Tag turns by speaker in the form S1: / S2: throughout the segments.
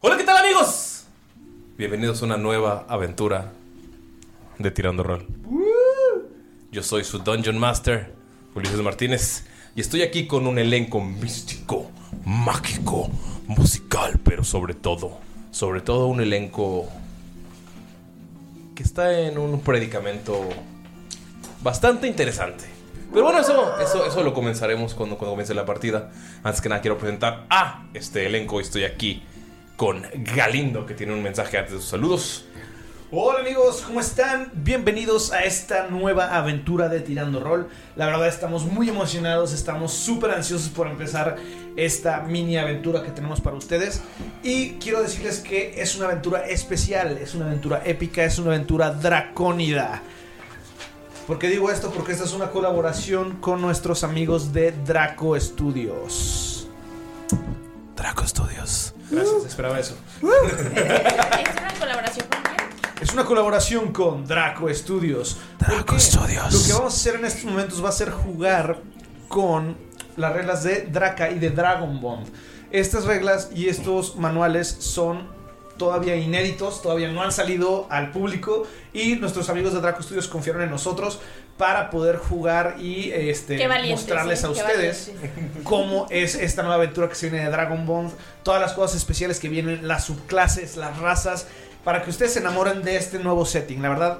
S1: Hola, ¿qué tal amigos? Bienvenidos a una nueva aventura de Tirando Rol. Yo soy su Dungeon Master, Ulises Martínez, y estoy aquí con un elenco místico, mágico, musical, pero sobre todo, sobre todo un elenco que está en un predicamento bastante interesante. Pero bueno, eso, eso, eso lo comenzaremos cuando, cuando comience la partida. Antes que nada, quiero presentar a este elenco. Estoy aquí con Galindo, que tiene un mensaje antes de sus saludos.
S2: Hola amigos, ¿cómo están? Bienvenidos a esta nueva aventura de Tirando Rol. La verdad estamos muy emocionados, estamos súper ansiosos por empezar esta mini aventura que tenemos para ustedes. Y quiero decirles que es una aventura especial, es una aventura épica, es una aventura dracónida. ¿Por qué digo esto? Porque esta es una colaboración con nuestros amigos de Draco Studios.
S1: Draco Studios.
S2: Gracias, esperaba eso.
S3: ¿Es una colaboración con quién?
S2: Es una colaboración con Draco Studios. Draco
S1: Studios.
S2: Lo que vamos a hacer en estos momentos va a ser jugar con las reglas de Draca y de Dragon Bond. Estas reglas y estos manuales son todavía inéditos, todavía no han salido al público y nuestros amigos de Draco Studios confiaron en nosotros para poder jugar y este,
S3: Qué valientes,
S2: mostrarles
S3: ¿eh?
S2: a
S3: Qué
S2: ustedes cómo es esta nueva aventura que se viene de Dragon Bond, todas las cosas especiales que vienen, las subclases, las razas, para que ustedes se enamoren de este nuevo setting. La verdad,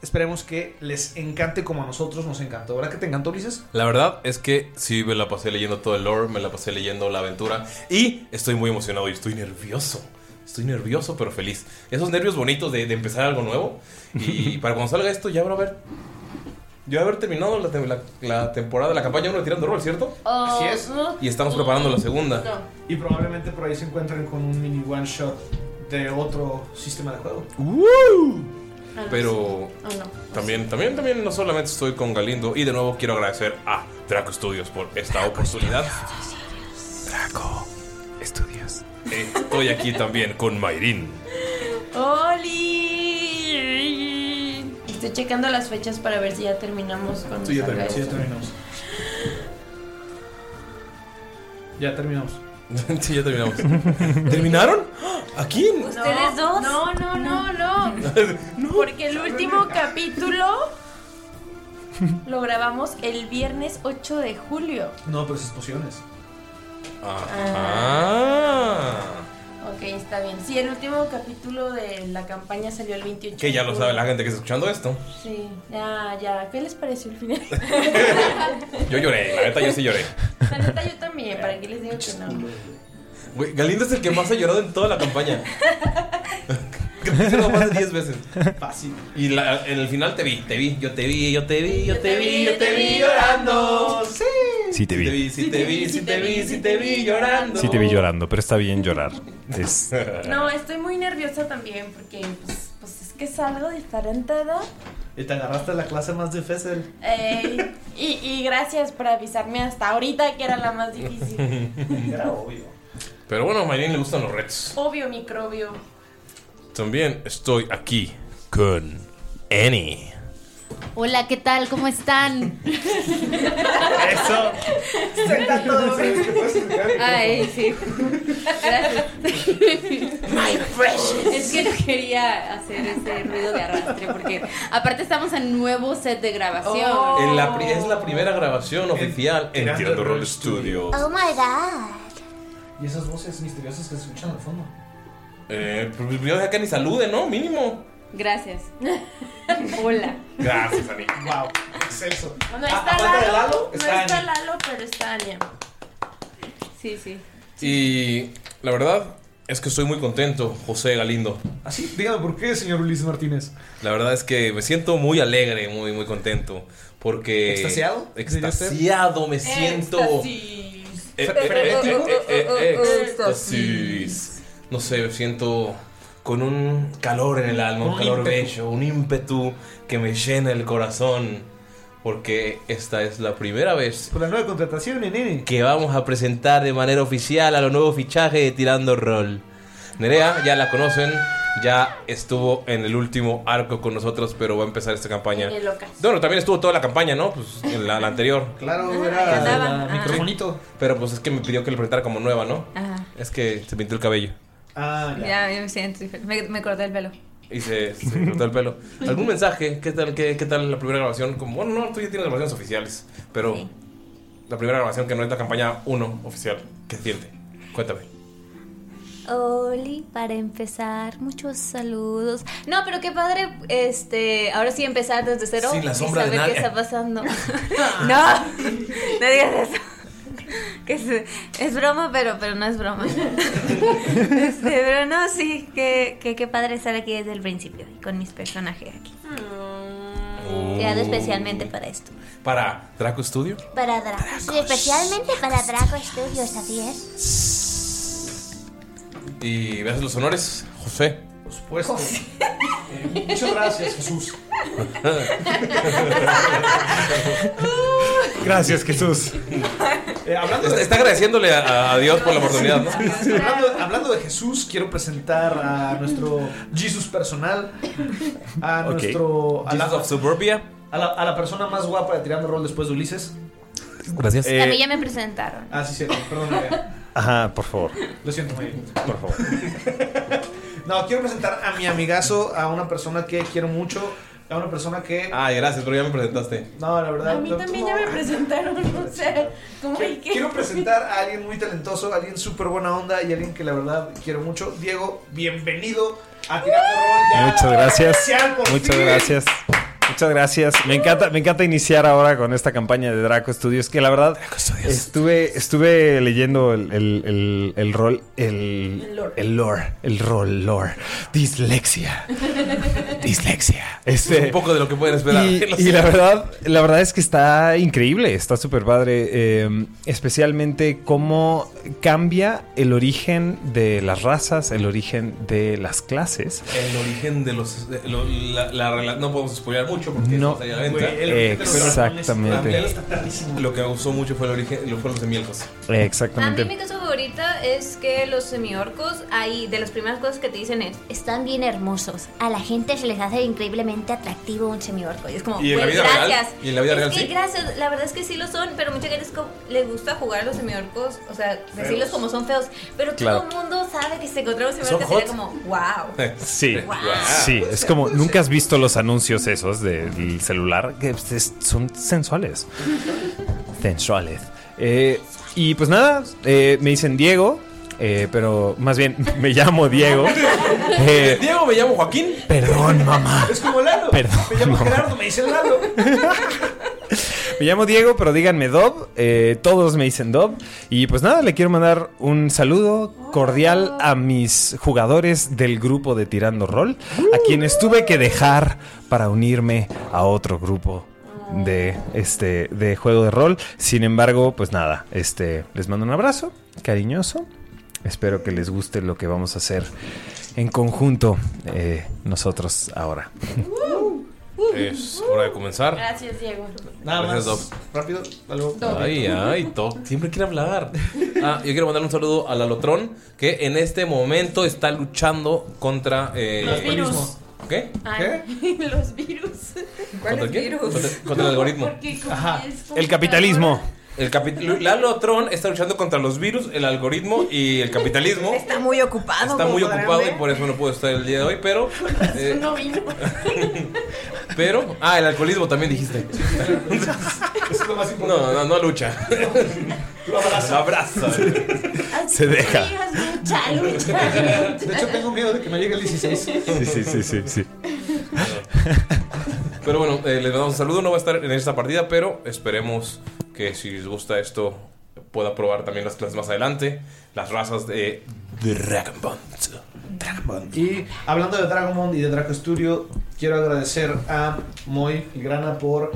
S2: esperemos que les encante como a nosotros nos encantó. ¿Verdad que te encantó, Ulises?
S1: La verdad es que sí me la pasé leyendo todo el lore, me la pasé leyendo la aventura y estoy muy emocionado y estoy nervioso. Estoy nervioso pero feliz. Esos nervios bonitos de, de empezar algo nuevo. Y para cuando salga esto ya van a ver. Ya va a haber terminado la, te- la- la temporada, la campaña 1 de Tirando Rol, ¿cierto?
S2: Así es.
S1: Y estamos preparando la segunda.
S2: Y probablemente por ahí se encuentren con un mini one shot de otro sistema de juego.
S1: Pero también, también, también no solamente estoy con Galindo y de nuevo quiero agradecer a Draco Studios por esta oportunidad. Draco Studios. Eh, Estoy aquí también con Mayrin.
S3: ¡Oli! Estoy checando las fechas para ver si ya terminamos con
S2: Sí, ya
S3: sacar
S2: terminamos. Sí, ya
S3: esto.
S2: terminamos. Ya terminamos.
S1: sí, ya terminamos. ¿Terminaron? ¿Aquí?
S3: ¿Ustedes dos? No, no, no, no. Porque el último capítulo lo grabamos el viernes 8 de julio.
S2: No, pues es pociones.
S1: Ajá.
S3: Ok, está bien. Sí, el último capítulo de la campaña salió el 28.
S1: Que ya lo sabe la gente que está escuchando esto.
S3: Sí, ya, ya. ¿Qué les pareció el final?
S1: Yo lloré, la neta yo sí lloré.
S3: La neta, yo también, ¿para qué les digo que no?
S1: Güey, Galindo es el que más ha llorado en toda la campaña. Creo que ha llorado más de 10 veces.
S2: Fácil.
S1: Y la- en el final te vi, te vi, yo te vi, yo te vi, yo te vi, yo te vi llorando.
S2: llorando. Sí.
S4: Sí te
S1: Te
S4: vi.
S1: vi, sí te vi, sí te vi, sí te vi llorando.
S4: Sí te vi llorando, pero está bien llorar. Es...
S3: No, estoy muy nerviosa también porque, pues, pues es que salgo diferentada.
S2: Y te agarraste la clase más difícil.
S3: Eh, y, y gracias por avisarme hasta ahorita que era la más difícil.
S2: Era obvio.
S1: Pero bueno, a Marín le gustan los retos.
S3: Obvio, microbio.
S1: También estoy aquí con Annie.
S5: Hola, ¿qué tal? ¿Cómo están?
S2: Eso. Senta todos los que puedes
S5: Ay, sí. Gracias. Es que no quería hacer ese ruido de arrastre porque aparte estamos en nuevo set de grabación.
S3: Oh.
S1: En la pri- es la primera grabación oficial en Tirando Roll Studios.
S2: Y esas voces misteriosas que se escuchan al fondo.
S1: Eh, pues primero deja que ni salude, ¿no? Mínimo.
S5: Gracias. Hola.
S1: Gracias, Ani.
S2: Wow. Excelso.
S1: Ah,
S3: No
S2: A-
S3: está
S2: a falta de
S3: Lalo,
S2: Lalo,
S3: no
S2: está
S3: está
S2: Anya.
S3: Lalo, pero está Anya.
S5: Sí, sí.
S1: Y la verdad es que estoy muy contento, José Galindo.
S2: Así, ¿Ah, dígame por qué, señor Ulises Martínez.
S1: La verdad es que me siento muy alegre, muy, muy contento. Porque.
S2: ¿Extasiado? ¿Diría usted?
S1: Extasiado, me siento.
S3: Éxtasis.
S1: Eh, eh, eh, eh,
S6: oh,
S1: eh, eh, eh, Éxtasis. No sé, me siento con un calor en el alma, un
S2: Un
S1: calor
S2: ímpetu.
S1: bello, un ímpetu que me llena el corazón. Porque esta es la primera vez
S2: Por la nueva contratación, nene.
S1: que vamos a presentar de manera oficial a los nuevos fichajes de Tirando Roll. Nerea, ya la conocen, ya estuvo en el último arco con nosotros, pero va a empezar esta campaña.
S3: En el ocaso.
S1: Bueno, también estuvo toda la campaña, ¿no? Pues en la, la anterior.
S2: Claro,
S3: ahí
S2: era
S3: andaba.
S2: el
S3: Ah.
S2: microfonito.
S1: Pero pues es que me pidió que le presentara como nueva, ¿no?
S6: Ajá.
S1: Es que se pintó el cabello
S2: Ah, ya.
S6: Ya, ya me siento. diferente. Me, me corté el pelo.
S1: y se, se cortó el pelo. ¿Algún mensaje? ¿Qué tal, qué, qué tal la primera grabación? Como, bueno, no, tú ya tienes grabaciones oficiales, pero
S3: Sí.
S1: la primera grabación que no es la campaña 1 oficial. ¿Qué siente? Cuéntame.
S6: Oli, para empezar, muchos saludos. No, pero qué padre, este, ahora sí empezar desde cero
S1: Sí, la
S6: y
S1: sombra de
S6: saber qué
S1: nadie.
S6: está pasando. no, no digas eso. Que es, es broma, pero, pero no es broma. Este, pero no, sí, que, que qué padre estar aquí desde el principio y con mis personajes aquí.
S3: Mm,
S6: Creado especialmente para esto.
S1: Para Draco Studio.
S7: Para Draco. especialmente para Draco Studios, así es.
S1: Y gracias los honores, José.
S2: Por supuesto. Eh, muchas gracias, Jesús.
S4: Gracias, Jesús.
S2: Eh, hablando,
S1: Está,
S2: de,
S1: está agradeciéndole a, a Dios por la oportunidad, ¿no?
S2: hablando, hablando de Jesús, quiero presentar a nuestro Jesús personal. A
S4: Ok.
S2: nuestro. A la,
S1: Jesus of Suburbia.
S2: a la- a la persona más guapa de tirando rol después de Ulises.
S1: Gracias.
S6: a mí ya me presentaron.
S2: Ah, sí, sí, perdón, María.
S4: Ajá, por favor,
S2: Lo siento, María.
S4: por favor.
S2: No, quiero presentar a mi amigazo, a una persona que quiero mucho, a una persona que.
S1: Ay, gracias, pero ya me presentaste.
S2: No, la verdad.
S3: A mí
S2: no-
S3: también
S2: no.
S3: ya me presentaron, o sea, como hay que...
S2: Quiero presentar a alguien muy talentoso, a alguien súper buena onda y a alguien que la verdad quiero mucho. Diego, bienvenido a Tirando Rol. Ya.
S4: Muchas gracias.
S2: Sean por
S4: Muchas
S2: fin.
S4: gracias. Muchas gracias. Me encanta, me encanta iniciar ahora con esta campaña de Draco Studios, que la verdad estuve, estuve leyendo el, el, el- el rol,
S3: El
S4: el,
S3: lore.
S4: el lore, el rol lore, dislexia, dislexia. Este,
S1: Un poco de lo que pueden esperar.
S4: y,
S1: Lo
S4: y la
S1: siento.
S4: verdad, la verdad es que está increíble, está súper padre. eh, especialmente cómo cambia el origen de las razas, el origen de las clases.
S1: El origen de los. de lo- la, la rela- no podemos spoilear mucho porque
S4: No.
S1: no estaría a la venta.
S2: Güey, el origen de los
S4: Exactamente.
S2: dragones está rarísimo.
S1: Lo que me gustó mucho fue el origen, lo fueron los semielfos.
S6: A mí mi
S4: Exactamente.
S6: cosa favorita es que los semiorcos, ahí, de las primeras cosas que te dicen es, están bien hermosos.
S7: A la gente se les hace increíblemente atractivo un semiorco.
S6: Y es como,
S1: ¿Y en la
S6: pues,
S1: vida real?
S6: gracias.
S1: ¿Y en la vida
S6: Es
S1: real
S6: que
S1: sí?
S6: gracias, la verdad es que sí lo son, pero mucha gente es como, le gusta jugar a los semiorcos, o sea, decirlos
S2: Feos.
S6: como son feos. Pero
S4: Claro.
S6: todo el mundo sabe que se encontró un
S1: ¿Son
S6: semiorco sería
S1: hot?
S6: como, wow.
S4: Sí.
S6: Wow.
S4: Sí, es como nunca has visto los anuncios esos del celular que pues, es- son sensuales. sensuales. Eh, y pues nada, eh, me dicen Diego, eh, pero más bien me llamo Diego. Eh,
S1: Diego, me llamo Joaquín.
S4: perdón, mamá.
S2: Es como Lalo.
S4: Perdón,
S2: me llamo
S4: no.
S2: Gerardo, me dicen Lalo.
S4: Me llamo Diego, pero díganme Dob. eh, todos me dicen Dob. Y pues nada, le quiero mandar un saludo cordial a mis jugadores del grupo de Tirando Roll, a quienes tuve que dejar para unirme a otro grupo de este de juego de rol. Sin embargo, pues nada, este les mando un abrazo cariñoso. Espero que les guste lo que vamos a hacer en conjunto eh, nosotros ahora.
S1: Es hora de comenzar.
S3: Gracias, Diego.
S2: Nada
S1: Gracias,
S2: más. Pues, Rápido, algo.
S1: Ay, ay, Doc, siempre quiere hablar. Ah, yo quiero mandar un saludo a Lalotrón, que en este momento está luchando contra... eh,
S3: Los virus.
S1: ¿Qué?
S3: Ay, Los virus.
S1: ¿Contra qué? Contra, contra el algoritmo.
S3: Porque como es
S1: El capitalismo. El capi- Lalo Tron está luchando contra los virus, el algoritmo y el capitalismo.
S6: Está muy ocupado.
S1: Está muy
S6: podrán
S1: ocupado y
S6: ver.
S1: por eso no puedo estar el día de hoy, pero. eh,
S3: No vino.
S1: pero. Ah, el alcoholismo también dijiste.
S2: es lo más
S1: No, no, no lucha. Lo abraza.
S4: Se deja.
S3: Lucha,
S2: lucha. De hecho, tengo miedo de que me llegue el 16.
S4: Sí, sí, sí, sí, sí.
S1: Pero bueno, eh, les damos un saludo. No va a estar en esta partida, pero esperemos que si les gusta esto pueda probar también las clases más adelante. Las razas de Dragon Bond.
S2: Y hablando de Dragon Ball y de Draco Studio, quiero agradecer a Moy y Grana por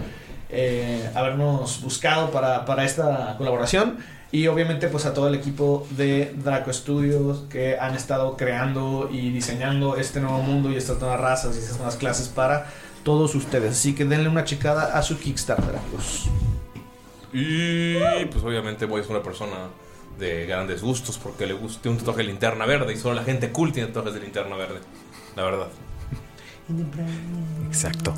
S2: eh, habernos buscado para, para esta colaboración. Y obviamente pues a todo el equipo de Draco Studios que han estado creando y diseñando este nuevo mundo y estas nuevas razas y estas nuevas clases para todos ustedes. Así que denle una checada a su Kickstarter, amigos.
S1: Y pues obviamente voy es una persona de grandes gustos porque le gusta un tatuaje de linterna verde y solo la gente cool tiene tatuajes de linterna verde. La verdad.
S4: Exacto.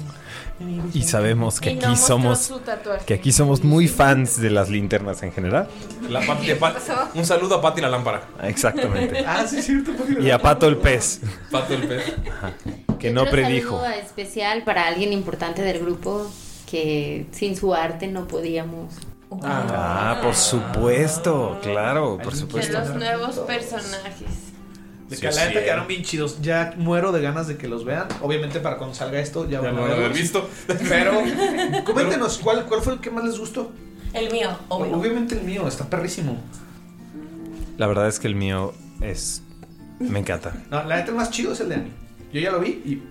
S4: Y sabemos que
S3: Y no
S4: aquí
S3: mostró
S4: somos
S3: su tatuaje.
S4: que aquí somos muy fans de las linternas en general.
S1: La Pati- de Pat-
S3: Ah.
S1: un saludo a Pati la lámpara.
S4: Exactamente.
S2: Ah, sí, es cierto.
S4: Y a Pato el pez.
S1: Pato el pez.
S4: Ajá. Que no predijo.
S5: saludo especial para alguien importante del grupo que sin su arte no podíamos.
S4: Ah, por supuesto, claro, por
S3: De
S4: supuesto.
S3: los nuevos personajes.
S2: De
S4: Sí,
S2: que la
S4: sí,
S2: neta
S4: eh.
S2: quedaron bien chidos. Ya muero de ganas de que los vean. Obviamente para cuando salga esto ya, van
S1: lo
S2: a
S1: van a haber
S2: verlos.
S1: visto.
S2: Pero coméntenos cuál, cuál fue el que más les gustó.
S3: El mío,
S2: Obviamente el mío, está perrísimo.
S4: La verdad es que el mío es me encanta.
S2: No, la neta el más chido es el de Annie. Yo ya lo vi y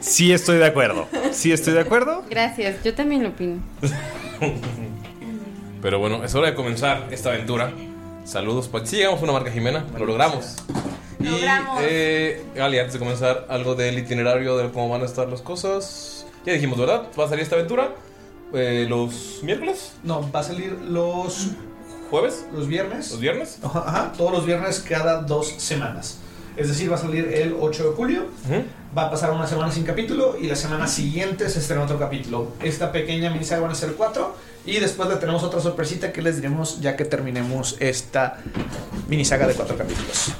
S4: Sí estoy de acuerdo. Sí estoy de acuerdo.
S5: Gracias, yo también lo opino.
S1: Pero bueno, es hora de comenzar esta aventura. Saludos, Pati. Sí, llegamos a una marca Jimena, lo logramos. Y, eh, Gali, antes de comenzar, algo del itinerario de cómo van a estar las cosas. Ya dijimos, ¿verdad? Va a salir esta aventura eh, los miércoles.
S2: No, va a salir los
S1: jueves,
S2: los viernes.
S1: ¿Los viernes?
S2: Ajá, ajá, todos los viernes cada dos semanas. Es decir, va a salir el 8 de julio. Va a pasar una semana sin capítulo y la semana siguiente se estrena otro capítulo. Esta pequeña miniserie van a ser cuatro y después le tenemos otra sorpresita que les diremos ya que terminemos esta minisaga de cuatro capítulos.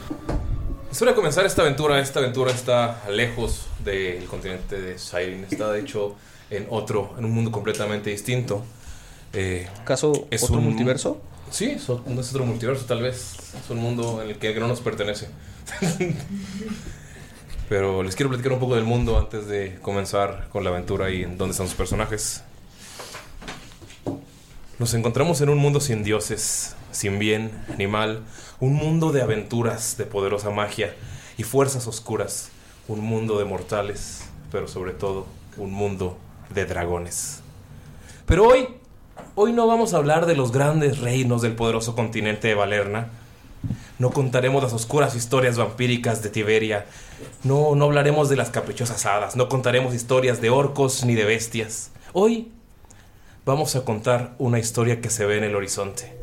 S1: Es hora de comenzar esta aventura. Esta aventura está lejos del continente de Siren. Está, de hecho, en otro, en un mundo completamente distinto. Eh,
S2: ¿Caso otro multiverso?
S1: Sí, es o- no es otro multiverso, tal vez. Es un mundo en el que no nos pertenece. Pero les quiero platicar un poco del mundo antes de comenzar con la aventura y en dónde están sus personajes. Nos encontramos en un mundo sin dioses, sin bien ni mal, un mundo de aventuras, de poderosa magia y fuerzas oscuras, un mundo de mortales, pero sobre todo un mundo de dragones. Pero hoy, hoy no vamos a hablar de los grandes reinos del poderoso continente de Valerna. No contaremos las oscuras historias vampíricas de Tiberia. No, no hablaremos de las caprichosas hadas. No contaremos historias de orcos ni de bestias. Hoy vamos a contar una historia que se ve en el horizonte.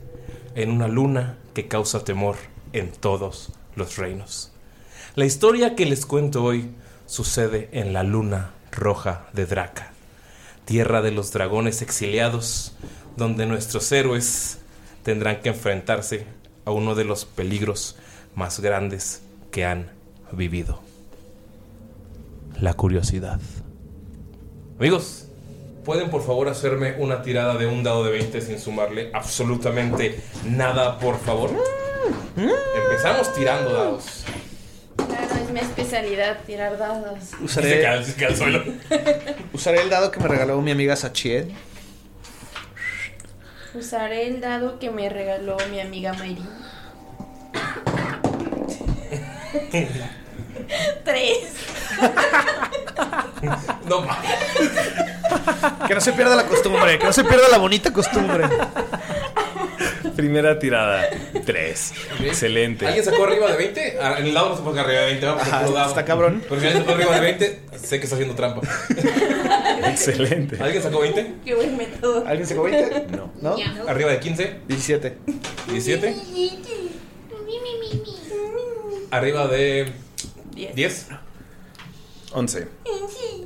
S1: En una luna que causa temor en todos los reinos. La historia que les cuento hoy sucede en la luna roja de Draca tierra de los dragones exiliados, donde nuestros héroes tendrán que enfrentarse a uno de los peligros más grandes que han vivido. La curiosidad. Amigos, ¿pueden por favor hacerme una tirada de un dado de 20 sin sumarle absolutamente nada, por favor? Empezamos tirando dados.
S3: No es mi especialidad tirar dados.
S1: Se
S2: Usaré,
S1: cae- se cae al suelo.
S2: usaré el dado que me regaló mi amiga Sachiel.
S3: Usaré el dado que me regaló mi amiga Mary. Tres.
S1: No ma-
S2: Que no se pierda la costumbre, que no se pierda la bonita costumbre.
S4: Primera tirada, 3. Excelente.
S1: ¿Alguien sacó arriba de 20? Ah, En el lado no se ponga arriba de 20, vamos
S4: Ajá,
S1: Está cabrón. Pero si alguien sacó arriba de 20, sé que está haciendo trampa. Excelente. ¿Alguien sacó 20?
S3: Qué buen método.
S2: ¿Alguien sacó 20?
S1: No.
S2: ¿No?
S1: ¿Arriba de 15?
S2: 17.
S1: ¿17? ¿Arriba de 10?
S4: 11.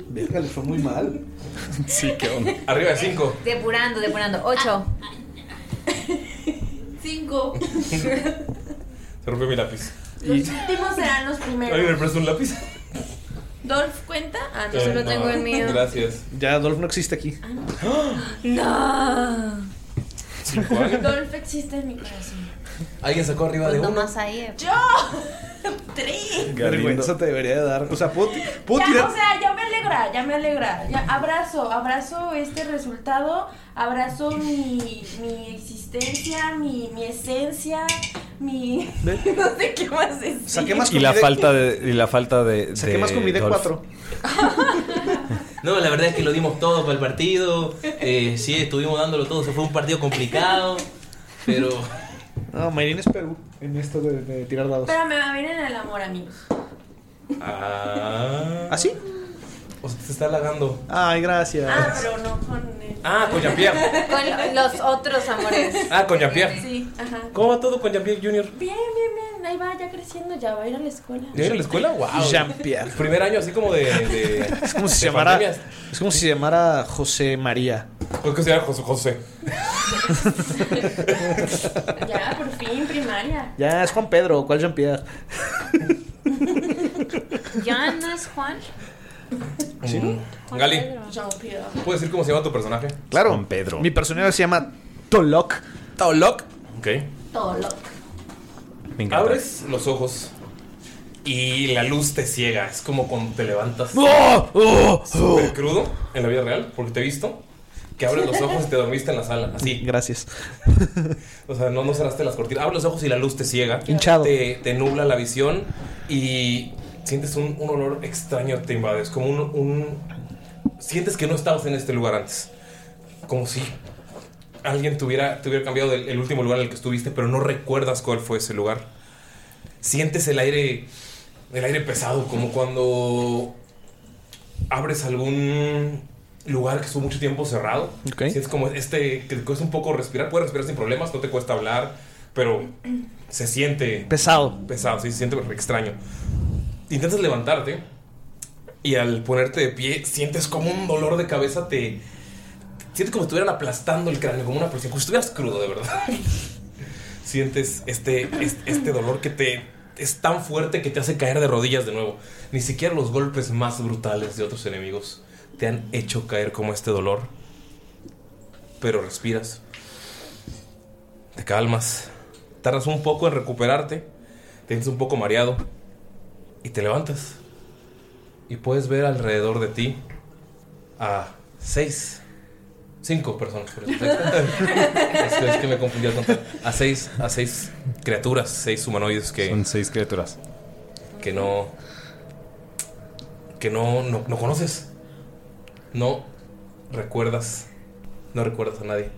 S2: Verga, le fue muy mal.
S4: Sí, qué onda.
S1: Arriba de 5.
S6: Depurando, depurando. Ocho.
S3: Cinco.
S1: Se rompió mi lápiz.
S3: Los últimos serán los
S1: ¿Alguien me
S3: primeros.
S1: presta un lápiz?
S3: ¿Dolph cuenta? Ah, no,
S1: Eh,
S3: solo tengo el mío. Ah,
S1: Gracias.
S2: Ya Dolph no existe aquí.
S3: No. Dolph existe en mi corazón.
S1: ¿Alguien sacó arriba de
S6: Pues
S1: 1?
S6: nomás ahí. eh.
S3: ¡Yo! ¡Tres!
S2: Vergüenza te debería de dar. O sea, puedo, ti- puedo
S3: Ya,
S2: tirar.
S3: o sea, ya me alegra, ya me alegra. Ya, abrazo, abrazo este resultado, abrazo mi, mi existencia, mi, mi esencia, mi... No sé qué más decir.
S2: Saqué más
S4: Y la
S2: comida-
S4: falta de. Y la falta de
S2: Saqué más comida
S4: de Dolph.
S2: 4.
S8: No, la verdad es que lo dimos todo para el partido. Eh, sí, estuvimos dándolo todo. Se fue un partido complicado. Pero.
S2: No, Mayrin es Perú en esto de, de tirar dados.
S3: Pero me va bien en el amor, amigos.
S1: Ah.
S2: ¿Ah, sí?
S1: O sea, te está halagando.
S2: Ay, gracias.
S3: Ah, pero no con... el-
S1: Ah, con Jean-Pierre.
S6: Con los otros amores.
S1: Ah, con Jean-Pierre.
S3: Sí, ajá.
S1: ¿Cómo va todo con Jean-Pierre Jr.?
S3: Bien, bien, bien. Ahí va, ya creciendo, ya va a ir a la escuela.
S1: ¿Ya ir a la escuela? ¡Wow!
S2: Jean-Pierre.
S1: Primer año así como de. de
S2: Es como si se
S1: de
S2: llamara.
S1: pandemias.
S2: Es como si se llamara José María.
S1: Creo que se llama José. José.
S3: Ya, por fin, primaria.
S2: Ya, es Juan Pedro, ¿cuál Jean-Pierre?
S6: ¿Ya no es Juan?
S1: ¿Sí?
S6: Juan
S1: Gali,
S6: Pedro.
S3: Jean-Pierre.
S1: ¿puedes decir cómo se llama tu personaje?
S2: Claro.
S4: Juan Pedro.
S2: Mi personaje se llama Tolok.
S1: Taolok. Ok.
S3: Todo loco.
S4: Me encanta.
S1: Abres los ojos y la luz te ciega. Es como cuando te levantas.
S4: ¡Oh! ¡Oh!
S1: Súper crudo en la vida real, porque te he visto que abres los ojos y te dormiste en la sala. Así.
S2: Gracias.
S1: O sea, no, no cerraste las cortinas. Abres los ojos y la luz te ciega.
S2: Hinchado.
S1: Te, te nubla la visión y sientes un, un olor extraño te invade. Es como un, un- Sientes que no estabas en este lugar antes. Como si alguien te hubiera, te hubiera cambiado del el último lugar en el que estuviste, pero no recuerdas cuál fue ese lugar. Sientes el aire... El aire pesado, como cuando abres algún lugar que estuvo mucho tiempo cerrado.
S2: Ok.
S1: Sientes como este que te cuesta un poco respirar. Puedes respirar sin problemas, no te cuesta hablar, pero se siente
S2: Pesado.
S1: pesado, sí, se siente extraño. Intentas levantarte y al ponerte de pie sientes como un dolor de cabeza te... Sientes como si estuvieran aplastando el cráneo, como una presión, como si estuvieras crudo, de verdad. sientes este, es- este dolor que te es tan fuerte que te hace caer de rodillas de nuevo. Ni siquiera los golpes más brutales de otros enemigos te han hecho caer como este dolor. Pero respiras. Te calmas. Tardas un poco en recuperarte. Te sientes un poco mareado. Y te levantas. Y puedes ver alrededor de ti a seis. Cinco personas. por ejemplo. es, es que me confundí al contar. A seis, a seis criaturas, seis humanoides que
S4: Son seis criaturas.
S1: que no que no, no, no conoces. No recuerdas. No recuerdas a nadie.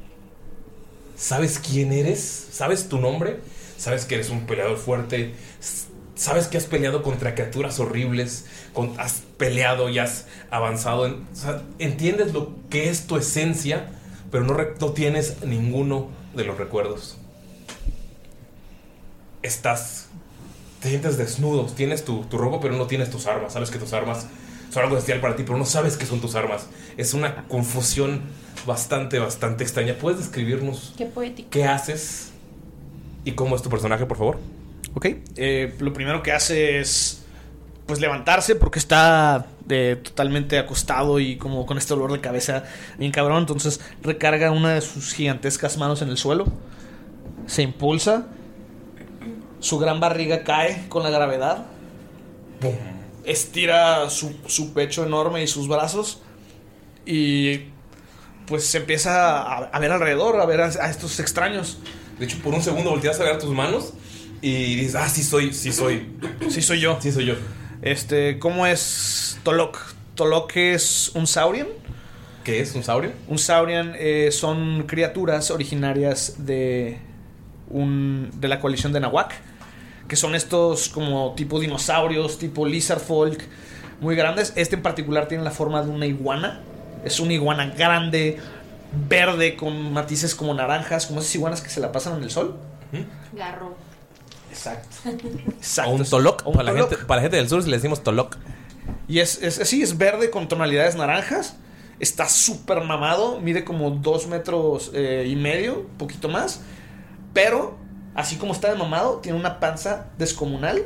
S1: ¿Sabes quién eres? ¿Sabes tu nombre? ¿Sabes que eres un peleador fuerte? S- ¿Sabes que has peleado contra criaturas horribles? Con- has peleado y has avanzado. en- o sea, entiendes lo que es tu esencia, pero no, re- no tienes ninguno de los recuerdos. Estás te sientes desnudo, tienes tu, tu ropa pero no tienes tus armas, sabes que tus armas son algo esencial para ti, pero no sabes qué son tus armas. Es una confusión bastante, bastante extraña. ¿Puedes describirnos
S3: Qué poético.
S1: qué haces y cómo es tu personaje, por favor?
S2: Ok. eh, lo primero que hace es. Pues levantarse porque está eh, totalmente acostado y como con este dolor de cabeza bien cabrón. Entonces recarga una de sus gigantescas manos en el suelo. Se impulsa. Su gran barriga cae con la gravedad. ¡pum! estira su, su pecho enorme y sus brazos y pues se empieza a, a ver alrededor, a ver a, a estos extraños.
S1: De hecho, por un segundo volteas a ver tus manos y dices, ah, sí soy, sí soy.
S2: Sí soy yo.
S1: Sí soy yo.
S2: Este, ¿cómo es Tolok? Tolok es un Saurian.
S1: ¿Qué es un Saurian?
S2: Un Saurian eh, son criaturas originarias de, un, de la coalición de Nahuac, que son estos como tipo dinosaurios, tipo lizard folk, muy grandes. Este en particular tiene la forma de una iguana. Es una iguana grande, verde, con matices como naranjas, como esas iguanas que se la pasan en el sol.
S9: Garro.
S2: Exacto.
S1: O un Tolok. para, La gente, para la gente del sur, si le decimos Tolok.
S2: Y es, es sí, es verde con tonalidades naranjas. Está súper mamado, mide como dos metros eh, y medio, poquito más. Pero, así como está de mamado, tiene una panza descomunal.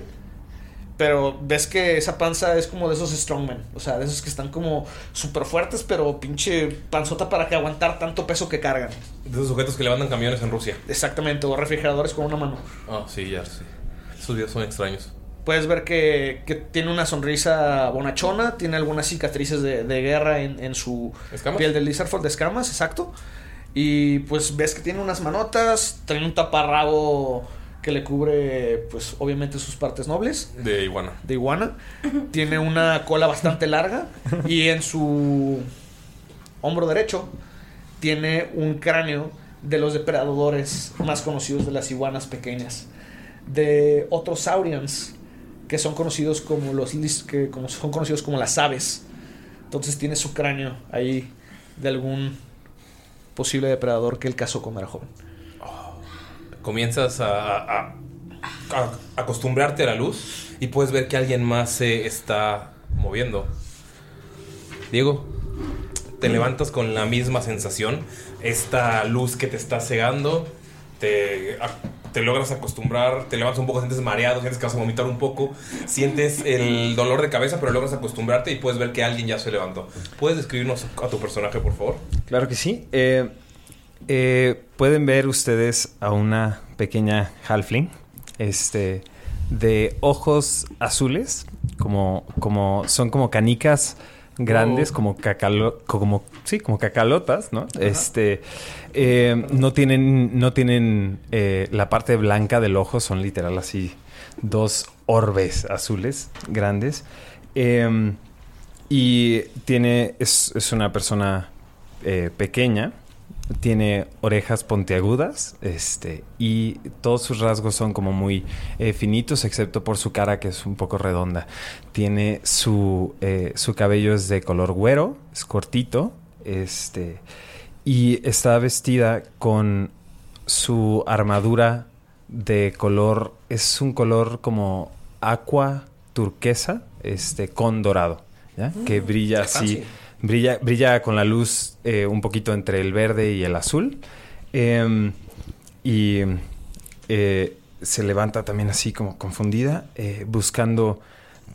S2: Pero ves que esa panza es como de esos strongmen. O sea, de esos que están como súper fuertes, pero pinche panzota para que aguantar tanto peso que cargan.
S1: De esos sujetos que levantan camiones en Rusia.
S2: Exactamente, o refrigeradores con una mano.
S1: Ah, sí, ya, sí. Esos videos son extraños.
S2: Puedes ver que, que tiene una sonrisa bonachona, tiene algunas cicatrices de, de guerra en, en su
S1: ¿Escamas?
S2: piel de Lizardford de escamas, exacto. Y pues ves que tiene unas manotas, tiene un taparrabo que le cubre, pues obviamente sus partes nobles
S1: De iguana.
S2: de iguana. Tiene una cola bastante larga y en su hombro derecho tiene un cráneo de los depredadores más conocidos de las iguanas pequeñas. De otros saurians que son conocidos como los lis- que como son conocidos como las aves. Entonces tiene su cráneo ahí de algún posible depredador que él cazó cuando era joven.
S1: comienzas a, a- a- a acostumbrarte a la luz y puedes ver que alguien más se está moviendo. Diego,
S4: Mm.
S1: te levantas con la misma sensación. Esta luz que te está cegando, te, a- te logras acostumbrar, te levantas un poco, sientes mareado, sientes que vas a vomitar un poco, sientes el dolor de cabeza, pero logras acostumbrarte y puedes ver que alguien ya se levantó. ¿Puedes describirnos a tu personaje, por favor?
S4: Claro que sí. Eh, eh, Pueden ver ustedes a una pequeña halfling este, de ojos azules, como, como son como canicas grandes,
S10: Oh.
S4: como, cacalo, como, sí, como cacalotas, ¿no? Este, eh, no tienen, no tienen eh, la parte blanca del ojo, son literal así dos orbes azules grandes. Em, y tiene, es, es una persona eh, pequeña, tiene orejas pontiagudas, este, y todos sus rasgos son como muy eh, finitos, excepto por su cara que es un poco redonda. Tiene su, eh, su cabello es de color güero, es cortito, este, y está vestida con su armadura de color, es un color como aqua turquesa, este, con dorado, ¿ya?
S10: Mm,
S4: que brilla
S10: qué
S4: así,
S10: fancy.
S4: brilla, brilla con la luz eh, un poquito entre el verde y el azul. Em, y eh, se levanta también así como confundida, eh, buscando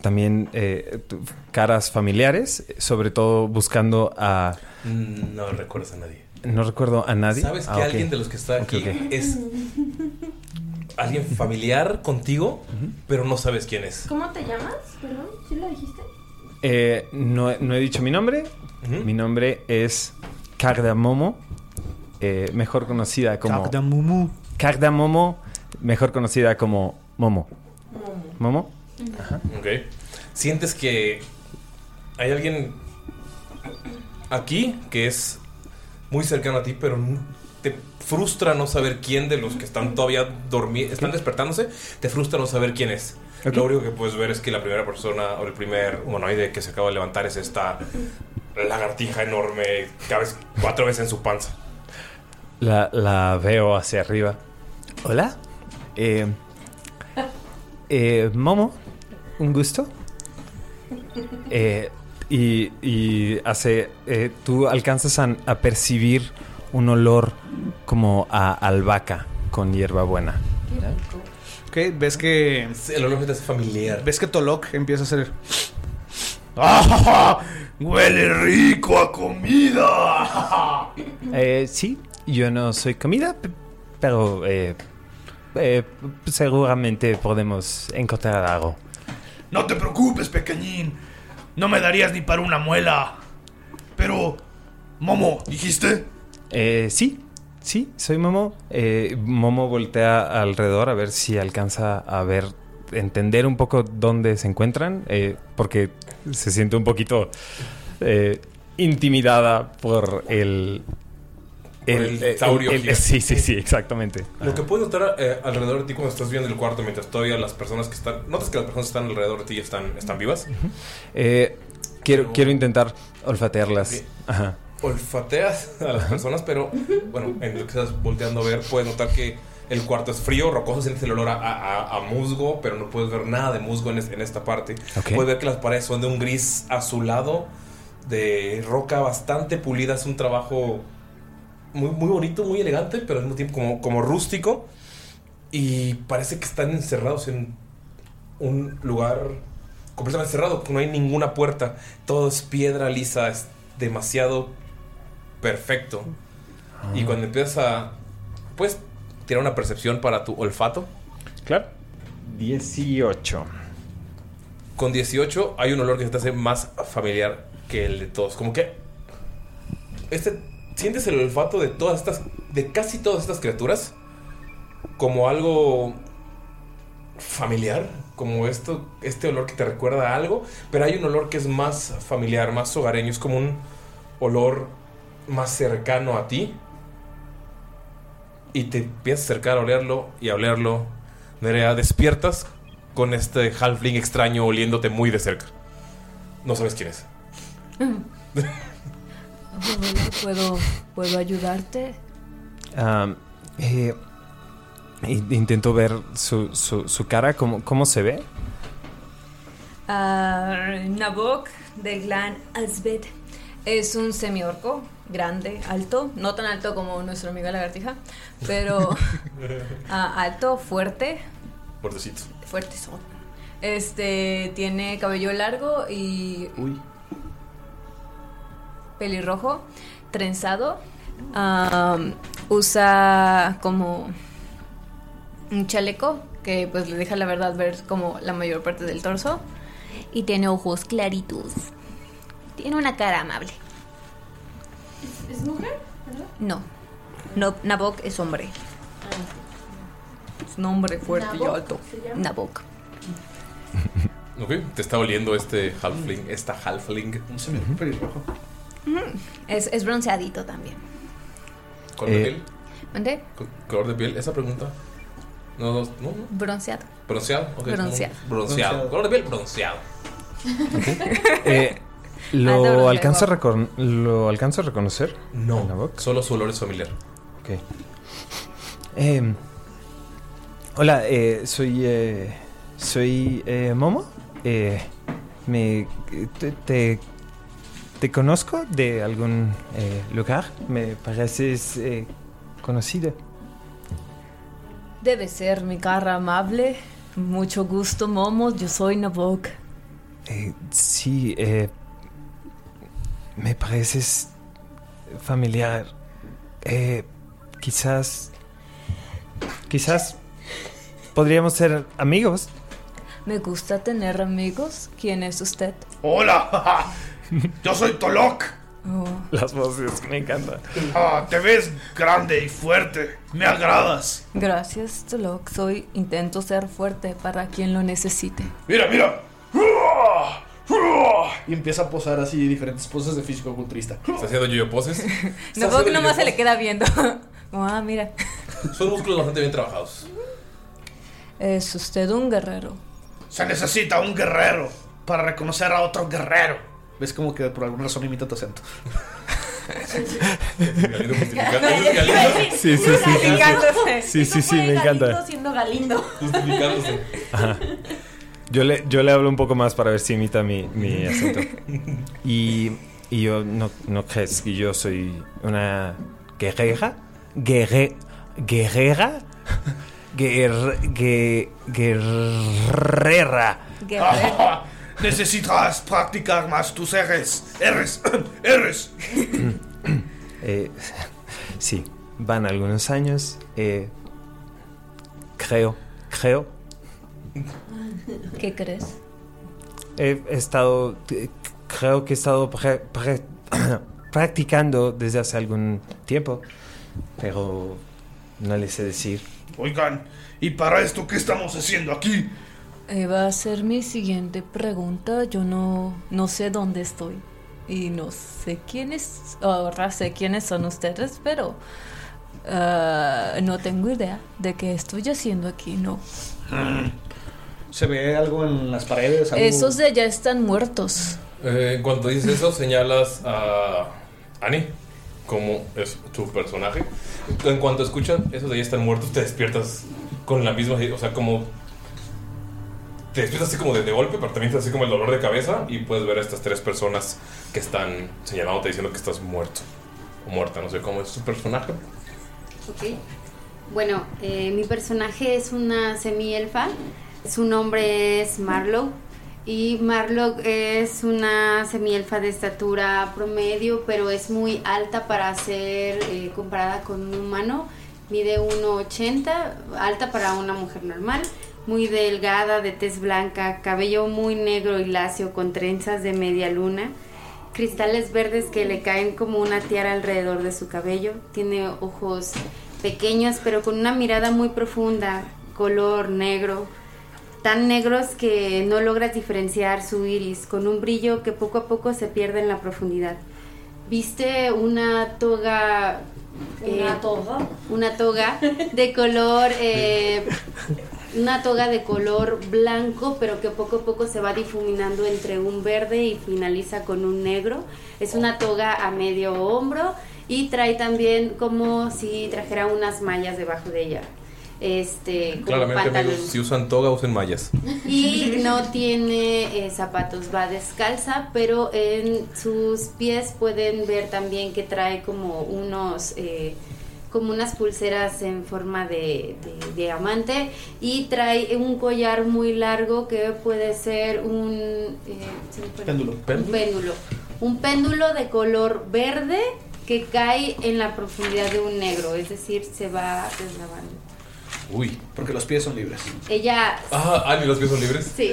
S4: también eh, tu- caras familiares, sobre todo buscando a...
S1: Mm, No recuerdas a nadie.
S4: No recuerdo a nadie.
S1: ¿Sabes que
S4: Ah, ok.
S1: alguien de los que está
S4: Ok,
S1: aquí
S4: ok.
S1: es alguien familiar contigo, pero no sabes quién es?
S3: ¿Cómo te llamas? Perdón, ¿sí lo dijiste?
S4: Eh, no, no he dicho mi nombre. Mi nombre es Cardamomo, eh, mejor conocida como...
S2: Cardamomo.
S4: Cardamomo, mejor conocida como Momo.
S1: Momo.
S4: ¿Momo?
S1: Ok. Sientes que hay alguien aquí que es muy cercano a ti, pero n- te frustra no saber quién de los que están todavía dormidos, están despertándose, te frustra no saber quién es.
S4: Ok.
S1: Lo único que puedes ver es que la primera persona o el primer humanoide que se acaba de levantar es esta lagartija enorme, cabes cuatro veces en su panza.
S4: La, la veo hacia arriba. Hola. Eh, eh, Momo, un gusto. Eh, y, y hace. eh, tú alcanzas a, a percibir un olor como a albahaca con hierbabuena.
S2: Ok, ves que.
S1: El olor es familiar.
S2: Ves que Tolok empieza a hacer.
S10: ¡Ah! ¡Huele rico a comida!
S4: Eh, sí, yo no soy comida, p- pero eh, eh, seguramente podemos encontrar algo.
S10: No te preocupes, pequeñín. No me darías ni para una muela. Pero, Momo, ¿dijiste?
S4: Eh, sí, sí, soy Momo. Eh, Momo voltea alrededor a ver si alcanza a ver, entender un poco dónde se encuentran, eh, porque se siente un poquito eh, intimidada por el...
S1: el saurio
S4: el-
S1: gigante.
S4: sí, sí, sí, exactamente.
S1: Lo que puedes notar eh, alrededor de ti cuando estás viendo el cuarto, mientras todavía las personas que están. Notas que las personas que están alrededor de ti están, están vivas.
S4: Eh, quiero, quiero intentar olfatearlas.
S1: Sí.
S4: Ajá.
S1: Olfateas a las personas, pero bueno, en lo que estás volteando a ver, puedes notar que el cuarto es frío, rocoso, sientes el olor a, a- a musgo, pero no puedes ver nada de musgo en, es- en esta parte.
S4: Ok.
S1: Puedes ver que las paredes son de un gris azulado, de roca bastante pulida, es un trabajo muy, muy bonito, muy elegante, pero al mismo tiempo como, como rústico. Y parece que están encerrados en un lugar completamente cerrado, no hay ninguna puerta, todo es piedra lisa, es demasiado perfecto. Y cuando empiezas a... Puedes tirar una percepción para tu olfato.
S4: Claro. 18.
S1: Con 18 hay un olor que se te hace más familiar que el de todos. Como que... Este, sientes el olfato de todas estas... De casi todas estas criaturas. Como algo familiar, como esto, este olor que te recuerda a algo, pero hay un olor que es más familiar, más hogareño, es como un olor más cercano a ti. Y te empiezas a acercar a olerlo y a olerlo. Nerea, despiertas con este halfling extraño oliéndote muy de cerca. No sabes quién es.
S6: Bueno, ¿puedo, ¿puedo ayudarte?
S4: Am, eh, in- intento ver su, su- su cara, cómo, cómo se ve.
S6: Ah, Nabok del clan Asbet es un semiorco grande, alto, no tan alto como nuestro amigo la lagartija, pero ah, alto, fuerte,
S1: Bordecito.
S6: fuerte son. Este tiene cabello largo y
S1: Uy.
S6: pelirrojo, trenzado. Am, usa como un chaleco que pues le deja la verdad ver como la mayor parte del torso. Y tiene ojos claritos.
S11: Tiene una cara amable.
S3: ¿Es mujer?
S6: No. no Nabok es hombre. Ah. Es un hombre fuerte y
S3: Nabok
S6: alto.
S3: se llama.
S6: Nabok.
S1: Ok, te está oliendo este halfling, esta halfling.
S12: pelirrojo.
S6: Ujú. Es, es bronceadito también.
S1: ¿Color de
S4: Eh.
S1: piel?
S6: ¿Mande?
S1: Co- ¿Color de piel? Esa pregunta. No, no, no. no.
S6: Bronceado.
S1: ¿Bronceado? ok, es como
S6: Bronceado.
S1: un Bronceado. Color de piel bronceado.
S4: Eh,
S1: Alto,
S4: ¿lo,
S1: bronceado.
S4: alcanza a recon- ¿Lo alcanzo a reconocer?
S1: No. Solo su olor es familiar.
S4: Ok. Eh, hola, eh, soy. eh, soy eh, Momo. Eh, me, te, te, te conozco de algún eh, lugar. Me pareces eh, conocido.
S6: Debe ser mi cara amable. Mucho gusto, Momo. Yo soy Nabok.
S4: Eh, sí, eh, me pareces familiar. Eh, quizás. Quizás podríamos ser amigos.
S6: Me gusta tener amigos. ¿Quién es usted?
S10: ¡Hola! Yo soy Tolok.
S6: Oh,
S4: Las voces, me encantan.
S10: Ah, te ves grande y fuerte. Me agradas.
S6: gracias, Tolok. Soy intento ser fuerte para quien lo necesite.
S10: Mira, mira.
S2: Y empieza a posar así diferentes poses de físico culturista.
S1: ¿Está haciendo yo poses?
S6: Nabok nomás se le queda viendo. Como, ah, mira.
S1: Son músculos bastante bien trabajados.
S6: Es usted un guerrero.
S10: Se necesita un guerrero para reconocer a otro guerrero. ¿Ves como que por alguna razón imita tu acento?
S4: Sí, sí, sí.
S3: Justificándose.
S4: Sí, sí, sí, me
S3: Galindo
S4: encanta.
S3: siendo Galindo.
S1: Justificándose.
S4: Ajá. Yo le, yo le hablo un poco más para ver si imita mi, mi acento. Y, y yo, ¿no, ¿no crees que yo soy una guerrera? Guerre, ¿Guerrera? Guer- gue- guerrera.
S10: Ah, Necesitas practicar más tus R's. R's. R's.
S4: Eh, sí, van algunos años. eh, creo, creo
S6: ¿Qué crees?
S4: he estado, eh, creo que he estado pra- pra- practicando desde hace algún tiempo, pero no le sé decir.
S10: Oigan, ¿y para esto qué estamos haciendo aquí?
S6: Eh, va a ser mi siguiente pregunta. Yo no, no sé dónde estoy. Y no sé quiénes, ahora sé quiénes son ustedes, pero ah, no tengo idea de qué estoy haciendo aquí, no.
S13: ¿Se ve algo en las paredes? ¿Algo?
S6: Esos de allá están muertos.
S1: Eh, en cuanto dices eso, señalas a Annie como es tu personaje. En cuanto escuchan, esos de ahí están muertos, te despiertas con la misma. O sea, como. Te despiertas así como de, de golpe, pero también te da así como el dolor de cabeza. Y puedes ver a estas tres personas que están señalándote diciendo que estás muerto. O muerta, no sé cómo es tu personaje.
S5: Ok. Bueno, eh, mi personaje es una semielfa. Su nombre es Marlowe. Y Marlowe es una semielfa de estatura promedio, pero es muy alta para ser eh, comparada con un humano. Mide 1,80, alta para una mujer normal. Muy delgada, de tez blanca, cabello muy negro y lacio, con trenzas de media luna cristales verdes que le caen como una tiara alrededor de su cabello. Tiene ojos pequeños, pero con una mirada muy profunda, color negro, tan negros que no logras diferenciar su iris, con un brillo que poco a poco se pierde en la profundidad. Viste una toga. eh,
S3: ¿Una toga?
S5: Una toga de color. eh, una toga de color blanco, pero que poco a poco se va difuminando entre un verde y finaliza con un negro. Es una toga a medio hombro y trae también como si trajera unas mallas debajo de ella. Este, como
S1: Claramente,
S5: pantalón.
S1: amigos, si usan toga, usen mallas.
S5: Y no tiene eh, zapatos, va descalza, pero en sus pies pueden ver también que trae como unos... eh, como unas pulseras en forma de, de diamante y trae un collar muy largo que puede ser un... eh, se me fue el-
S2: Péndulo.
S5: Un péndulo. Un péndulo de color verde que cae en la profundidad de un negro, es decir, se va deslavando.
S1: Uy.
S2: Porque los pies son libres.
S5: Ella
S1: Ah, Annie, los pies son libres.
S5: Sí.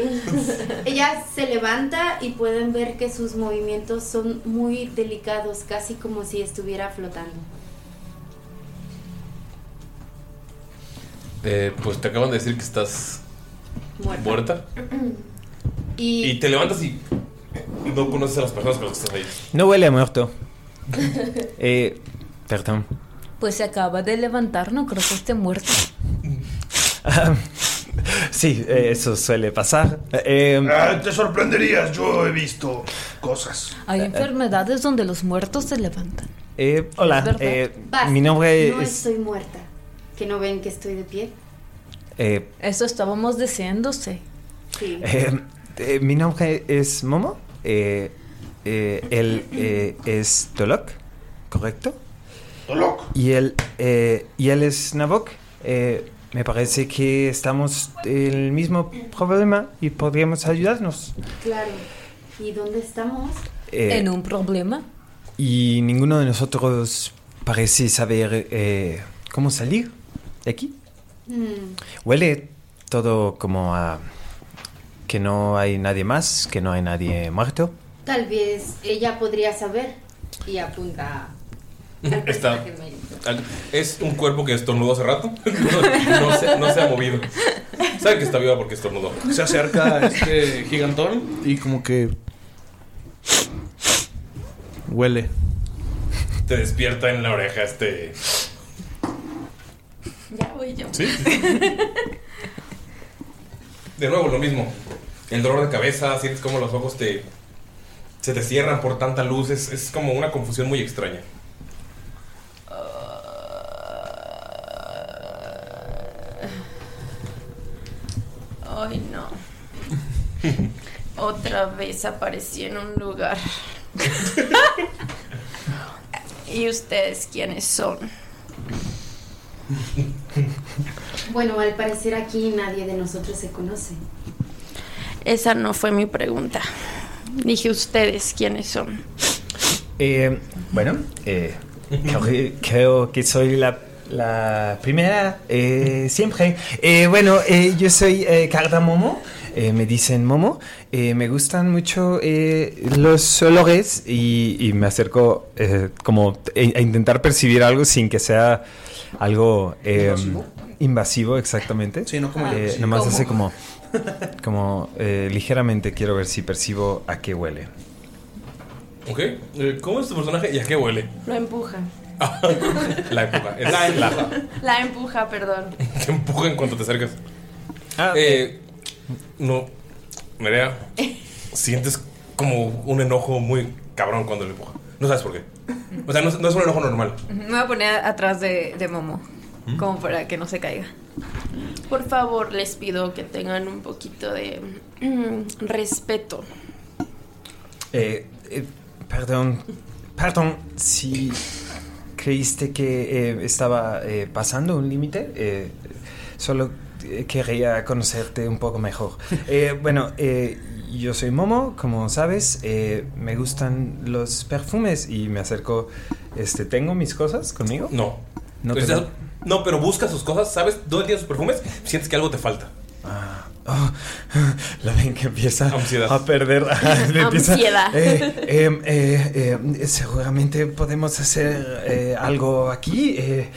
S5: Ella se levanta y pueden ver que sus movimientos son muy delicados, casi como si estuviera flotando.
S1: Eh, pues te acaban de decir que estás
S5: Muerta.
S1: muerta.
S5: Y,
S1: Y te levantas y no conoces a las personas con las que estás ahí.
S4: No huele a muerto. Eh, perdón.
S6: Pues se acaba de levantar, no creo que esté muerto.
S4: sí, eh, eso suele pasar. Eh,
S10: Ah, te sorprenderías, yo he visto cosas.
S6: Hay enfermedades donde los muertos se levantan.
S4: eh,
S6: Es
S4: hola,
S6: verdad.
S4: eh,
S5: Basta,
S4: mi nombre
S5: No
S4: es...
S5: estoy muerta. ¿Que no ven que estoy de pie?
S4: eh,
S6: Eso estábamos deseándose.
S5: Sí.
S4: eh, eh, mi nombre es Momo. Eh, eh, él eh, es Tolok, ¿correcto?
S10: Tolok.
S4: Y él, eh, y él es Nabok. Eh, me parece que estamos en el mismo problema y podríamos ayudarnos.
S5: Claro. ¿Y dónde estamos?
S4: Eh, En
S6: un problema.
S4: Y ninguno de nosotros parece saber eh, cómo salir de aquí.
S5: Mm,
S4: Huele todo como a que no hay nadie más, que no hay nadie muerto.
S5: Tal vez ella podría saber. Y apunta.
S1: Está, es un cuerpo que estornudó hace rato. No, se, no se ha movido. Sabe que está viva porque estornudó.
S2: Se acerca este gigantón y como que huele.
S1: Te despierta en la oreja este.
S5: Ya voy yo.
S1: Sí. De nuevo lo mismo. El dolor de cabeza, sientes como los ojos te. se te cierran por tanta luz. Es, es como una confusión muy extraña.
S3: Ay, no. Otra vez aparecí en un lugar. ¿Y ustedes quiénes son?
S5: Bueno, al parecer aquí nadie de nosotros se conoce.
S3: Esa no fue mi pregunta. Dije ustedes quiénes son.
S4: Eh, bueno, eh, creo, que- creo que soy la, la primera eh, siempre. Eh, bueno, eh, yo soy eh, Cardamomo. eh, me dicen, Momo, eh, me gustan mucho eh, los olores y, y me acerco eh, como e- a intentar percibir algo sin que sea algo eh,
S2: ¿Invasivo?
S4: invasivo, exactamente. Sí, no
S2: como yo, sí.
S4: Nomás
S2: ¿Cómo?
S4: hace como, como eh, ligeramente quiero ver si percibo a qué huele.
S1: Ok. eh, ¿Cómo es tu personaje y a qué huele?
S3: Lo empuja.
S1: La época. Es
S3: La
S1: la,
S3: empuja. La empuja, perdón.
S1: Te empuja en cuanto te acercas. Eh, No. Nerea, sientes como un enojo muy cabrón cuando le empuja. No sabes por qué. O sea, no, es- no es un enojo normal.
S14: Me voy a poner atrás de, de Momo,
S1: ¿Mm?
S14: como para que no se caiga.
S3: Por favor, les pido que tengan un poquito de mm, respeto.
S4: Eh, eh, perdón, perdón, si creíste que eh, estaba eh, pasando un límite, eh, solo eh, quería conocerte un poco mejor. Eh, bueno, eh, yo soy Momo, como sabes, eh, me gustan los perfumes y me acerco. Este, ¿Tengo mis cosas conmigo?
S1: No. Este
S4: No
S1: Entonces,
S4: tengo.
S1: no, pero busca sus cosas, ¿sabes? Todo el día sus perfumes, sientes que algo te falta.
S2: Ah,
S4: Oh, la ven que empieza a perder. le empieza-
S3: Ansiedad.
S4: Eh, eh, eh, eh, seguramente podemos hacer eh, algo aquí. eh,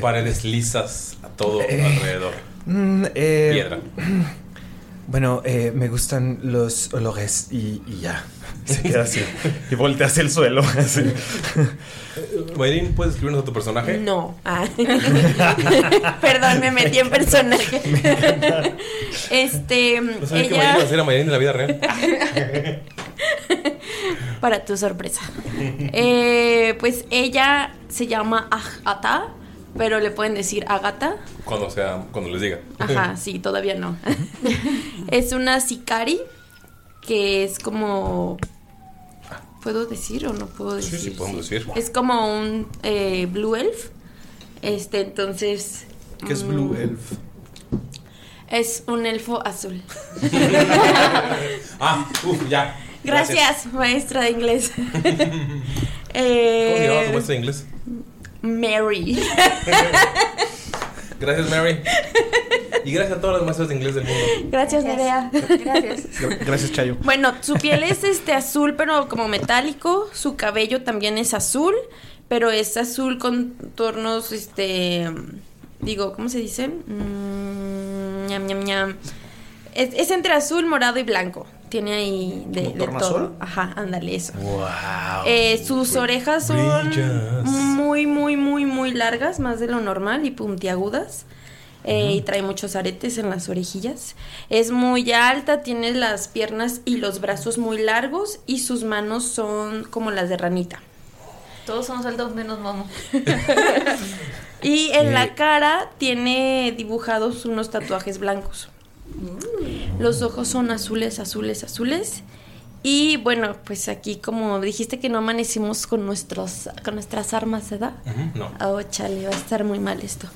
S1: Paredes lisas a todo
S4: Eh.
S1: alrededor.
S4: mm, eh,
S1: Piedra.
S4: Bueno, eh, me gustan los olores y, y ya. Se queda así. y voltea hacia el suelo. así.
S1: Mayrin, ¿puedes escribirnos a tu personaje?
S3: No. Ah. Perdón, me metí en personaje. este,
S1: No sabía que
S3: ella,
S1: Mayrin iba a ser a Mayrin en la vida real.
S3: para tu sorpresa. Eh, pues ella se llama Agata, pero le pueden decir Agata.
S1: Cuando sea, cuando les diga.
S3: Ajá, sí, todavía no. es una sicari que es como... ¿Puedo decir o no puedo
S1: Sí,
S3: decir?
S1: sí, podemos decir.
S3: Es como un eh, Blue Elf. Este, entonces...
S2: Que es
S3: mm,
S2: Blue Elf.
S3: Es un elfo azul.
S1: Ah, uff, ya.
S3: Gracias, maestra de inglés.
S1: ¿Cómo se llama tu
S3: eh,
S1: maestra de inglés?
S3: Mary.
S1: Gracias, Mary. Y gracias a todas las maestras de inglés del mundo.
S3: Gracias, Nerea. Gracias.
S1: Gracias, Chayo.
S3: Bueno, su piel es este azul, pero como metálico. Su cabello también es azul, pero es azul con tonos, este, digo, ¿cómo se dicen? Mm, ñam, ñam, ñam. Es, es entre azul, morado y blanco. Tiene ahí de,
S2: ¿Como
S3: de todo.
S2: tornasol?
S3: Ajá, ándale eso.
S2: Wow.
S3: Eh, sus orejas son
S2: Brillas.
S3: muy, muy, muy, muy largas, más de lo normal y puntiagudas. Eh, Y trae muchos aretes en las orejillas. Es muy alta, tiene las piernas y los brazos muy largos y sus manos son como las de ranita.
S6: Todos somos altos menos Momo.
S3: Y en
S6: Eh.
S3: la cara tiene dibujados unos tatuajes blancos. Los ojos son azules, azules, azules. Y bueno, pues aquí como dijiste que no amanecimos con, nuestros, con nuestras armas, ¿verdad?
S1: No.
S3: Oh, chale, va a estar muy mal esto.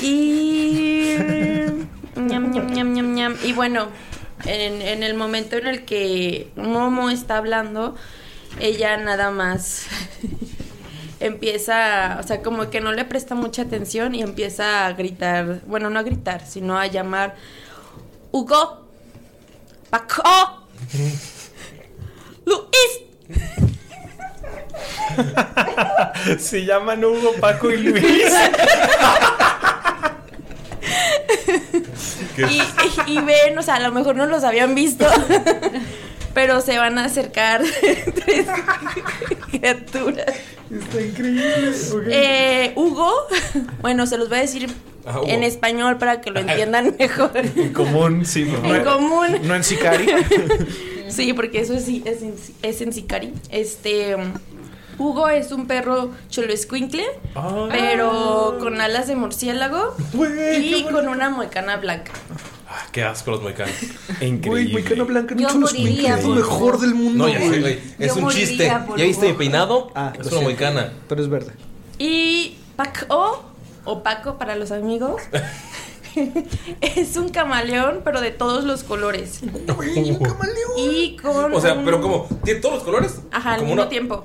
S3: Y. ñam, ñam, ñam, ñam, ñam. Y bueno, en, en el momento en el que Momo está hablando, ella nada más empieza, o sea, como que no le presta mucha atención y empieza a gritar, bueno, no a gritar, sino a llamar Hugo, Paco, Luis.
S4: Se llaman Hugo, Paco y Luis.
S3: y, y- y ven, o sea, a lo mejor no los habían visto, pero se van a acercar tres criaturas. Está increíble. Hugo, bueno, se los voy a decir
S4: Ah, Hugo.
S3: en español para que lo entiendan mejor.
S4: En común, sí.
S3: En común.
S4: No en Sicari.
S3: Sí, porque eso es, es, en- es en Sicari. Este. um, Hugo es un perro cholo
S4: Ah.
S3: pero con alas de murciélago y con una moicana blanca.
S1: Ah, qué asco los moicanos.
S4: Increíble.
S1: Güey, moicano
S2: blanca
S3: no Yo son los moriría moicanos, por- lo mejor
S2: del
S1: mundo. No, ya sé,
S2: güey.
S1: güey.
S2: Yo
S1: Es un
S2: moriría
S1: chiste.
S2: por
S1: ¿Ya viste mi
S2: Hugo.
S1: peinado?
S2: Ah,
S1: es
S2: lo
S1: una
S2: siento.
S1: moicana.
S2: Pero es verde.
S3: Y Paco, o Paco para los amigos, es un camaleón, pero de todos los colores. Y con.
S1: O sea,
S3: un-
S1: pero como, tiene todos los colores
S3: Ajá, al
S1: como
S3: mismo
S1: una-
S3: tiempo.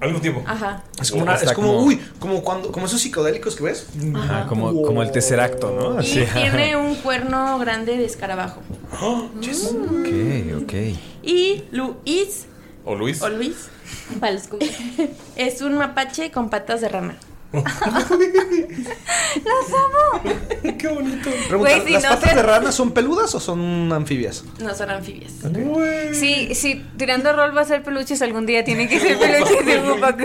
S1: al mismo tiempo.
S3: Ajá.
S2: Es como, una,
S4: Está
S2: es como,
S4: como-
S2: uy, como cuando, como esos psicodélicos que ves.
S1: Ah,
S4: Ajá, como, como el tercer acto, ¿no?
S3: Y tiene un cuerno grande de escarabajo.
S1: ¡Oh,
S15: Mm.
S4: Ok, ok.
S3: Y Luis
S1: ¿O Luis?
S3: o Luis es un mapache con patas de rama.
S15: ¡Los amo!
S3: Qué bonito.
S15: Güey, si
S2: ¿Las
S15: no
S2: patas
S15: se-
S2: de rana son peludas o son anfibias?
S15: No son anfibias.
S6: Sí, sí, tirando rol va a ser peluches algún día. Tiene que ser peluches de Wupacu.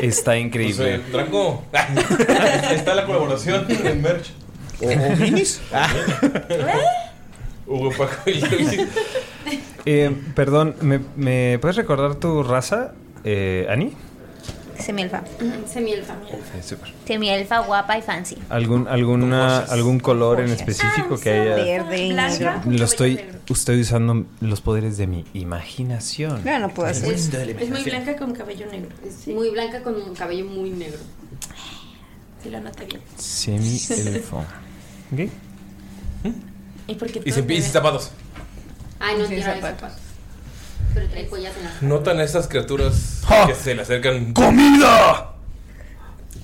S4: Está increíble.
S1: Draco, está la colaboración en merch. ¿O, minis? Hugo Paco y Luis.
S4: Eh, perdón, ¿me, me puedes recordar tu raza, eh, Ani?
S15: Semielfa.
S6: Mm,
S5: Semielfa.
S1: Eh,
S4: Sí, súper.
S15: Semielfa, guapa y fancy.
S4: ¿Algún, alguna, ¿Algún color en
S3: Ah,
S4: específico que haya?
S15: Verde.
S3: Blanca.
S4: Lo estoy, estoy usando los poderes de mi imaginación.
S3: No, no puedo
S4: Es
S3: hacer
S4: el
S3: eso.
S4: mundo de la
S3: Es muy
S4: imaginación.
S3: blanca con cabello negro.
S5: Muy blanca con un cabello muy negro.
S3: Sí, lo nota bien.
S4: Semi-elfo. Ok.
S3: ¿Y por qué
S1: Y
S3: todo
S1: sin,
S3: te
S1: y sin
S3: ves?
S1: zapatos.
S5: Ay, no
S3: Sí,
S5: tiene
S3: zapatos.
S5: zapatos. Pero trae joyas en la
S1: Notan a estas criaturas que se le acercan.
S16: ¡Comida!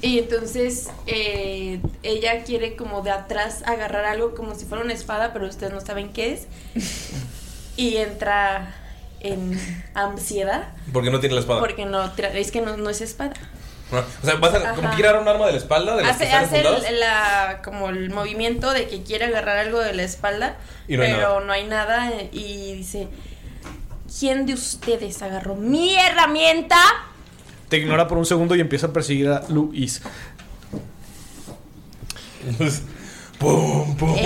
S3: Y entonces eh, ella quiere como de atrás agarrar algo como si fuera una espada, pero ustedes no saben qué es. Y entra en ansiedad
S1: Porque no tiene la espada.
S3: porque no tra- es que no, no es espada.
S1: O sea, vas a como
S3: Ajá.
S1: tirar un arma de la espalda de las que
S3: Hace,
S1: están
S3: hace el-
S1: apuntadas?
S3: la, como el movimiento de que quiere agarrar algo de la espalda,
S1: Y no hay
S3: pero
S1: nada.
S3: no hay nada eh, y dice, ¿quién de ustedes agarró mi herramienta?
S2: Te ignora por un segundo y empieza a perseguir a Luis.
S1: ¡Pum, pum!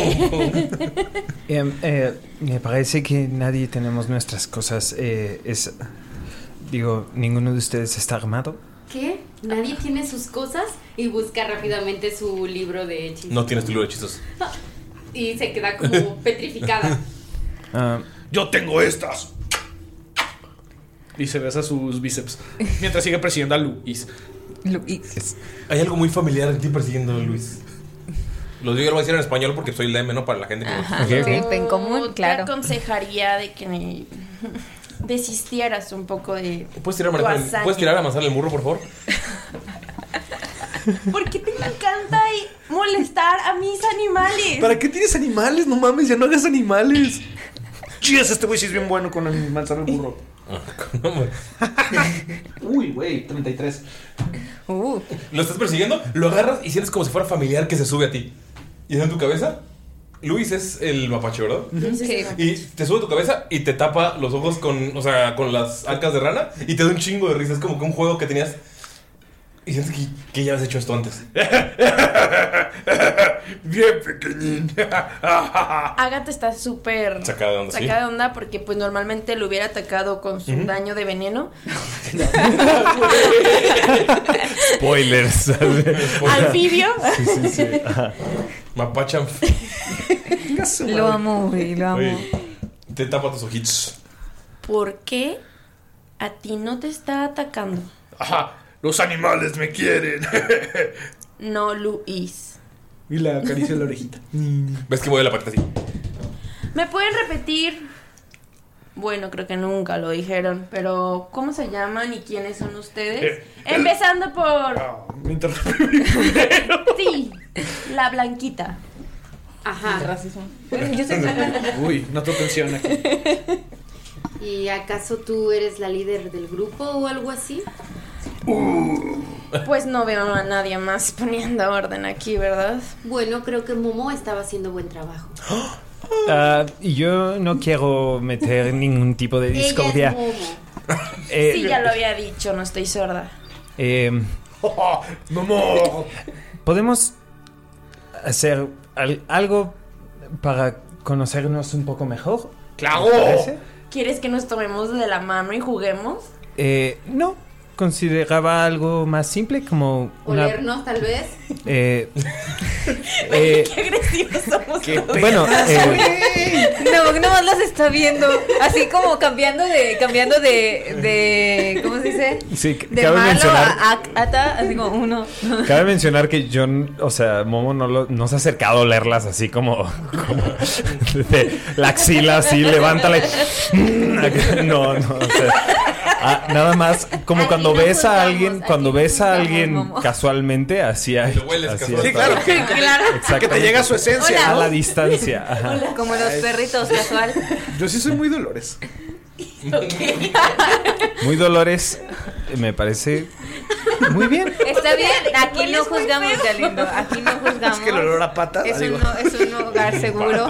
S4: Em, eh, me parece que nadie tenemos nuestras cosas. eh, es. Digo, ninguno de ustedes está armado.
S5: ¿Qué? Nadie tiene sus cosas y busca rápidamente su libro de hechizos.
S1: No tienes tu libro de hechizos.
S5: Y se queda como petrificada.
S4: Ah.
S2: Yo tengo estas. Y se besa sus bíceps. Mientras sigue persiguiendo a Luis.
S1: Es- Hay algo muy familiar en ti persiguiendo a Luis. Lo digo, lo voy a decir en español porque soy el M, ¿no? Para la gente que
S6: Ajá.
S1: que-
S6: Sí, en común, claro.
S3: Te aconsejaría de que desistieras un poco de...
S1: ¿Puedes tirar, a
S3: tu
S1: manejar el-
S3: hazaña.
S1: ¿Puedes tirar a manzana el murro, por favor?
S3: Porque te encanta y molestar a mis animales.
S2: ¿Para qué tienes animales? No mames, ya no hagas animales. Chías, este güey sí es bien bueno con el manzano al burro. Uy, güey, 33.
S3: Uh.
S1: Lo estás persiguiendo, lo agarras y sientes como si fuera familiar que se sube a ti. Y es en tu cabeza. Luis es el mapache, ¿verdad? Y te sube a tu cabeza y te tapa los ojos con, o sea, con las arcas de rana y te da un chingo de risa. Es como que un juego que tenías. Y sientes que, que ya habías hecho esto antes.
S16: Bien pequeñín.
S3: Agatha está súper
S1: Sacada de onda, sí.
S3: sacada de onda porque pues normalmente lo hubiera atacado con su
S1: Ujú.
S3: daño de veneno.
S4: Spoilers.
S3: Anfibio.
S1: Sí, sí, sí. Ajá. Mapache anfibio.
S6: Lo amo, güey, lo amo.
S1: Oye, Te tapa tus ojitos.
S3: ¿Por qué a ti no te está atacando?
S16: Ajá, los animales me quieren.
S3: No, Luis.
S2: Y la acaricia la orejita.
S1: ¿Ves que mueve la patita así?
S3: ¿Me pueden repetir? Bueno, creo que nunca lo dijeron, pero ¿cómo se llaman y quiénes son ustedes?
S2: Eh,
S3: Empezando por...
S2: Me interrumpe.
S3: Sí, la blanquita.
S5: Ajá.
S3: Racismo.
S2: Uy, no te tensión aquí.
S5: ¿Y acaso tú eres la líder del grupo o algo así?
S3: Pues no veo a nadie más poniendo orden aquí, ¿verdad?
S5: Bueno, creo que Momo estaba haciendo buen trabajo.
S4: Ah, y yo no quiero meter ningún tipo de discordia. Eh,
S3: sí, ya lo había dicho, no estoy sorda.
S4: eh, ¿Podemos hacer al- algo para conocernos un poco mejor?
S2: ¡Claro!
S3: ¿Quieres que nos tomemos de la mano y juguemos?
S4: Eh, no, consideraba algo más simple como una...
S5: Olernos, tal vez.
S4: eh, eh,
S3: Qué agresivos somos.
S4: todos. bueno, eh,
S6: No, nomás las está viendo. Así como cambiando de. cambiando de. de ¿Cómo se dice?
S4: sí, c-
S6: De
S4: cabe,
S6: malo
S4: mencionar,
S6: a, a- ata, así como uno.
S4: cabe mencionar que yo, n- o sea, Momo no, lo- no se ha acercado a olerlas así como, como desde la axila, así, levántala. y- No, no, Mm, o sea, Ah, nada más, como cuando ves a alguien, cuando ves a alguien
S5: Momo.
S4: casualmente, así hay. así
S2: Sí,
S4: hay-
S2: claro, que,
S5: Claro.
S2: que te llega su esencia.
S4: A
S2: ¿no?
S4: la distancia. ajá.
S5: Como los perritos casual.
S2: Yo sí soy muy Dolores.
S4: Muy Dolores, me parece. Muy bien.
S5: Está bien, aquí no juzgamos, Galindo. Aquí no juzgamos.
S2: Es que el olor a pata,
S5: Es
S2: digo.
S5: un, no- es un hogar seguro.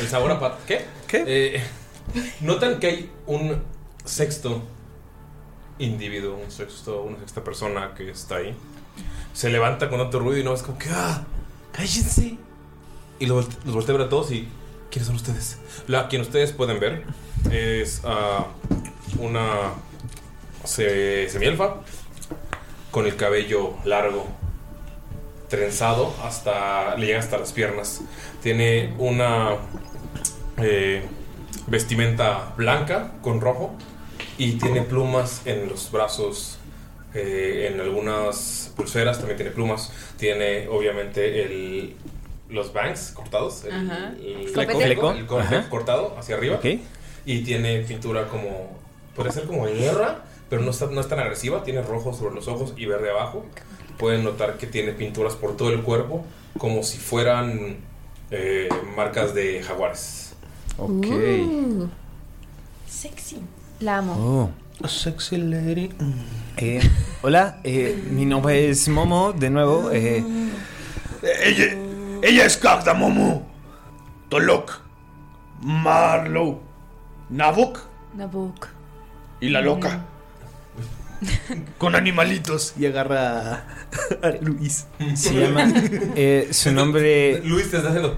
S1: El sabor a pat- ¿Qué? ¿Qué? Notan que hay un sexto individuo, un sexto, una sexta persona que está ahí. Se levanta con otro ruido y no es como que ¡ah! ¡Cállense! Y los, volte- los voltea a ver a todos y ¿quiénes son ustedes? La quien ustedes pueden ver es ah, una se- semielfa con el cabello largo, trenzado hasta le llega hasta las piernas. Tiene una eh, vestimenta blanca con rojo y tiene plumas en los brazos, eh, en algunas pulseras también tiene plumas. Tiene obviamente el los bangs cortados, el,
S2: Ajá.
S1: el
S2: Fleco.
S1: fleco, el
S2: Fleco.
S1: fleco
S2: Ajá.
S1: cortado hacia arriba
S2: Ok.
S1: y tiene pintura como puede ser como guerra, pero no, está- no es tan agresiva, tiene rojo sobre los ojos y verde abajo. Pueden notar que tiene pinturas por todo el cuerpo, como si fueran eh, marcas de jaguares.
S17: Ok.
S3: Mm.
S5: Uh, sexy. La amo.
S2: Oh.
S4: Oh.
S17: Sexy lady.
S4: Eh, hola, eh, mi nombre es Momo, de nuevo. eh,
S10: Ella, ella es Cagdamomo, Tolok, Marlow, Nabok
S5: Nabok.
S10: y la loca. Con animalitos.
S2: Y agarra a Luis.
S4: se llama. eh, su nombre.
S1: Luis te está haciendo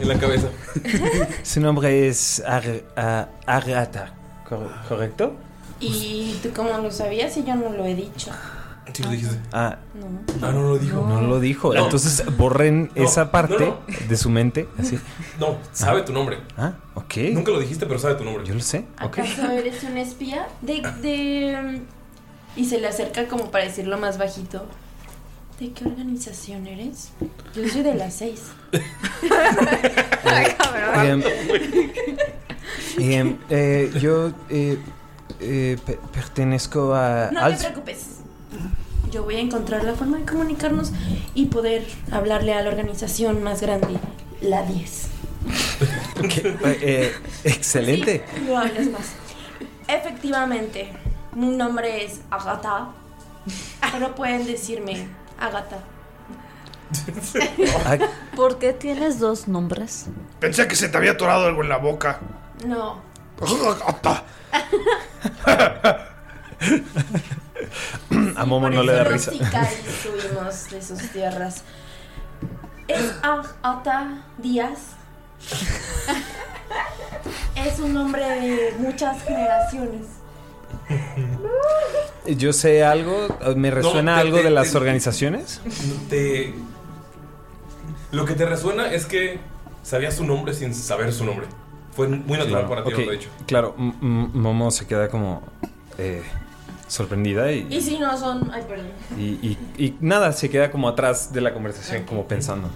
S1: en la cabeza.
S4: Su nombre es Ar- a- Arata, cor- ¿correcto?
S3: ¿Y tú cómo lo sabías si yo no lo he dicho?
S1: Sí, lo dijiste.
S4: Ah,
S3: No.
S1: Ah, no lo dijo.
S4: No lo dijo.
S1: No.
S4: Entonces borren
S1: No,
S4: esa parte
S1: no,
S4: de su mente. Así.
S1: No, sabe tu nombre.
S4: Ah, ok.
S1: Nunca lo dijiste, pero sabe tu nombre.
S4: Yo lo sé. Ok.
S3: ¿Acaso eres un espía? De, de... Y se le acerca como para decirlo más bajito. ¿De qué organización eres? Yo soy de las seis.
S4: Em, em, eh, yo eh, eh, pe- pertenezco a.
S3: No
S4: al-
S3: te preocupes. Yo voy a encontrar la forma de comunicarnos y poder hablarle a la organización más grande, la 10.
S4: ¿Qué? Eh, excelente.
S3: No hables más. Efectivamente, mi nombre es Agatha, pero pueden decirme Agatha.
S6: ¿Por qué tienes dos nombres?
S10: Pensé que se te había atorado algo en la boca.
S3: No,
S4: A Momo no le da risa.
S3: y subimos de sus tierras. Es Agatha Díaz. Es un nombre de muchas generaciones.
S4: Yo sé algo, me resuena
S1: No, te-
S4: algo
S1: te-
S4: de las
S1: te-
S4: organizaciones.
S1: Te- Lo que te resuena es que sabías su nombre sin saber su nombre. Fue muy natural
S4: Claro,
S1: para ti,
S4: ok,
S1: de hecho.
S4: Claro, M- M- Momo se queda como eh, sorprendida y,
S3: Y si no son. Ay, perdón.
S4: y, y- y nada, se queda como atrás de la conversación, como pensando.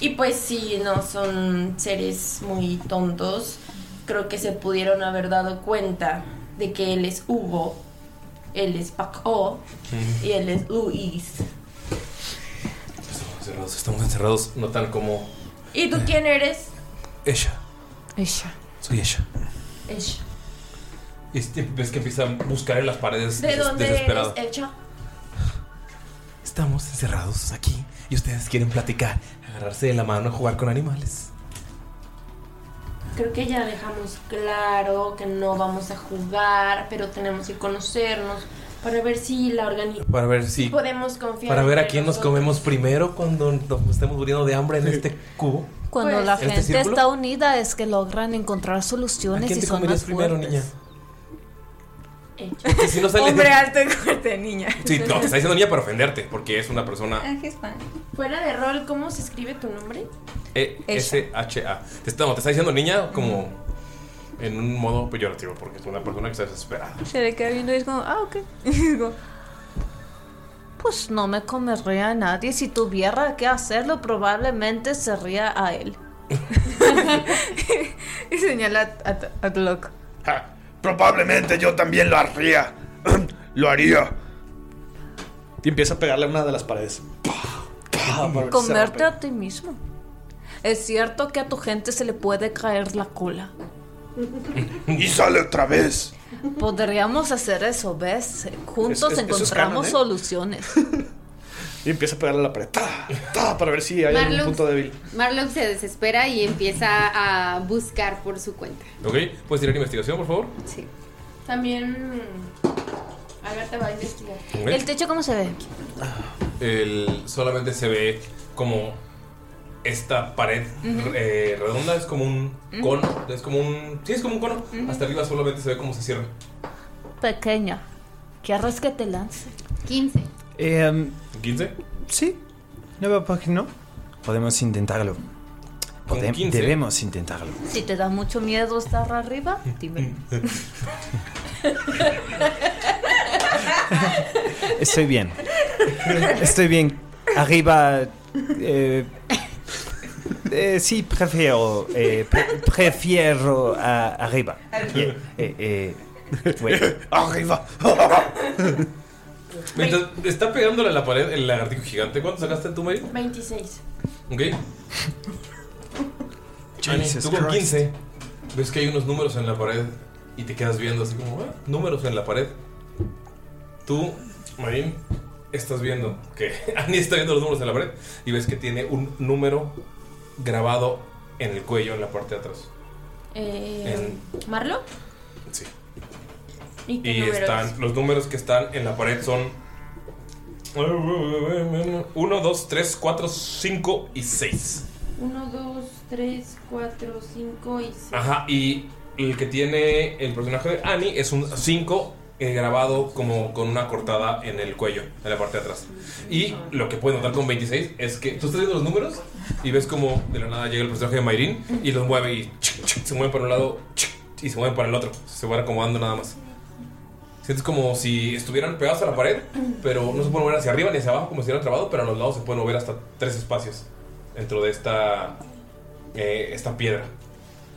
S3: Y pues si no son seres muy tontos. Creo que se pudieron haber dado cuenta de que él es Hugo, él es Paco y él es Luis.
S1: Estamos encerrados, estamos encerrados. Notan como
S3: ¿Y tú quién eres?
S1: ella,
S3: Ella.
S1: soy ella.
S3: Ella.
S1: Y este- ves que empieza a buscar en las paredes
S3: ¿De
S1: des-
S3: dónde
S1: desesperado.
S3: eres hecha?
S1: Estamos encerrados aquí y ustedes quieren platicar, agarrarse de la mano, jugar con animales.
S3: Creo que ya dejamos claro que no vamos a jugar, pero tenemos que conocernos para ver si la organización...
S1: Para ver si.
S6: Pues,
S3: Podemos confiar.
S1: Para ver a
S3: entre
S1: quién nos
S3: nosotros.
S1: comemos primero cuando nos estemos muriendo de hambre en este cubo.
S6: Cuando
S1: Pues-
S6: la
S1: ¿En este
S6: gente
S1: círculo?
S6: está unida es que logran encontrar
S1: ¿A
S6: soluciones
S1: quién
S6: y
S1: te
S6: son
S1: comerías
S6: más
S1: primero,
S6: fuertes.
S1: niña? Porque si no sale.
S18: Hombre alto y fuerte, niña.
S1: Sí, no, te está diciendo niña para ofenderte, porque es una persona
S18: Ah, qué hispano.
S3: Fuera de rol, ¿cómo se escribe tu nombre?
S1: E, E-S-H-A. Te está, no, te está diciendo niña como en un modo peyorativo, porque es una persona que está desesperada.
S18: Se le queda viendo y es como, ah, ok. Y digo,
S6: Pues no me comería a nadie. Si tuviera que hacerlo, probablemente sería a él.
S18: y señala a, a Tolok.
S10: Probablemente yo también lo haría. lo haría.
S2: Y empieza a pegarle a una de las paredes. Pa, pa, para ver si se
S19: Comerte a ti mismo. Es cierto que a tu gente se le puede caer la cola.
S10: Y sale otra vez.
S19: Podríamos hacer eso, ¿ves? Juntos
S2: Es- es- eso es
S19: encontramos
S2: canon, ¿eh?
S19: soluciones.
S2: Y empieza a pegarle a la pared. Ta, ta, para ver si hay
S5: Marlux.
S2: algún punto débil.
S5: Marlowe se desespera y empieza a buscar por su cuenta.
S1: Ok, ¿puedes tirar investigación, por favor?
S5: Sí.
S3: También. Alberta va a investigar.
S1: Ok.
S6: ¿El techo cómo se ve?
S1: El- solamente se ve como esta pared
S6: Ujú.
S1: eh, redonda, es como un
S6: Ujú.
S1: cono, es como un... Sí, es como un cono.
S6: Ujú.
S1: Hasta arriba solamente se ve cómo se cierra.
S19: Pequeña, ¿quieres que te lance?
S5: 15.
S1: ¿15?
S4: Em, Sí. Nueva página. Podemos intentarlo.
S1: Con
S4: Podem-
S1: 15.
S4: debemos intentarlo.
S19: Si te da mucho miedo estar arriba, dime.
S4: Estoy bien. Estoy bien. Arriba. eh, eh, sí, prefiero. eh, pre- prefiero a- arriba.
S1: Arriba.
S4: Eh, eh, bueno.
S1: Arriba. Mientras está pegándole a la pared el lagartijo gigante. ¿Cuánto sacaste tú, Mary?
S3: 26.
S1: Ok. Chale,
S4: Jesus
S1: tú con
S4: Christ.
S1: 15 ves que hay unos números en la pared y te quedas viendo así como, "Ah, números en la pared. Tú, Marín, estás viendo que Annie está viendo los números en la pared y ves que tiene un número grabado en el cuello, en la parte de atrás.
S3: Eh, ¿Marlo?
S1: Sí.
S3: ¿Y qué
S1: Y
S3: número
S1: están,
S3: es?
S1: los números que están en la pared son 1, 2, 3, 4, 5 y 6.
S3: 1, 2, 3, 4, 5 y 6.
S1: Ajá, y el que tiene el personaje de Annie es un 5 eh, grabado como con una cortada en el cuello, en la parte de atrás. Y lo que puedes notar con 26 es que tú estás viendo los números y ves como de la nada llega el personaje de Mayrin y los mueve y chic, chic, se mueven para un lado chic, y se mueven para el otro. Se van acomodando nada más. Sientes como si estuvieran pegados a la pared, pero no se pueden mover hacia arriba ni hacia abajo como si hubieran trabado, pero a los lados se pueden mover hasta tres espacios dentro de esta, eh, esta piedra.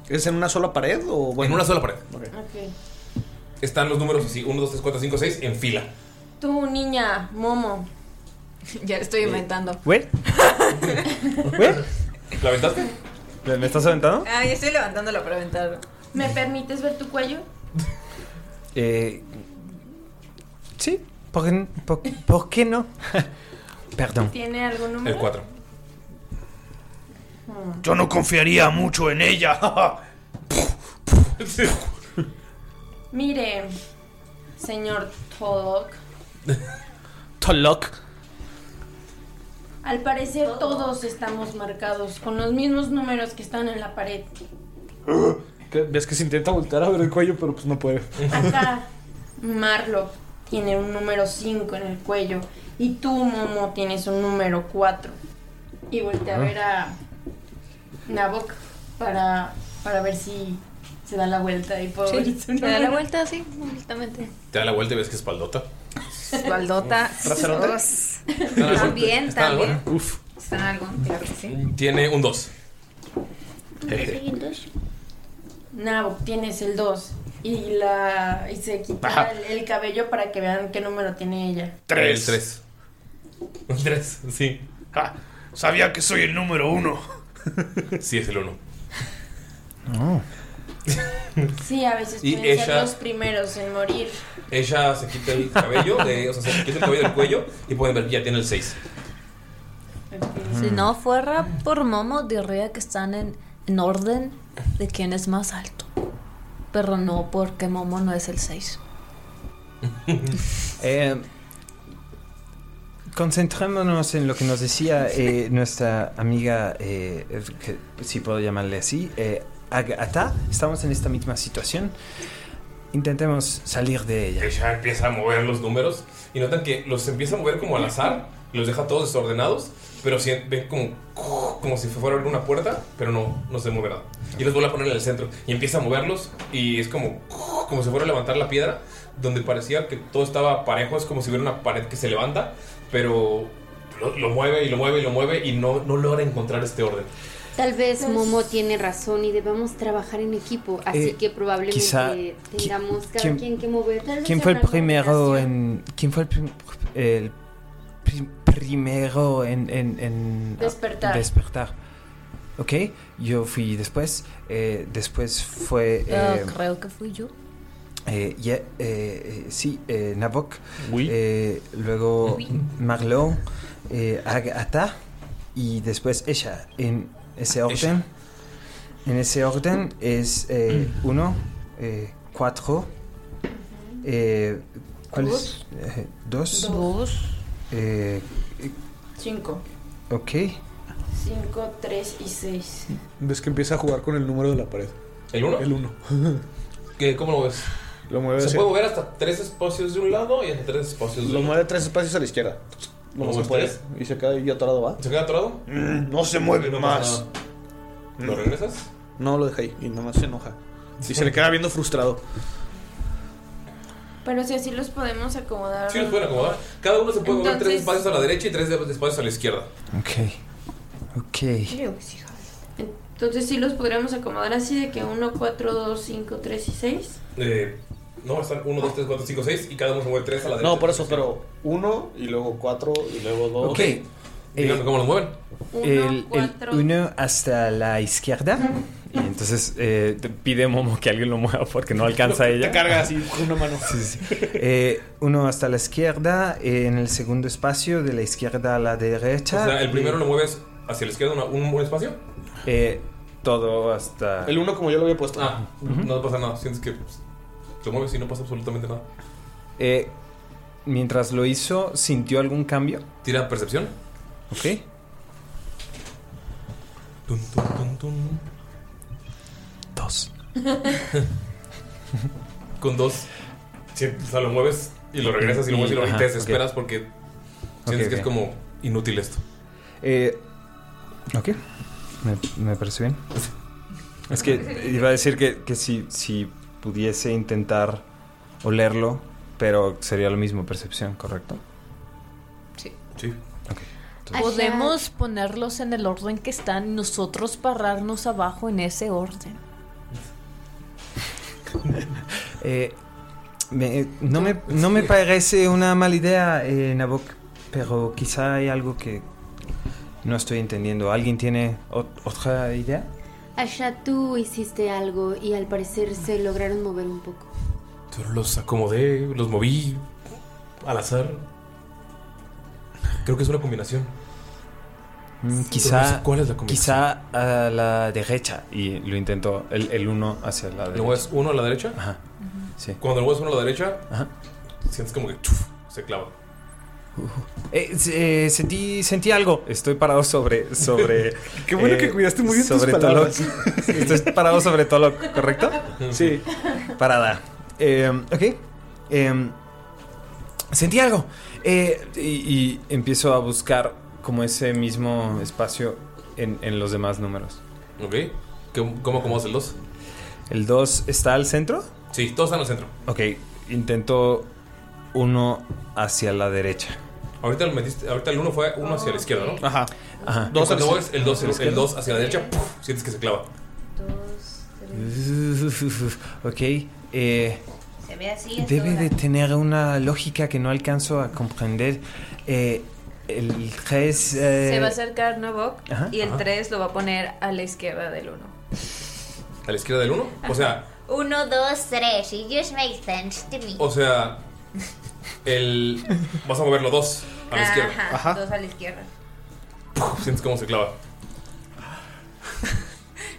S2: ¿Es en una sola pared o bueno?
S1: En una sola pared.
S3: Ok.
S1: Están los números así, 1, 2, 3, 4, 5, 6 en fila.
S3: Tú, niña, Momo.
S6: Ya lo estoy inventando.
S4: ¿Güey? ¿Güey?
S1: ¿La aventaste?
S4: ¿Eh? ¿Me estás aventando?
S6: Ah, ya estoy levantándola para aventarlo.
S3: ¿Me permites ver tu cuello?
S4: Eh, sí. ¿Por, qué- por, por qué no? Perdón.
S3: ¿Tiene algún número? Hmm.
S10: Yo no confiaría mucho en ella.
S3: Mire, señor Tolok.
S2: Tolok.
S3: Al parecer todos estamos marcados con los mismos números que están en la pared.
S2: Que- Ves que se intenta voltear a ver el cuello, pero pues no puede.
S3: Acá, Marlo tiene un número 5 en el cuello y tú, Momo, tienes un número 4. Y voltea a ver a Nabok para, para ver si se da la vuelta y puedo
S6: Sí,
S3: ver su
S6: te da la
S3: número.
S6: vuelta así, completamente.
S1: Te da la vuelta y ves que es paldota.
S6: Espaldota.
S1: Tracerota.
S6: dos.
S1: Está la
S6: También,
S1: vuelta. Está la
S6: también.
S1: vuelta. Uf.
S6: Están algo, claro que sí.
S1: Tiene un 2.
S3: Nabok, tienes el 2. Y, la, y se
S1: Ajá.
S3: quita el, el cabello para que vean qué número tiene ella.
S1: 3. 3. 3, sí.
S10: Sabía que soy el número uno.
S1: Sí, es el 1.
S3: Sí, a veces
S1: Y
S3: pueden ser
S1: ella-
S3: los primeros en morir.
S1: Ella se quita el cabello, de, o sea, se quita el cabello del cuello y pueden ver que ya tiene el 6.
S19: Si
S4: Mm.
S19: no fuera por Momo, diría que están en, en orden de quién es más alto. Pero no, porque Momo no es el 6.
S4: Eh, concentrémonos en lo que nos decía eh, nuestra amiga, eh, que- si puedo llamarle así, eh, Agatha. Estamos en esta misma situación. Intentemos salir de ella.
S1: Ella empieza a mover los números y notan que los empieza a mover como al azar, los deja todos desordenados, pero si ven como, como si fuera a abrir una puerta, pero no, no se mueve nada. Y los vuelve a poner en el centro y empieza a moverlos y es como, como si fuera a levantar la piedra, donde parecía que todo estaba parejo, es como si hubiera una pared que se levanta, pero Lo, lo mueve y lo mueve y lo mueve y no, no logra encontrar este orden.
S5: Tal vez Momo tiene razón y debemos trabajar en equipo, así
S4: Eh,
S5: que probablemente
S4: quizá-
S5: tengamos cada
S4: quién-
S5: quien que mover. Tal vez
S4: ¿Quién fue el
S5: habrá algo-
S4: primero en. ¿Quién fue el, prim- el prim- primero en, en- en-
S5: Despertar.
S4: despertar? Ok, yo fui después. eh, después fue. eh,
S19: creo que fui yo.
S4: eh, ye- eh, eh, sí, eh, Nabok. Eh, luego Marlon, eh, Agatha y después ella. En ese orden. En ese orden es eh, uno, eh, cuatro. Eh, ¿Cuál es? Eh, dos.
S3: Dos.
S4: Eh, eh,
S3: 5,
S4: ok.
S3: 5, 3 y 6.
S2: Ves que empieza a jugar con el número de la pared.
S1: ¿El uno?
S2: El 1.
S1: ¿Qué, ¿Cómo lo ves?
S2: Lo mueve
S1: Se
S2: hacia-
S1: puede mover hasta tres espacios de un lado y hasta tres espacios de
S2: Lo mueve tres espacios a la izquierda.
S1: ¿Lo
S2: No se
S1: mueves
S2: puede.
S1: tres?
S2: Y se queda ahí atorado, ¿va?
S1: ¿Se queda atorado?
S2: Mm, no se mueve
S1: No
S2: más.
S1: pasa ¿Lo
S2: Mm.
S1: regresas?
S2: No, lo deja ahí. Y nomás se enoja. Y se le queda viendo frustrado.
S3: Pero si así los podemos acomodar.
S1: Sí, los pueden acomodar. Cada uno se puede mover tres
S3: Entonces-
S1: espacios a la derecha y tres espacios a la izquierda.
S4: Ok. Ok.
S3: Creo que sí, joder. Entonces sí los podríamos acomodar así de que 1, 4, 2, 5, 3 y 6.
S1: Eh, no, están 1, 2, 3, 4, 5, 6 y cada uno se mueve 3 a la derecha.
S2: No, por eso, pero uno y luego cuatro y luego dos.
S4: Ok. Eh,
S1: Díganme cómo los mueven.
S4: El, el uno hasta la izquierda.
S20: Y entonces eh, te pide Momo que alguien lo mueva porque no alcanza ella.
S2: Te carga así con una mano.
S4: Eh, uno hasta la izquierda, eh, en el segundo espacio, de la izquierda a la derecha.
S1: O sea, el primero lo mueves hacia la izquierda una- un buen espacio.
S4: Eh, todo hasta.
S1: El uno como yo lo había puesto. Ah, no pasa nada. Sientes que pues, lo mueves y no pasa absolutamente nada.
S4: Eh, mientras lo hizo, ¿sintió algún cambio?
S1: Tira percepción.
S4: Ok.
S1: Tun, tun, tun, tun. Dos. Con dos. sí, o sea, lo mueves y lo regresas y lo mueves y, lo
S4: Ajá,
S1: y te desesperas porque sientes
S4: Ok,
S1: que
S4: ok.
S1: es como inútil esto.
S4: Eh, ok. Me, me parece bien.
S1: Pues,
S4: Es que iba a decir que, que si, si pudiese intentar olerlo, pero sería lo mismo percepción, ¿correcto?
S19: Sí.
S1: Sí.
S19: Podemos ponerlos en el orden que están y nosotros pararnos abajo en ese orden.
S4: Eh, me- no, me, no me parece una mala idea, eh, Nabok, pero quizá hay algo que no estoy entendiendo. ¿Alguien tiene ot- otra idea?
S5: Asha, tú hiciste algo y al parecer se lograron mover un poco.
S1: Solo los acomodé, los moví al azar. Creo que es una combinación.
S4: Mm,
S1: Pero no
S4: Quizá,
S1: sé cuál es la combinación.
S4: quizá a la derecha. Y lo intentó el, el uno hacia la derecha.
S1: ¿Lo mueves uno a la derecha?
S4: Ajá. Sí.
S1: Cuando lo mueves uno a la derecha,
S4: Ajá.
S1: sientes como que chuf, se clava.
S4: Eh, se- eh, sentí, sentí algo. Estoy parado sobre. sobre eh,
S2: Qué bueno que cuidaste muy bien tus
S4: sobre
S2: palabras.
S4: Tolok. Estoy parado sobre Tolok, ¿correcto?
S2: Sí.
S4: Parada. Eh, ok. Eh, sentí algo. Eh, y, y empiezo a buscar como ese mismo espacio en, en los demás números.
S1: ¿Ok? ¿Cómo, cómo acomodas el 2?
S4: ¿El 2 está al centro?
S1: Sí, todos están al centro.
S4: Ok. Intento uno hacia la derecha.
S1: Ahorita, lo metiste, ahorita el 1 fue uno hacia la izquierda, ¿no?
S4: Ajá. Ajá.
S1: Dos
S4: Cuando
S1: cuando mueves el 2
S4: hacia la
S1: el 2 hacia la derecha, puf, sientes que se clava.
S4: Ok. Eh,
S21: Se ve así. es
S4: Debe
S21: toda.
S4: de tener una lógica que no alcanzo a comprender. Eh, el eh, 3...
S6: Se va a acercar Novok
S4: ajá,
S6: y el
S4: ajá.
S6: 3 lo va a poner a la izquierda del 1.
S1: A la izquierda del 1. O sea,
S22: Uno, dos, tres. It just makes sense to me.
S1: o sea, el. Vas a moverlo 2 a la izquierda.
S21: Ajá, Dos a la izquierda.
S1: Puf, sientes cómo se clava.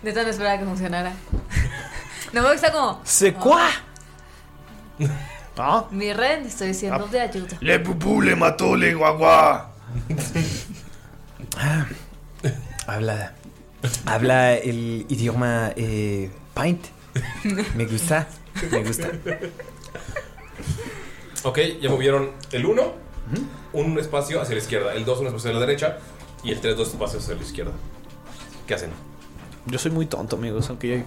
S6: Neta no esperaba que funcionara. Novok está como. "Oh,
S4: ¿Se cuá?
S2: Ah.
S6: Mi red, estoy siendo
S1: Ah.
S6: de ayuda.
S10: Le pupú, le mató, le guagua.
S4: Habla, habla el idioma eh, Paint. Me gusta, me gusta.
S1: Ok, ya movieron el 1, un espacio hacia la izquierda, el 2 un espacio hacia la derecha y el 3 dos espacios hacia la izquierda. ¿Qué hacen?
S2: Yo soy muy tonto, amigos, aunque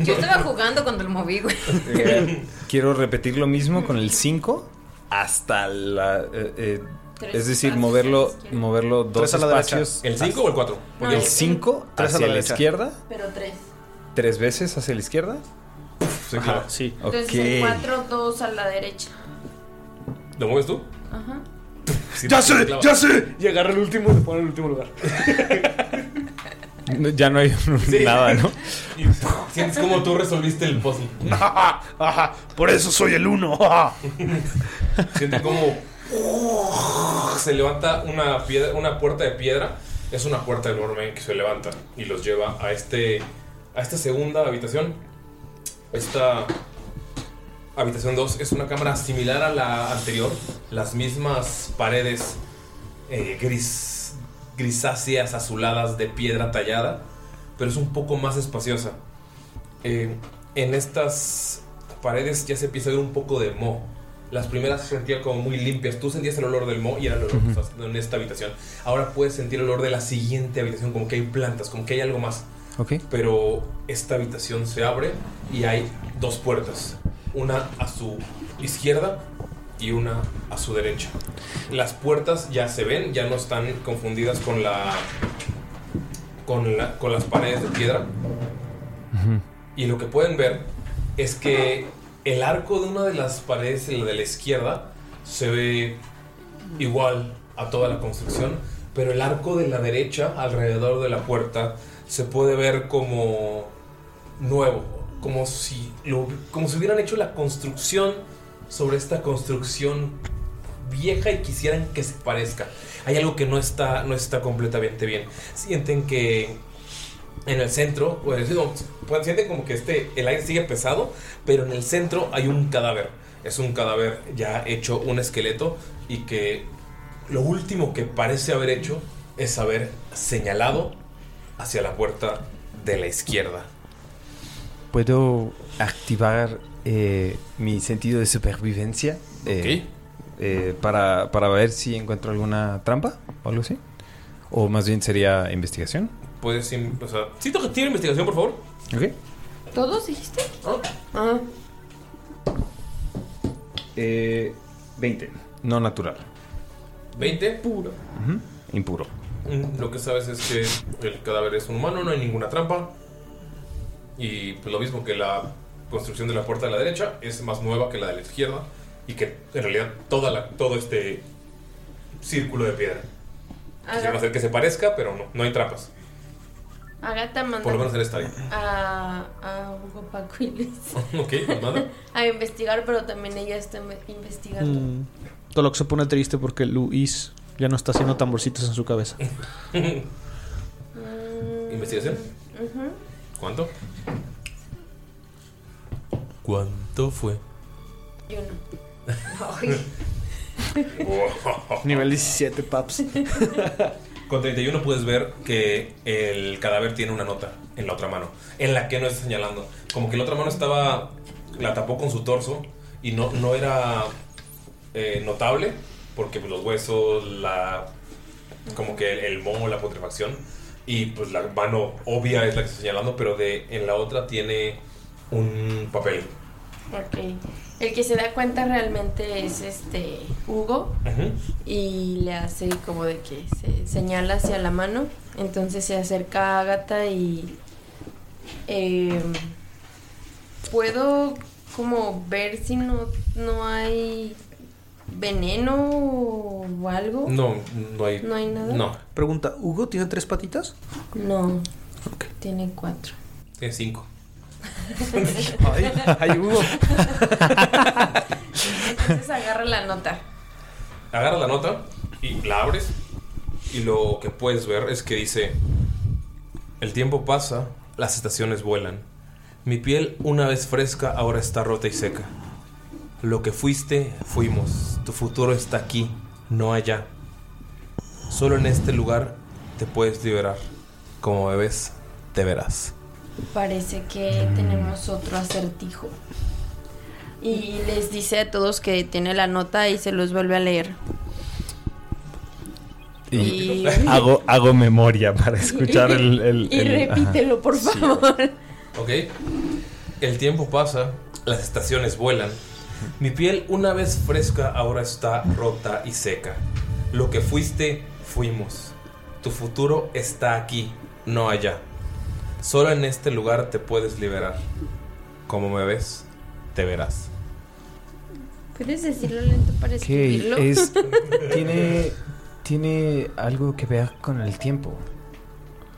S6: Yo estaba jugando cuando lo moví, güey.
S4: Eh, quiero repetir lo mismo con el 5 hasta la... eh, eh,
S3: Tres
S4: Es decir, moverlo, moverlo dos
S1: Tres a la derecha.
S4: espacios.
S1: ¿El cinco o el cuatro? Porque-
S4: el 5
S1: Tres a la
S4: hacia la,
S1: derecha.
S4: izquierda,
S3: Pero tres.
S4: tres veces hacia la izquierda.
S1: Sí, claro. Sí.
S3: Entonces el cuatro, dos a la derecha.
S1: ¿Lo mueves tú?
S3: Ajá.
S2: ¡Ya sé! ¡Ya sé! Y agarra el último y le pone en el último lugar.
S4: No, Ya no hay nada, ¿no?
S1: Sientes como tú resolviste el puzzle.
S10: Ajá, Ah, por eso soy el uno. Ah. ajá.
S1: Siente como se levanta una, piedra, una puerta de piedra. Es una puerta enorme que se levanta y los lleva a, este, a esta segunda habitación. Esta habitación 2 es una cámara similar a la anterior. Las mismas paredes eh, gris, grisáceas, azuladas de piedra tallada, pero es un poco más espaciosa. Eh, en estas paredes ya se empieza a ver un poco de moho. Las primeras se sentían como muy limpias. Tú sentías el olor del moho y era el olor que
S4: Ujú.
S1: estás en esta habitación. Ahora puedes sentir el olor de la siguiente habitación, como que hay plantas, como que hay algo más.
S4: Ok.
S1: Pero esta habitación se abre y hay dos puertas. Una a su izquierda y una a su derecha. Las puertas ya se ven, ya no están confundidas con la con, la- con las paredes de piedra. Y lo que pueden ver es que el arco de una de las paredes, la de la izquierda, se ve igual a toda la construcción, pero el arco de la derecha alrededor de la puerta se puede ver como nuevo, como si, lo- como si hubieran hecho la construcción sobre esta construcción vieja y quisieran que se parezca. Hay algo que no está, no está completamente bien. Sienten que en el centro, bueno, sí, no, pues, sienten como que este, el aire sigue pesado, pero en el centro hay un cadáver. Es un cadáver ya hecho un esqueleto y que lo último que parece haber hecho es haber señalado hacia la puerta de la izquierda.
S4: ¿Puedo activar eh, mi sentido de supervivencia? eh, eh, para, para ver si encuentro alguna trampa o algo así. O más bien sería investigación.
S1: Puedes, in- o sea, sí, toca- tira investigación, por favor.
S4: Ok.
S3: ¿Todos dijiste?
S1: Ah.
S4: Eh, 20. No natural.
S1: 20. Puro.
S4: Ujú. Impuro.
S1: Mm, Lo que sabes es que el cadáver es un humano, no hay ninguna trampa. Y pues, lo mismo que la construcción de la puerta de la derecha es más nueva que la de la izquierda. Y que en realidad toda la, todo este círculo de piedra. Quisieron hacer que se parezca, pero no, no hay trampas.
S3: Agata manda
S1: Por lo menos él está bien.
S3: a, a Hugo Paco y Luis
S1: ok, manda.
S3: a investigar, pero también ella está inve- investigando.
S2: Tolok Mm. se pone triste porque Luis ya no está haciendo tamborcitos en su cabeza.
S1: Eh, ¿Investigación?
S3: Ujú.
S1: ¿Cuánto? ¿Cuánto fue?
S3: Yo no.
S2: Nivel 17, paps.
S1: Con 31 puedes ver que el cadáver tiene una nota en la otra mano, en la que no está señalando. Como que la otra mano estaba, la tapó con su torso y no, no era eh, notable, porque pues, los huesos, la, como que el, el moho, la putrefacción, y pues la mano obvia es la que está señalando, pero de, en la otra tiene un papel.
S3: Ok. El que se da cuenta realmente es este Hugo y le hace como de que se señala hacia la mano. Entonces se acerca a Agatha y eh, puedo como ver si no, no hay veneno o algo.
S1: No, no hay.
S3: No hay nada.
S2: Pregunta, ¿Hugo tiene tres patitas?
S3: No. Tiene cuatro.
S1: Tiene cinco.
S2: Ay, ay, Hugo.
S3: Entonces agarra la nota.
S1: Agarras la nota y la abres. Y lo que puedes ver es que dice: El tiempo pasa, las estaciones vuelan. Mi piel, una vez fresca, ahora está rota y seca. Lo que fuiste, fuimos. Tu futuro está aquí, no allá. Solo en este lugar te puedes liberar. Como bebes, te verás.
S3: Parece que tenemos otro acertijo. Y les dice a todos que tiene la nota y se los vuelve a leer.
S4: Y,
S3: Y-
S4: hago, hago memoria para escuchar el. el-
S3: y
S4: el- ajá.
S3: repítelo, por favor.
S1: Ok. El tiempo pasa, las estaciones vuelan. Mi piel, una vez fresca, ahora está rota y seca. Lo que fuiste, fuimos. Tu futuro está aquí, no allá. Solo en este lugar te puedes liberar. Como me ves, te verás.
S5: ¿Puedes decirlo lento para
S4: Ok,
S5: escribirlo?
S4: es, tiene, tiene algo que ver con el tiempo.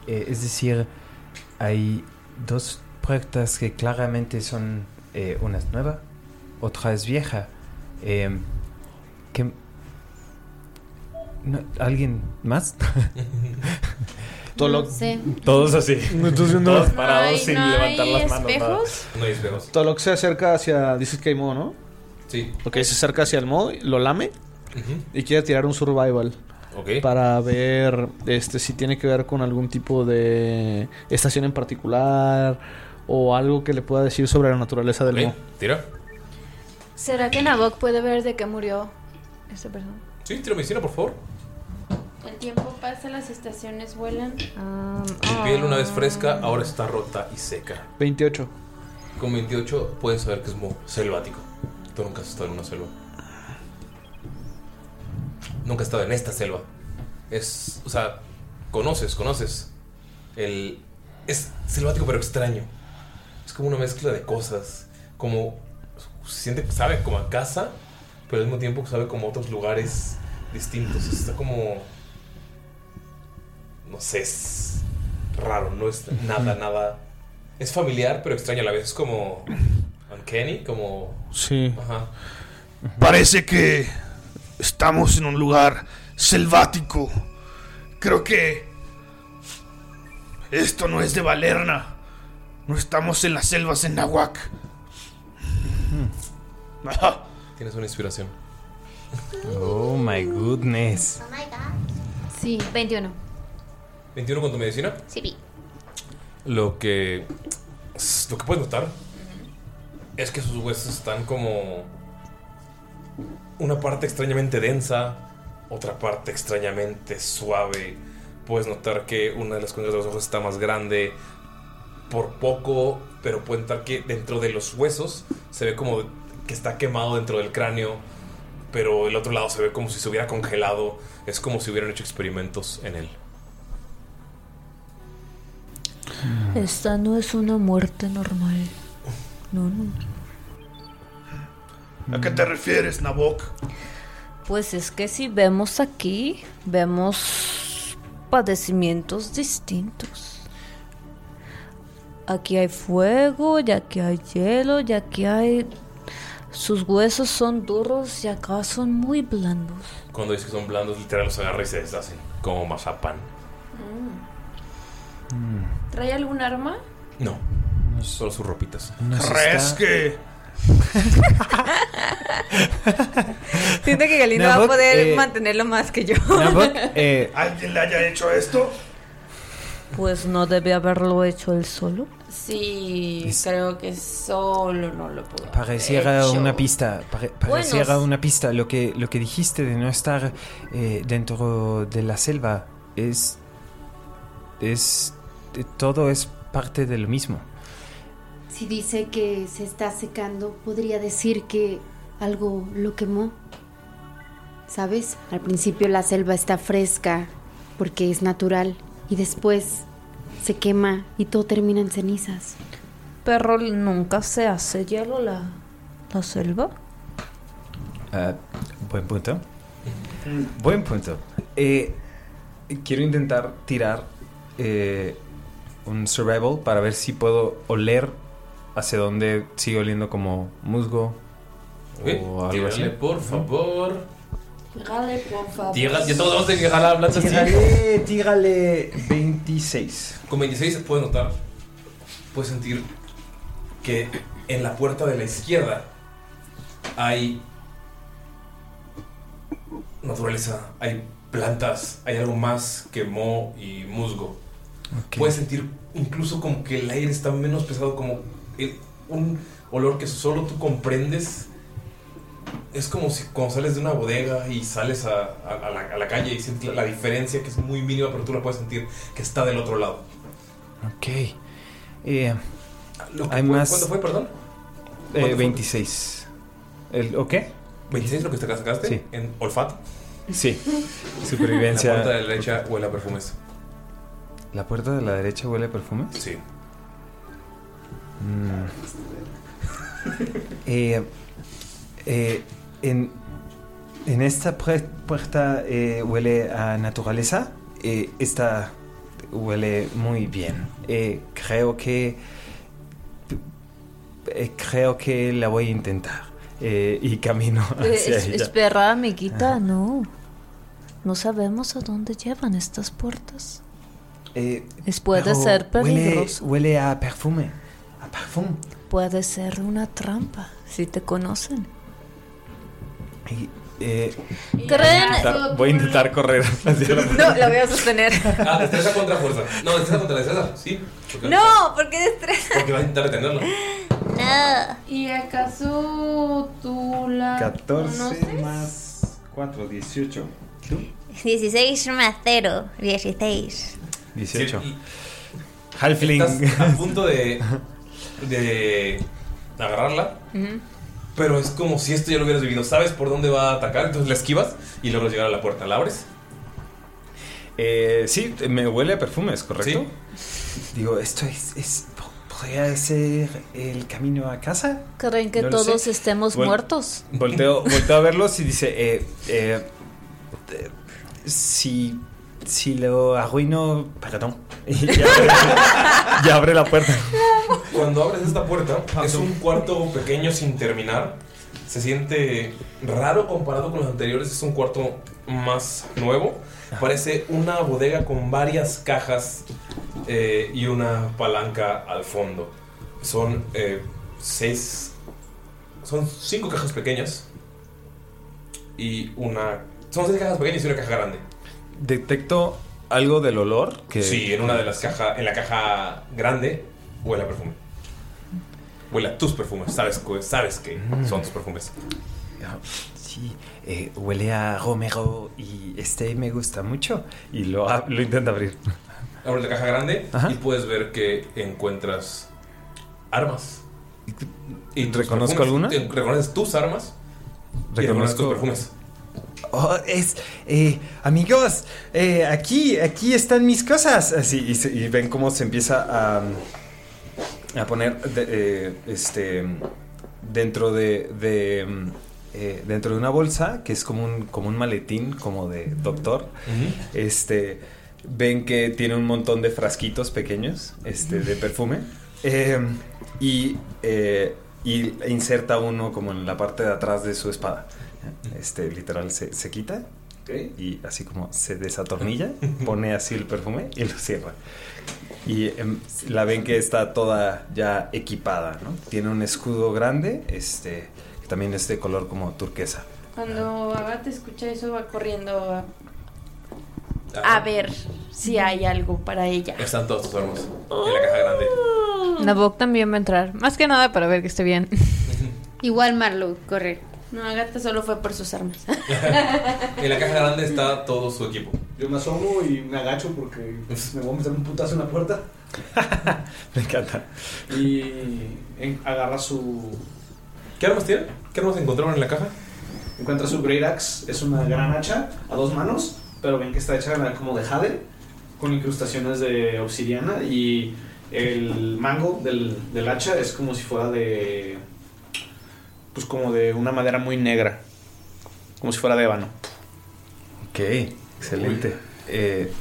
S4: Eh, es decir, hay dos puertas que claramente son, eh, una es nueva, otra es vieja. Eh, que, no, ¿Alguien más?
S5: Todo lo- No sé.
S20: Todos así.
S2: Entonces, no.
S20: Todos parados
S5: hay-
S20: sin
S5: no
S20: levantar
S5: hay
S20: las manos. nada.
S5: espejos?
S1: No hay espejos.
S2: Tolok se acerca hacia. Dices que hay mo, ¿no?
S1: Sí.
S2: Ok, se acerca hacia el mo, lo lame
S1: Ujú.
S2: y quiere tirar un survival.
S1: Ok.
S2: Para ver este si tiene que ver con algún tipo de estación en particular o algo que le pueda decir sobre la naturaleza del
S1: Ok,
S2: mo.
S1: Tira.
S19: ¿Será que Nabok puede ver de qué murió esta persona?
S1: Sí, tira medicina, por favor.
S5: El tiempo pasa, las estaciones vuelan. Um,
S1: Tu piel una vez
S5: ah.
S1: fresca, ahora está rota y seca.
S2: 28.
S1: Con 28 puedes saber que es muy selvático. Tú nunca has estado en una selva. Nunca has estado en esta selva. Es, o sea, conoces, conoces. El es selvático pero extraño. Es como una mezcla de cosas, como se siente sabe como a casa, pero al mismo tiempo sabe como a otros lugares distintos. Está como no sé, es raro, no es nada, nada. Es familiar, pero extraño a la vez. Es como uncanny, como.
S2: Sí.
S1: Ajá.
S10: Parece que estamos en un lugar selvático. Creo que esto no es de Valerna. No estamos en las selvas en Nahuac. Ajá.
S1: Tienes una inspiración.
S4: Oh my goodness.
S5: Sí, 21.
S1: 21 con tu medicina.
S5: Sí, vi.
S1: Lo que. Lo que puedes notar es que sus huesos están como. Una parte extrañamente densa, otra parte extrañamente suave. Puedes notar que una de las cuencas de los ojos está más grande por poco, pero pueden notar que dentro de los huesos se ve como que está quemado dentro del cráneo, pero el otro lado se ve como si se hubiera congelado. Es como si hubieran hecho experimentos en él.
S19: Esta no es una muerte normal. No, no.
S10: ¿A qué te refieres, Nabok?
S19: Pues es que si vemos aquí, vemos padecimientos distintos. Aquí hay fuego, y aquí hay hielo, y aquí hay... Sus huesos son duros y acá son muy blandos.
S1: Cuando dices que son blandos, literal los agarra y se deshacen. Como mazapán.
S3: Mm.
S4: Mm.
S5: ¿Trae algún arma?
S1: No. Solo sus ropitas.
S10: ¿Crees que
S21: Siento que Galindo va a
S10: Nabok,
S21: poder
S10: eh,
S21: mantenerlo más que yo.
S10: alguien le haya hecho esto?
S19: Pues no debe haberlo hecho él solo.
S3: Sí,
S4: Es-
S3: creo que solo no lo puedo.
S4: Pareciera
S3: haber hecho.
S4: una pista, pare- pareciera
S3: Buenos.
S4: una pista. Lo que, lo que dijiste de no estar eh, dentro de la selva es, es, eh, todo es parte de lo mismo.
S5: Si dice que se está secando, podría decir que algo lo quemó. ¿Sabes? Al principio la selva está fresca porque es natural y después se quema y todo termina en cenizas.
S19: Pero nunca se hace hielo la, la selva.
S4: Ah, buen punto.
S1: Mm.
S4: Buen punto. Eh, quiero intentar tirar eh, un survival para ver si puedo oler hacia dónde sigue oliendo como musgo o
S1: Ok,
S4: algo
S1: tírale,
S4: así.
S1: por favor.
S3: Dígale, por favor.
S1: Dígale, ya todos de llegar hablando
S4: Tírale, tírale 26.
S1: Con 26 se puede notar. Puedes sentir que en la puerta de la izquierda hay naturaleza, hay plantas, hay algo más que moho y musgo. Puedes sentir incluso como que el aire está menos pesado, como el- un olor que solo tú comprendes. Es como si cuando sales de una bodega y sales a, a- a la, a la calle y sientes la, la diferencia que es muy mínima, pero tú la puedes sentir que está del otro lado.
S4: Ok. Eh,
S1: Lo que
S4: hay
S1: fue-
S4: más.
S1: ¿Cuánto fue, perdón?
S4: Eh,
S1: ¿Cuánto fue?
S4: 26. ¿El, ¿O qué?
S1: 26 lo que te sacaste
S4: Sí.
S1: en olfato.
S20: Sí.
S1: La puerta
S20: Supervivencia.
S1: de la derecha huele a perfumes.
S4: ¿La puerta de la derecha huele a perfume? Mm.
S1: Sí.
S4: Eh, eh, en, en esta pue- puerta eh, huele a naturaleza. Eh, esta huele muy bien. Eh, creo que eh, creo que la voy a intentar. Eh, y camino
S6: Eh,
S4: hacia
S6: es-
S4: ella.
S6: espera, amiguita, no. No sabemos a dónde llevan estas puertas.
S4: Eh,
S6: Es- puede
S4: pero
S6: ser
S4: huele-
S6: peligroso.
S4: Huele, a perfume. A perfume.
S6: Puede ser una trampa, si te conocen.
S4: Y, eh,
S6: ¿Creen?
S20: voy a intentar correr hacia la
S6: No, la voy a sostener.
S1: Ah, destreza contra fuerza. No, destreza contra destreza. Sí. Porque,
S21: No, porque destreza.
S1: Porque va a intentar detenerlo.
S3: ¿Y acaso tú
S6: Ah,
S3: la
S4: 14
S3: conoces?
S4: más 4, 18.
S21: 16 más 0, 16.
S4: 18.
S1: Halfling. Estás a punto de. de. agarrarla. Pero es como si esto ya lo hubieras vivido. Sabes por dónde va a atacar, entonces la esquivas y logras llegar a la puerta. ¿La abres?
S4: Eh, sí, me huele a perfumes, ¿correcto? Digo, esto es, es- podría ser el camino a casa.
S6: ¿Creen que
S4: No lo
S6: todos
S4: sé.
S6: estemos
S4: Vol-
S6: muertos?
S4: Volteo, volteo a verlos y dice, eh, eh, eh, si, si lo arruino, perdón. Y ya, abre- ya abre la puerta.
S1: Cuando abres esta puerta, es un cuarto pequeño sin terminar. Se siente raro comparado con los anteriores. Es un cuarto más nuevo. Parece una bodega con varias cajas eh, y una palanca al fondo. Son eh, seis. Son cinco cajas pequeñas. Y una. Son seis cajas pequeñas y una caja grande.
S4: Detecto algo del olor que...
S1: Sí, en una de las cajas, en la caja grande, huele a perfume. Huele a tus perfumes, sabes, cu- sabes que
S4: Mm.
S1: son tus perfumes.
S4: Ah, Sí, eh, huele a Romero y este me gusta mucho. Y lo, ab- lo intenta abrir.
S1: Abres la caja grande
S4: Ajá.
S1: y puedes ver que encuentras armas. Y tus
S4: ¿Reconozco
S1: perfumes.
S4: alguna?
S1: Te- Reconoces tus armas y reconoces tus
S4: Reconozco-
S1: perfumes.
S4: Oh, es, eh, amigos, eh, aquí, aquí están mis cosas. Así, y, se- y ven cómo se empieza a, a poner de- eh, este, dentro de, de, mm, eh, dentro de una bolsa, que es como un, como un maletín, como de doctor. Este, ven que tiene un montón de frasquitos pequeños este, de perfume. Eh, y, eh, y inserta uno como en la parte de atrás de su espada. Este, literal, se, se quita y así como se desatornilla, pone así el perfume y lo cierra. Y em, la ven que está toda ya equipada, ¿no? Tiene un escudo grande, este, que también es de color como turquesa.
S3: Cuando Agatha escucha eso va corriendo a,
S1: Ah.
S3: a ver si hay algo para ella.
S1: Están todas tus armas en la caja grande.
S6: Nabok también va a entrar. Más que nada para ver que esté bien.
S5: Igual Marlowe, corre.
S3: No, Agatha solo fue por sus armas.
S1: En la caja grande está todo su equipo.
S23: Yo me asomo y me agacho porque me voy a meter un putazo en la puerta.
S4: Me encanta.
S23: Y en- agarra su.
S1: ¿Qué armas tiene? ¿Qué armas encontraron en la caja?
S23: Encuentra su Great Axe, es una gran hacha a dos manos, pero ven que está hecha como de jade, con incrustaciones de obsidiana y el mango del, del hacha es como si fuera de. Pues como de una madera muy negra, como si fuera de ébano.
S4: Ok, excelente. Eh,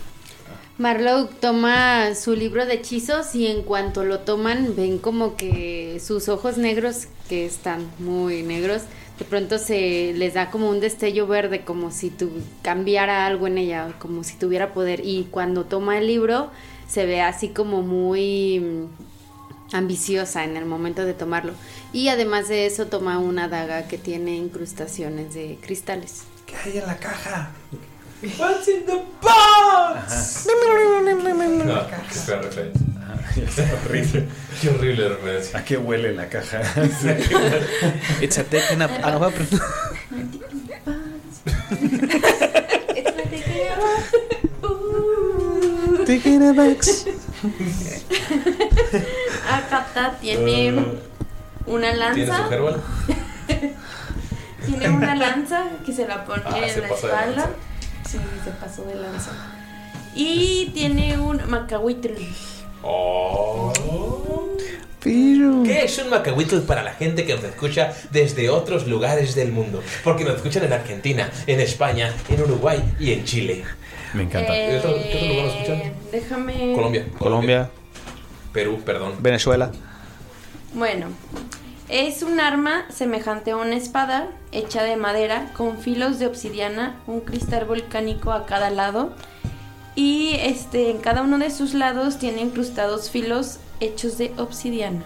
S5: Marlowe toma su libro de hechizos y en cuanto lo toman ven como que sus ojos negros, que están muy negros, de pronto se les da como un destello verde, como si tu cambiara algo en ella, como si tuviera poder. Y cuando toma el libro se ve así como muy mm, ambiciosa en el momento de tomarlo. Y además de eso toma una daga que tiene incrustaciones de cristales.
S4: ¿Qué hay en la caja?
S23: What's in the box?
S1: No, qué fea referencia.
S4: Ah,
S1: Qué horrible. Qué horrible referencia.
S4: ¿A qué huele la caja?
S2: It's a deck and a- ah, no, va, pero-
S3: Agatha tiene una
S1: ¿Tiene su
S5: Ah,
S3: Ah, lanza.
S1: herbal?
S3: Tiene una lanza que se la pone
S5: Ah,
S3: en
S5: se
S3: la
S5: pasó de
S3: espalda.
S5: lanza.
S3: Sí, se pasó de lanza. Y tiene un macahuitl.
S22: ¿Qué es un macahuitl para la gente que nos escucha desde otros lugares del mundo? Porque nos escuchan en Argentina, en España, en Uruguay y en Chile.
S24: Me
S22: ¿Y otro- qué otro lugar nos escuchan?
S3: Eh, déjame.
S22: Colombia.
S2: Colombia,
S22: Perú, perdón.
S2: Venezuela.
S3: Bueno, es un arma semejante a una espada hecha de madera con filos de obsidiana, un cristal volcánico a cada lado y este en cada uno de sus lados tiene incrustados filos hechos de obsidiana.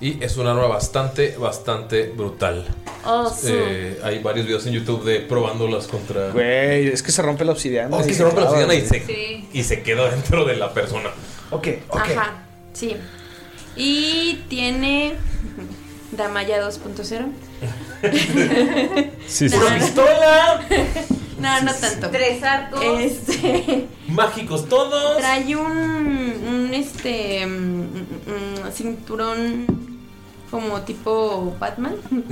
S1: Y es un arma bastante, bastante brutal.
S3: Oh, sí.
S1: Eh, hay varios videos en YouTube de probándolas contra.
S2: Güey, es que se rompe la obsidiana.
S1: Oh, es que
S2: y
S1: se rompe la
S2: clava,
S1: obsidiana y
S2: güey.
S1: se,
S3: Sí.
S1: y se queda dentro de la persona.
S2: Ok,
S3: Ajá, sí. Y tiene Damaya 2.0.
S24: Sí,
S3: No, no.
S22: pistola!
S3: No, no tanto. Tres arcos. Este,
S22: Mágicos todos.
S3: Trae un, un, este mm, mm, mm, cinturón como tipo Batman.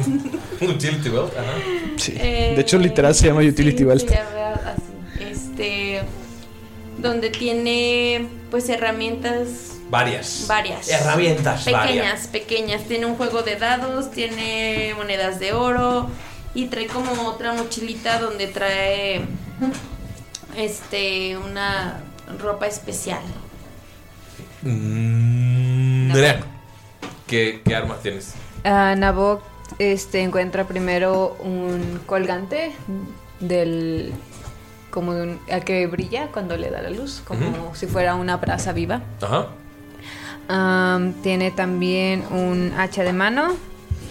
S1: Utility belt, ajá.
S2: Sí.
S3: Eh,
S2: de hecho, literal se llama Utility
S3: Sí,
S2: Belt.
S3: se llama así. Este donde tiene pues herramientas
S22: Varias.
S3: varias.
S22: Herramientas
S3: pequeñas,
S22: varias.
S3: pequeñas. Tiene un juego de dados, tiene monedas de oro y trae como otra mochilita donde trae este una ropa especial.
S1: Nerea, Mm, ¿qué, qué armas tienes?
S6: Ah, Nabok este, encuentra primero un colgante del. como de un. al que brilla cuando le da la luz, como
S1: Ujú.
S6: si fuera una brasa viva.
S1: Ajá.
S6: Am, tiene también un hacha de mano.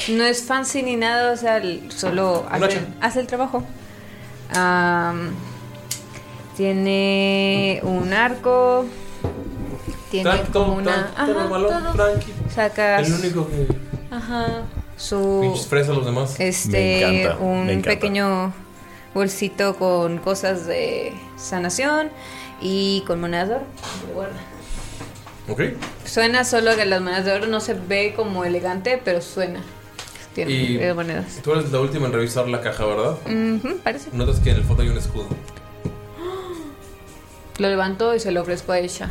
S6: No es fancy ni nada, o sea, el- solo
S5: Un
S6: hace,
S5: hacha.
S6: hace el trabajo. Am, tiene un arco. Tiene
S22: Tran- todo-
S6: como una.
S22: tran- todo
S6: ajá,
S22: balón,
S6: todo.
S22: tranqui.
S6: Saca
S22: El
S6: su-
S22: único que.
S6: Ajá. Su.
S1: Pinches fresas los demás. Me
S6: Este.
S1: encanta, me
S6: un
S1: encanta.
S6: pequeño bolsito con cosas de sanación y con monedas de oro. Lo guarda.
S1: Ok.
S6: Suena solo que las monedas de oro no se ve como elegante, pero suena. Tiene
S1: Y
S6: eh, monedas.
S1: tú eres la última en revisar la caja, ¿verdad?
S6: Ujú, parece.
S1: Notas que en el fondo hay un escudo.
S6: Lo levanto y se lo ofrezco a ella.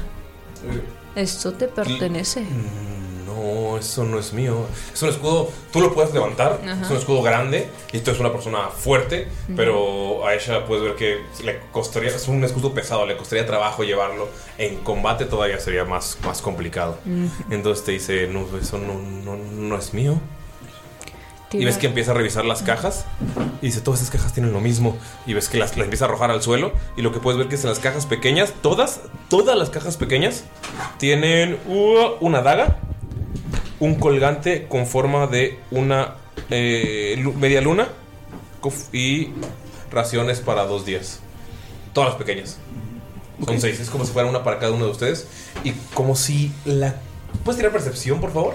S6: Esto te pertenece.
S1: Mm, No, eso no es mío. Es un escudo, tú lo puedes levantar.
S6: Ajá.
S1: Es un escudo grande y tú eres una persona fuerte,
S6: Ujú.
S1: pero a ella puedes ver que le costaría, es un escudo pesado, le costaría trabajo llevarlo. En combate todavía sería más, más complicado.
S6: Ujú.
S1: Entonces te dice, no, eso no, no, no es mío. Y
S6: Tira.
S1: ves que empieza a revisar las cajas y dice, todas estas cajas tienen lo mismo. Y ves que las, las empieza a arrojar al suelo y lo que puedes ver que es en las cajas pequeñas, todas, todas las cajas pequeñas tienen uh, una daga, un colgante con forma de una eh, lu- media luna cof- y raciones para dos días. Todas las pequeñas. Son seis, es como si fuera una para cada uno de ustedes. Y como si la... ¿Puedes tirar percepción, por favor?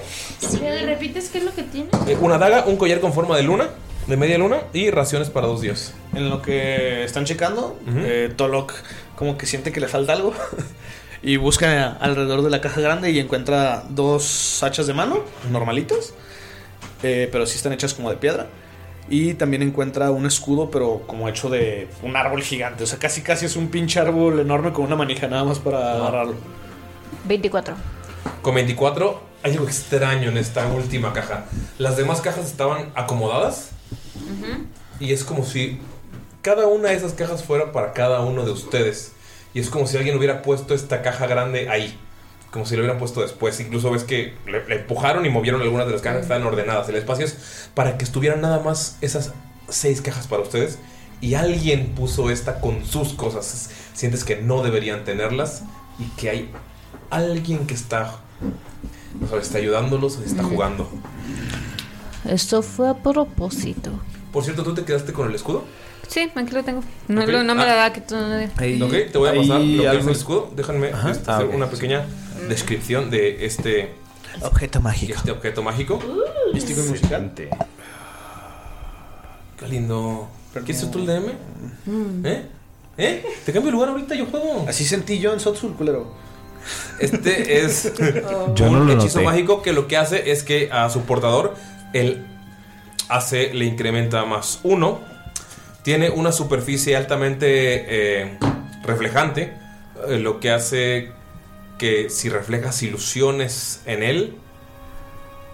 S3: ¿Me repites qué es lo que tiene?
S1: Eh, Una daga, un collar con forma de luna, de media luna y raciones para dos días.
S2: En lo que están checando, eh, Tolok como que siente que le falta algo y busca alrededor de la caja grande y encuentra dos hachas de mano normalitas, eh, pero sí están hechas como de piedra. Y también encuentra un escudo, pero como hecho de un árbol gigante. O sea, casi casi es un pinche árbol enorme con una manija nada más para agarrarlo.
S6: 24.
S1: Con 24 hay algo extraño en esta última caja. Las demás cajas estaban acomodadas y es como si cada una de esas cajas fuera para cada uno de ustedes. Y es como si alguien hubiera puesto esta caja grande ahí. Como si lo hubieran puesto después. Incluso ves que le, le empujaron y movieron algunas de las cajas que estaban ordenadas. El espacio es para que estuvieran nada más esas seis cajas para ustedes. Y alguien puso esta con sus cosas. Sientes que no deberían tenerlas y que hay alguien que está o sea, está ayudándolos o está jugando.
S6: Esto fue a propósito.
S1: Por cierto, ¿tú te quedaste con el escudo?
S6: Sí, aquí lo tengo. No,
S1: Ok.
S6: lo- no me
S1: Ah.
S6: la da que tú no le-
S1: ok, te voy a pasar
S2: ahí
S1: lo que es
S2: algo-
S1: el escudo. Déjame
S2: Ajá.
S1: este,
S2: Ah,
S1: hacer
S2: ok.
S1: una pequeña descripción de este
S2: objeto mágico.
S1: Este objeto mágico. Este
S2: Místico y musical.
S1: Qué lindo. ¿Quieres ser tú el DM? ¿Eh? ¿Eh? Te cambio el lugar ahorita, yo juego.
S2: Así sentí yo en Sotsul, culero.
S1: Este es
S2: Yo no
S1: un
S2: lo
S1: hechizo
S2: noté.
S1: mágico que lo que hace es que a su portador el AC le incrementa más 1. Tiene una superficie altamente eh, reflejante, eh, lo que hace que si reflejas ilusiones en él,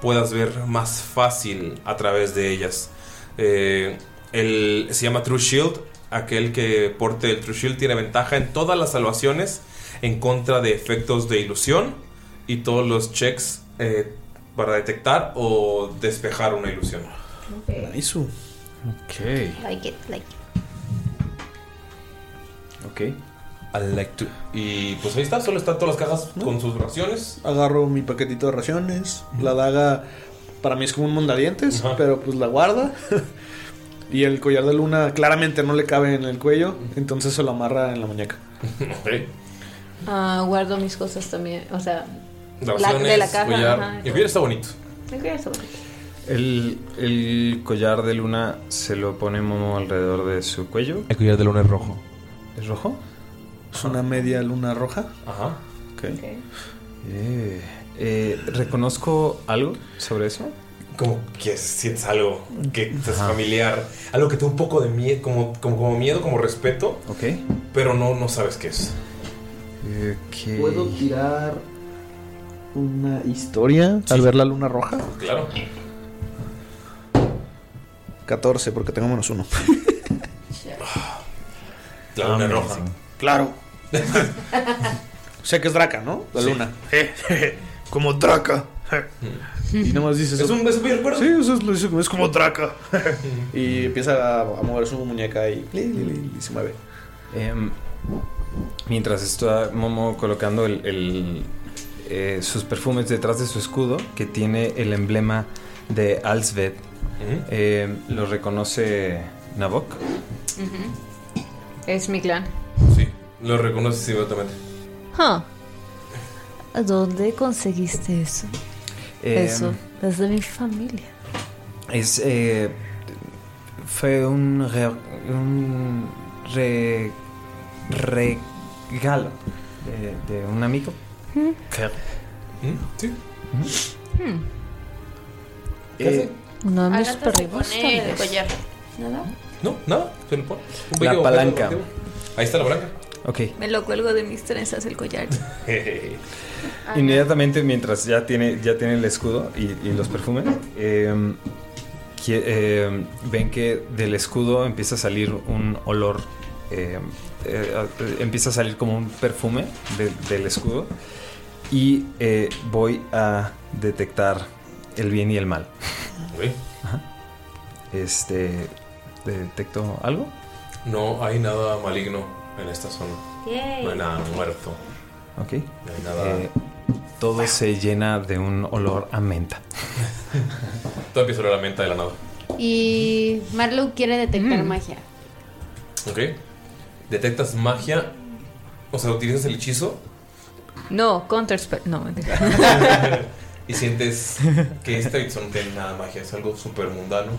S1: puedas ver más fácil a través de ellas. Eh, el- se llama True Shield. Aquel que porte el True Shield tiene ventaja en todas las salvaciones en contra de efectos de ilusión y todos los checks eh, para detectar o despejar una ilusión.
S2: Nice.
S4: Ok.
S21: Like it, like it.
S4: Ok.
S1: Y pues ahí está, solo están todas las cajas con sus raciones.
S2: Agarro mi paquetito de raciones. La daga para mí es como un mondadientes, pero pues la guarda. y el collar de luna claramente no le cabe en el cuello, entonces se lo amarra en la muñeca.
S19: Ah, guardo mis cosas también. O sea, la-
S1: Raciones,
S19: de la caja.
S1: collar.
S19: ajá.
S1: El collar está bonito.
S19: Me quería saber.
S4: El, el collar de luna se lo pone Momo alrededor de su cuello.
S1: El collar de luna es rojo.
S4: ¿Es rojo?
S2: Es una media luna roja.
S1: Ajá.
S4: Ok. Eh, eh, ¿Reconozco algo sobre eso?
S1: Como que sientes algo que te es
S4: Ajá.
S1: familiar, algo que te da un poco de miedo, como, como, como miedo, como respeto,
S4: Ok.
S1: pero no, no sabes qué es.
S4: Ok.
S2: ¿Puedo tirar una historia al ver la luna roja?
S1: Claro.
S2: 14, porque tengo menos uno.
S1: La
S4: Ah,
S1: luna roja.
S10: Claro.
S2: o sea que es Draca, ¿no? La
S10: Sí. Eh,
S2: luna.
S10: como Draca.
S2: Y nomás dices.
S10: Es un- es un bien recuerdo.
S2: Sí, eso es, lo dice, es como Draca. y empieza a, a mover su muñeca y, li, li, li, y se mueve.
S4: Em, mientras está Momo colocando el- el, eh, sus perfumes detrás de su escudo, que tiene el emblema de Alsved, em, lo reconoce Nabok.
S19: Ujú. Es mi clan.
S1: Lo reconoces inmediatamente.
S19: Huh. ¿A ¿Dónde conseguiste eso?
S4: Em,
S19: eso es de mi familia.
S4: Es, eh, fue un, re- un re- regalo de, de un amigo.
S19: Mm.
S4: Claro.
S1: Sí.
S4: ¿Qué hace?
S19: Uno de mis
S21: Ahora te
S19: perros.
S21: pone
S19: tal
S21: el
S19: vez.
S21: collar.
S1: No, nada, se lo pone. Un
S4: La
S1: bello objeto
S4: palanca.
S1: decorativo. Ahí está la palanca.
S4: Ok.
S21: Me lo cuelgo de mis trenzas el collar.
S4: Inmediatamente mientras ya tiene, ya tiene el escudo y, y los perfumes, em, que- em, ven que del escudo empieza a salir un olor, em, eh, a- eh, empieza a salir como un perfume de- del escudo y eh, voy a detectar el bien y el mal. Ajá. Este, ¿detecto algo?
S1: No hay nada maligno en esta zona.
S21: Yay.
S1: No hay nada muerto.
S4: Ok.
S1: No hay nada.
S4: Eh, todo se llena de un olor a menta.
S1: Todo empieza a oler a menta de la nada.
S5: Y Marlow quiere detectar magia.
S1: Ok. Detectas magia. O sea, utilizas el hechizo
S19: No, Counterspell. No, mentira.
S1: y sientes que esta habitación no tiene nada de magia. Es algo súper mundano.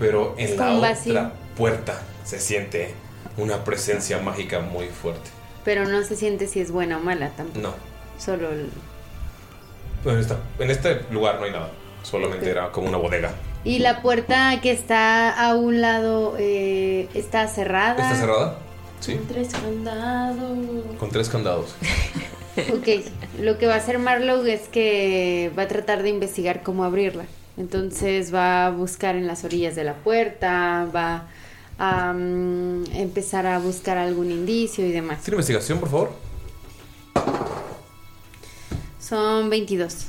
S1: Pero en la
S5: Es como un
S1: otra
S5: vacío.
S1: puerta se siente una presencia mágica muy fuerte.
S5: Pero no se siente si es buena o mala tampoco.
S1: No.
S5: Solo el-
S1: En, esta- en este lugar no hay nada. Solamente era como una bodega.
S5: Y la puerta que está a un lado eh, está cerrada.
S1: ¿Está cerrada? Sí.
S5: Tres candados.
S1: Con tres candados.
S5: Ok, lo que va a hacer Marlowe es que va a tratar de investigar cómo abrirla. Entonces va a buscar en las orillas de la puerta, va a mm, empezar a buscar algún indicio y demás.
S1: ¿Tiene investigación, por favor?
S5: Son 22.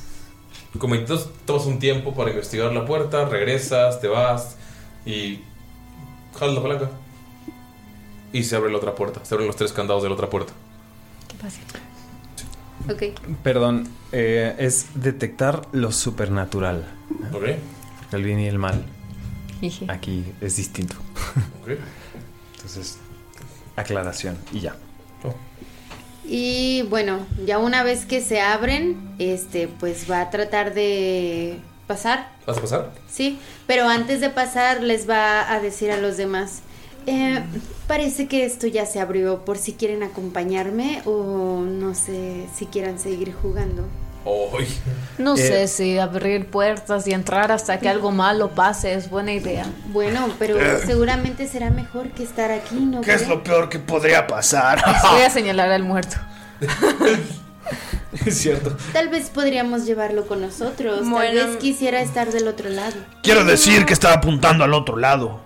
S1: Como entonces tomas un tiempo para investigar la puerta, regresas, te vas y jalas la palanca. Y se abre la otra puerta. Se abren los tres candados de la otra puerta.
S5: ¿Qué pasa? Ok.
S4: Perdón, eh, es detectar lo supernatural.
S1: Ok.
S4: Porque El bien y el mal
S19: Ije.
S4: aquí es distinto.
S1: Ok.
S4: Entonces, aclaración y ya.
S5: Y bueno, ya una vez que se abren, este, pues va a tratar de pasar
S1: ¿Vas a pasar?
S5: Sí, pero antes de pasar les va a decir a los demás, eh, parece que esto ya se abrió por si quieren acompañarme o no sé si quieran seguir jugando.
S1: Hoy.
S6: No
S1: Eh,
S6: sé si abrir puertas y entrar hasta que algo malo pase es buena idea.
S5: Bueno, pero seguramente será mejor que estar aquí, ¿no?
S10: ¿Qué es lo peor que podría pasar?
S6: Voy a señalar al muerto.
S2: Es cierto.
S5: Tal vez podríamos llevarlo con nosotros. Tal
S21: Bueno.
S5: vez quisiera estar del otro lado.
S10: Quiero decir que está apuntando al otro lado.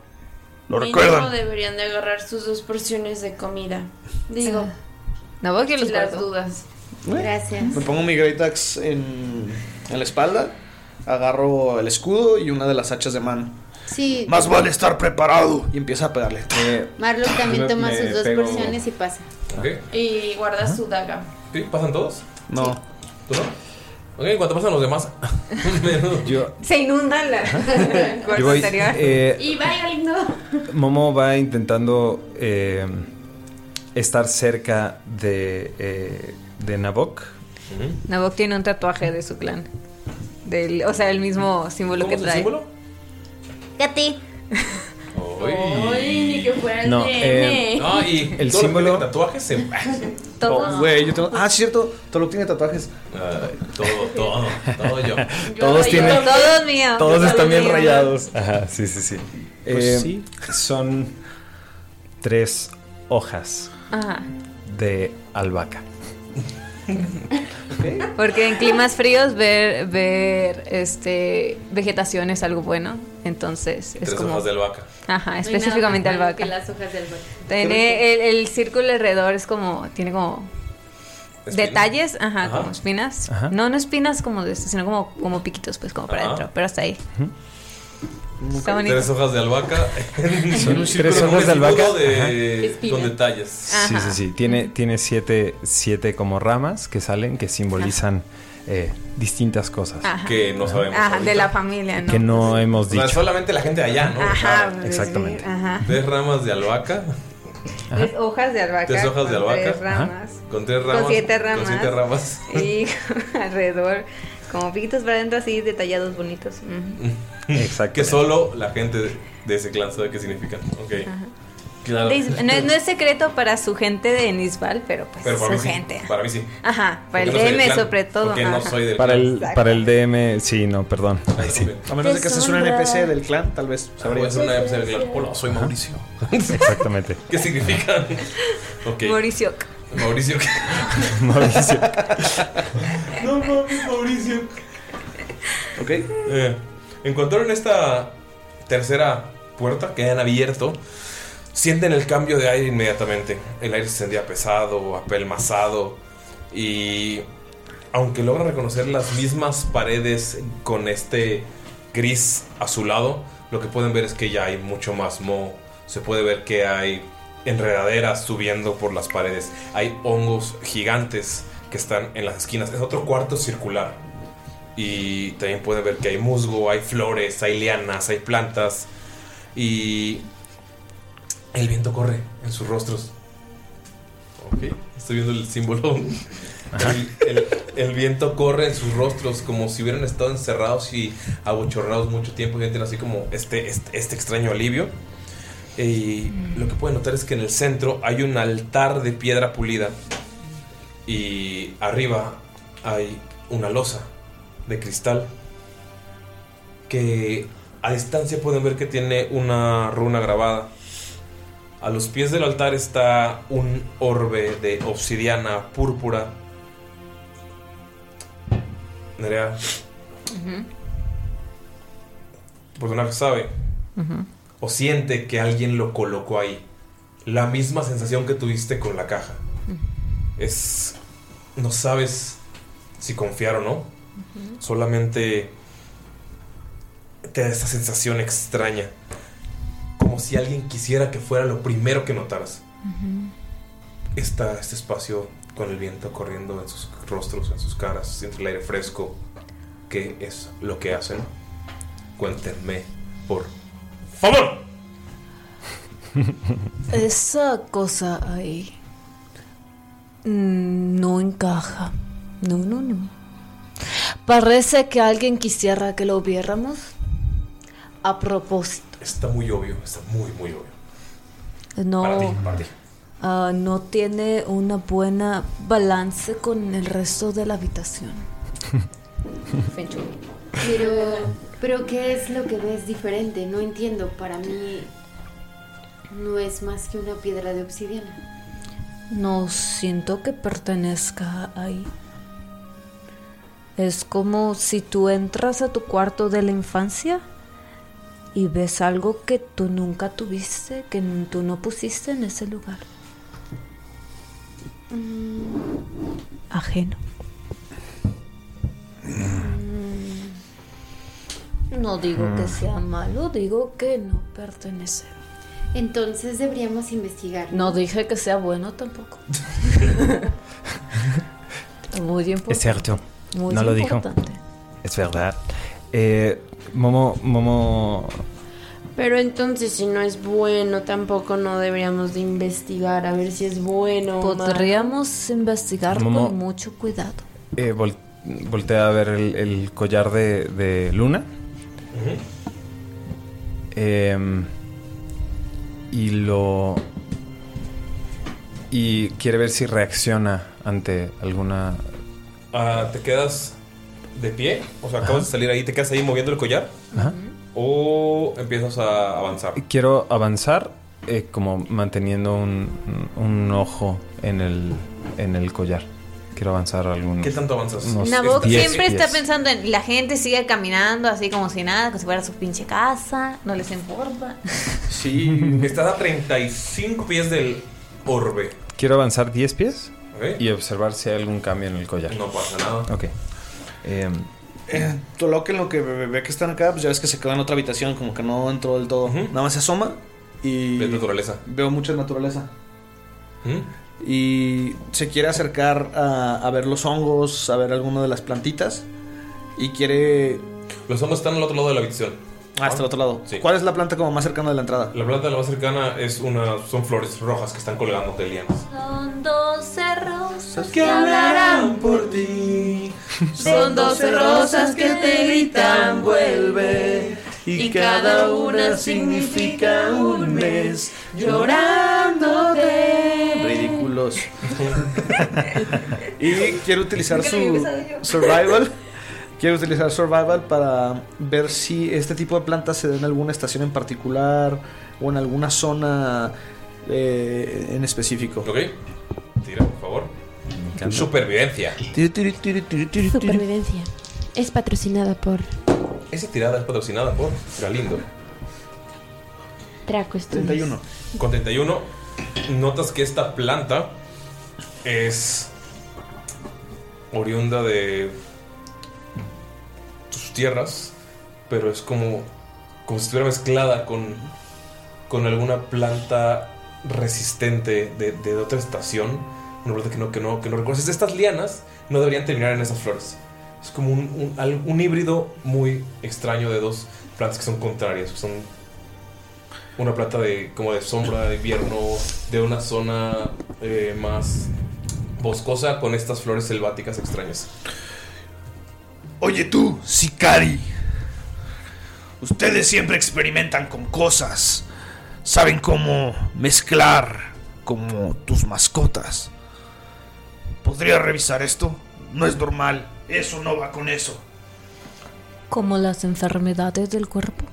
S10: ¿Lo
S21: Mínimo
S10: recuerdan?
S21: deberían de agarrar sus dos porciones de comida. Digo,
S6: Ah. No voy que los
S21: las
S6: guardo.
S21: dudas.
S22: pues
S5: Gracias.
S2: Me pongo mi Great Axe en, en la espalda, agarro el escudo y una de las hachas de mano.
S5: Sí.
S2: Más vale estar preparado. Y empieza a pegarle.
S1: Eh,
S5: Marlock también
S2: Me-
S5: toma
S2: me
S5: sus dos
S2: pego-
S5: porciones y pasa.
S21: Y guarda su daga.
S1: ¿Sí? ¿Pasan todos?
S2: No.
S1: ¿Tú no? Ok, en cuanto pasan los demás.
S4: Yo,
S21: Se inundan la
S4: Yo voy, anterior. eh,
S21: y Violet no.
S4: Momo va intentando eh, estar cerca de, eh, de Nabok.
S6: Nabok tiene un tatuaje de su clan. Del, o sea, el mismo símbolo que
S4: es el
S6: trae.
S4: símbolo?
S21: Katy. Ay, ni que fuera el
S4: No,
S21: nene.
S4: eh, el símbolo. Tatuajes se.
S21: Todos.
S2: Oh, güey, yo tengo. Ah, cierto. Tolok tiene tatuajes.
S1: todo, todo. Todo yo.
S4: Todos tienen.
S6: Todos míos.
S4: Todos están bien
S6: míos.
S4: rayados. Ajá, sí, sí, sí.
S6: Pues
S4: Eh,
S6: sí.
S4: Son tres hojas
S6: Ajá.
S4: de albahaca.
S6: Porque en climas fríos ver, ver este vegetación es algo bueno. Entonces es
S1: Tres
S6: como.
S1: hojas de albahaca.
S6: Ajá, específicamente
S5: No hay nada
S6: albahaca.
S5: más malo que las hojas de albahaca.
S6: Tiene el, el círculo alrededor es como. Tiene como.
S5: Espinas.
S6: Detalles, ajá,
S5: Ajá.
S6: como espinas.
S5: Ajá.
S6: No, no espinas como de esto, sino como, como piquitos, pues como para
S1: Ajá.
S6: adentro, pero hasta ahí. Está bonito.
S1: Tres hojas de albahaca.
S4: Son
S1: Un
S4: tres
S1: círculo con
S4: hojas
S1: un
S4: de albahaca.
S1: escudo de-
S4: Ajá.
S1: con
S4: Espina.
S1: detalles.
S6: Ah.
S4: Sí, sí, sí. Tiene, tiene siete, siete como ramas que salen que simbolizan eh, distintas cosas.
S6: Ajá.
S1: Que no sabemos.
S6: Ajá, de la familia, ¿no?
S4: Que no hemos dicho.
S1: solamente la gente de allá, ¿no?
S6: Ajá,
S1: O sea,
S4: Exactamente.
S6: Ajá.
S1: Tres ramas de albahaca.
S6: Tres hojas de albahaca.
S1: Tres hojas
S6: con
S1: de albahaca.
S6: Tres ramas.
S1: Con tres
S6: Con
S1: ramas.
S6: siete ramas.
S1: Con siete ramas.
S6: Y alrededor, como piquitos para adentro, así detallados, bonitos. Ujú.
S4: Exacto.
S1: Que solo la gente de- de ese clan sabe qué significan. Ok. Claro.
S6: De Is- No, es- no es secreto para su gente de Nisbal, pero pues
S1: Pero
S6: su
S1: para mí,
S6: gente.
S1: Sí, para mí sí.
S6: Ajá, para
S1: Porque
S6: el
S1: no soy del
S6: DM
S1: clan,
S6: sobre todo.
S1: porque no
S6: ajá.
S1: soy del
S4: Para
S1: clan.
S4: el, para el DM, sí, no, perdón. Ay, sí.
S2: A menos de que seas un
S1: Deshonra.
S2: NPC del clan, tal vez
S1: voy a
S2: sabrías.
S1: hacer Ah, una NPC del clan. Hola, soy Mauricio.
S4: Exactamente.
S1: ¿Qué significan? Ok.
S6: Mauricio.
S1: Mauricio.
S4: Mauricio.
S1: No mames, Mauricio. Ok. Eh, encontraron esta tercera puerta que han abierto. Sienten el cambio de aire inmediatamente. El aire se sentía pesado, apelmazado. Y aunque logran reconocer las mismas paredes con este gris azulado, lo que pueden ver es que ya hay mucho más moho. Se puede ver que hay enredaderas subiendo por las paredes. Hay hongos gigantes que están en las esquinas. Es otro cuarto circular. Y también pueden ver que hay musgo, hay flores, hay lianas, hay plantas. Y el viento corre en sus rostros. Ok, estoy viendo el símbolo. El, el- el viento corre en sus rostros como si hubieran estado encerrados y abochornados mucho tiempo y tienen así como este, este, este extraño alivio. Y lo que pueden notar es que en el centro hay un altar de piedra pulida y arriba hay una losa de cristal que a distancia pueden ver que tiene una runa grabada. A los pies del altar está un orbe de obsidiana púrpura. Nerea,
S6: Ujú.
S1: tu personaje sabe
S6: Ujú.
S1: o siente que alguien lo colocó ahí. La misma sensación que tuviste con la caja. Es... No sabes si confiar o no. Solamente te da esa sensación extraña. Como si alguien quisiera que fuera lo primero que notaras. Está este espacio con el viento corriendo en sus rostros, en sus caras, siente el aire fresco. ¿Qué es lo que hacen? Cuéntenme, por favor.
S19: Esa cosa ahí mm, no encaja. No, no, no. Parece que alguien quisiera que lo viéramos. A propósito,
S1: Está muy obvio, está muy, muy obvio.
S19: no,
S1: Para ti, para ti.
S19: ah, no tiene una buena balance con el resto de la habitación.
S5: Fenchu. Pero, pero ¿qué es lo que ves diferente? No entiendo. Para mí no es más que una piedra de obsidiana.
S25: No siento que pertenezca ahí. Es como si tú entras a tu cuarto de la infancia y ves algo que tú nunca tuviste, que n- tú no pusiste en ese lugar. Ajeno. Mm. No digo
S5: Mm.
S25: que sea malo, digo que no pertenece.
S5: Entonces deberíamos investigar.
S25: No dije que sea bueno tampoco. Muy importante.
S4: Es cierto.
S25: Muy
S4: no lo dijo.
S25: importante.
S4: Es verdad. Eh, Momo, Momo.
S3: Pero entonces si no es bueno, tampoco no deberíamos de investigar a ver si es bueno. o malo.
S25: Podríamos investigar
S4: Momo.
S25: con mucho cuidado.
S4: eh, vol- voltea a ver el, el collar de, de Luna. Em, y lo. Y quiere ver si reacciona ante alguna.
S1: Ah, ¿Te quedas de pie? O sea, acabas de salir ahí, ¿te quedas ahí moviendo el collar?
S4: Ajá.
S1: ¿O empiezas a avanzar?
S4: Quiero avanzar eh, como manteniendo un, un ojo en el, en el collar. Quiero avanzar algún.
S1: ¿Qué tanto avanzas?
S6: Nabok
S4: diez
S6: siempre está
S4: pies.
S6: pensando en la gente sigue caminando así como si nada, como si fuera su pinche casa, no les importa.
S1: Sí. Estás a 35 pies del orbe.
S4: Quiero avanzar 10 pies
S1: Ok.
S4: y observar si hay algún cambio en el collar.
S1: No pasa nada.
S4: Ok. Em,
S2: Eh, Tolok en lo que ve ve que están acá, pues ya ves que se quedó en otra habitación, como que no entró del todo. Nada más se asoma y.
S1: Ves naturaleza.
S2: Veo mucha naturaleza. Y se quiere acercar a, a ver los hongos, a ver alguna de las plantitas. Y quiere.
S1: Los hongos están al otro lado de la habitación.
S2: Ah, hasta el otro lado. ¿Cuál es la planta como más cercana de la entrada?
S1: La planta la más cercana es una, son flores rojas que están colgando de lianas.
S6: Son dos cerros
S1: que
S6: hablarán
S1: por ti.
S6: Son doce rosas que te gritan,
S10: vuelve.
S6: Y cada una
S10: significa un mes.
S6: llorándote.
S2: Ridículos. y quiero utilizar su survival. Quiero utilizar survival para ver si este tipo de plantas se da en alguna estación en particular o en alguna zona eh, en específico.
S1: Ok. Tira, por favor. Supervivencia.
S2: Tiri, tiri, tiri, tiri, tiri, tiri.
S3: Supervivencia. Es patrocinada por
S1: Esa tirada es patrocinada por Galindo.
S3: Draco Studios.
S1: Con 31 notas que esta planta es oriunda de tus tierras, pero es como, como si estuviera mezclada con, con alguna planta resistente de, de otra estación. Una planta que no, que no, que no reconoces. Estas lianas no deberían terminar en esas flores. Es como un, un- al- un híbrido muy extraño de dos plantas que son contrarias, que son una planta de como de sombra de invierno de una zona eh, más boscosa con estas flores selváticas extrañas.
S10: Oye tú, Sicari. Ustedes siempre experimentan con cosas. Saben cómo mezclar como tus mascotas. ¿Podría revisar esto? No es normal. Eso no va con eso.
S25: Como las enfermedades del cuerpo.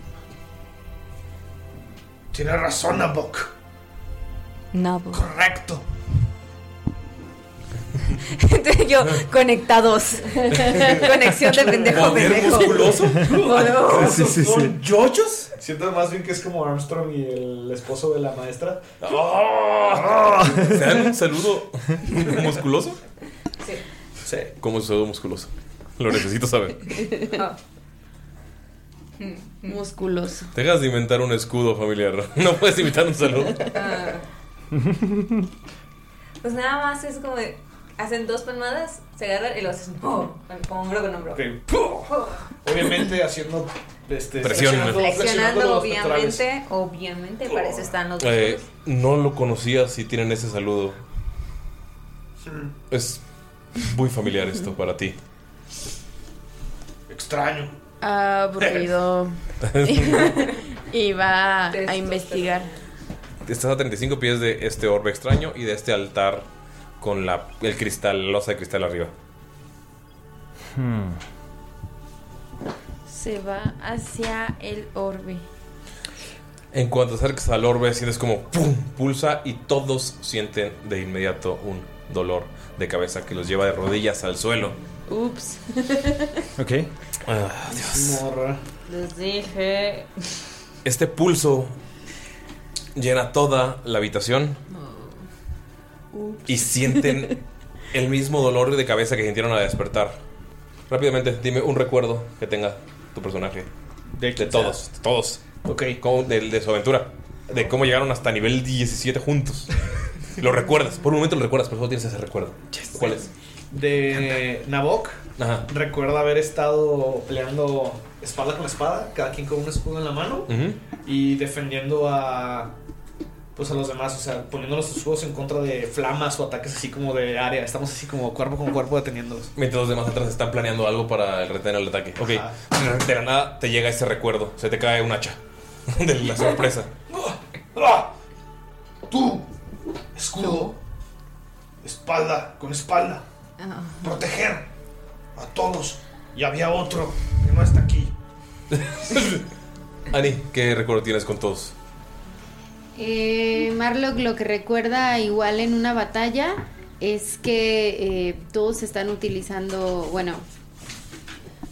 S10: Tiene razón, Nabok.
S25: Nabo.
S10: Correcto.
S6: Entonces yo, conectados. Conexión de pendejo a
S10: Poder
S6: pendejo.
S10: musculoso.
S6: Poder-
S4: Sí, sí, sí.
S26: ¿Son
S1: yochos?
S26: Siento más bien que es como Armstrong y el esposo de la maestra.
S1: Ah. ¿Se dan un saludo musculoso?
S6: Sí.
S1: Sí. ¿Cómo es un saludo musculoso? Lo necesito saber.
S3: Musculoso.
S1: Dejas de inventar un escudo familiar. No puedes inventar un saludo.
S6: Ah, Pues nada más es como de- hacen dos palmadas, se agarran y lo hacen ¡pum! con, con hombro con hombro.
S2: Obviamente haciendo este,
S1: Presión.
S6: Flexionando,
S2: los pectorales.
S6: obviamente, obviamente, para eso están los dos.
S1: Eh, no lo conocía si tienen ese saludo.
S10: Hmm,
S1: Es muy familiar esto para ti.
S10: Extraño.
S3: Aburrido. y va a investigar.
S1: Estás a 35 pies de este orbe extraño y de este altar con la, el cristal, la losa de cristal arriba.
S4: Hmm.
S3: Se va hacia el orbe.
S1: En cuanto te acercas al orbe, sientes como ¡pum! pulsa y todos sienten de inmediato un dolor de cabeza que los lleva de rodillas al suelo. Ah,
S3: Ups.
S1: Ok.
S26: este,
S3: Les dije.
S1: Este pulso llena toda la habitación y sienten el mismo dolor de cabeza que sintieron al despertar. Rápidamente, dime un recuerdo que tenga tu personaje. De, todos, de todos. Ok. de, de su aventura. De cómo llegaron hasta nivel 17 juntos. lo recuerdas, por un momento lo recuerdas, pero solo tienes ese recuerdo. ¿Cuál es?
S2: de Nabok.
S1: Ajá.
S2: Recuerda haber estado peleando espada con espada, cada quien con un escudo en la mano
S1: Ujú.
S2: y defendiendo a pues a los demás, o sea, poniéndonos sus escudos en contra de flamas o ataques así como de área. Estamos así como cuerpo con cuerpo deteniéndolos.
S1: Mientras los demás atrás están planeando algo para el retener el ataque. Ok. De la nada te llega ese recuerdo. Se te cae un hacha. De la sorpresa.
S10: Ah, Tú, escudo, espalda con espalda, proteger a todos. Y había otro que no está aquí.
S1: Ani, ¿qué recuerdo tienes con todos?
S5: Eh, Marlock lo que recuerda igual en una batalla es que eh, todos están utilizando, bueno,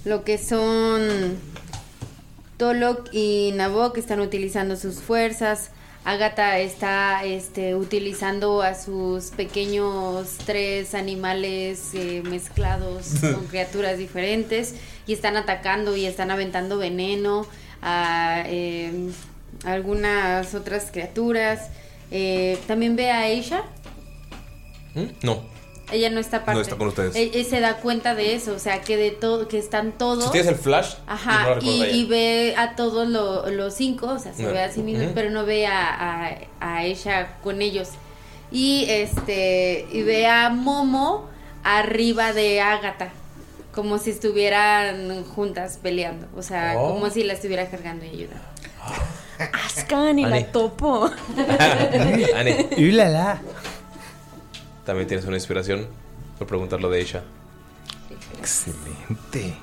S5: lo que son Tolok y Nabok están utilizando sus fuerzas. Agatha está este, utilizando a sus pequeños tres animales eh, mezclados con criaturas diferentes y están atacando y están aventando veneno a eh, algunas otras criaturas. Eh, También ve a Aisha.
S1: ¿Mm? No.
S5: Ella no está aparte.
S1: está con ustedes.
S5: E- e- se da cuenta de eso, o sea, que de todo, que están todos.
S1: Si tienes el flash,
S5: Ajá,
S1: no lo
S5: y,
S1: recuerda ella.
S5: y ve a todos lo- los cinco, o sea, se
S1: Bueno,
S5: ve a sí mismo,
S1: ujú.
S5: pero no ve a, a, a ella con ellos. Y este, y ve a Momo arriba de Ágata, como si estuvieran juntas peleando, o sea,
S22: Oh.
S5: como si la estuviera cargando y ayudando.
S22: Ascan y
S1: Ani.
S22: la topo.
S1: Ani,
S4: Ulala.
S1: también tienes una inspiración por preguntar lo de ella.
S4: Excelente.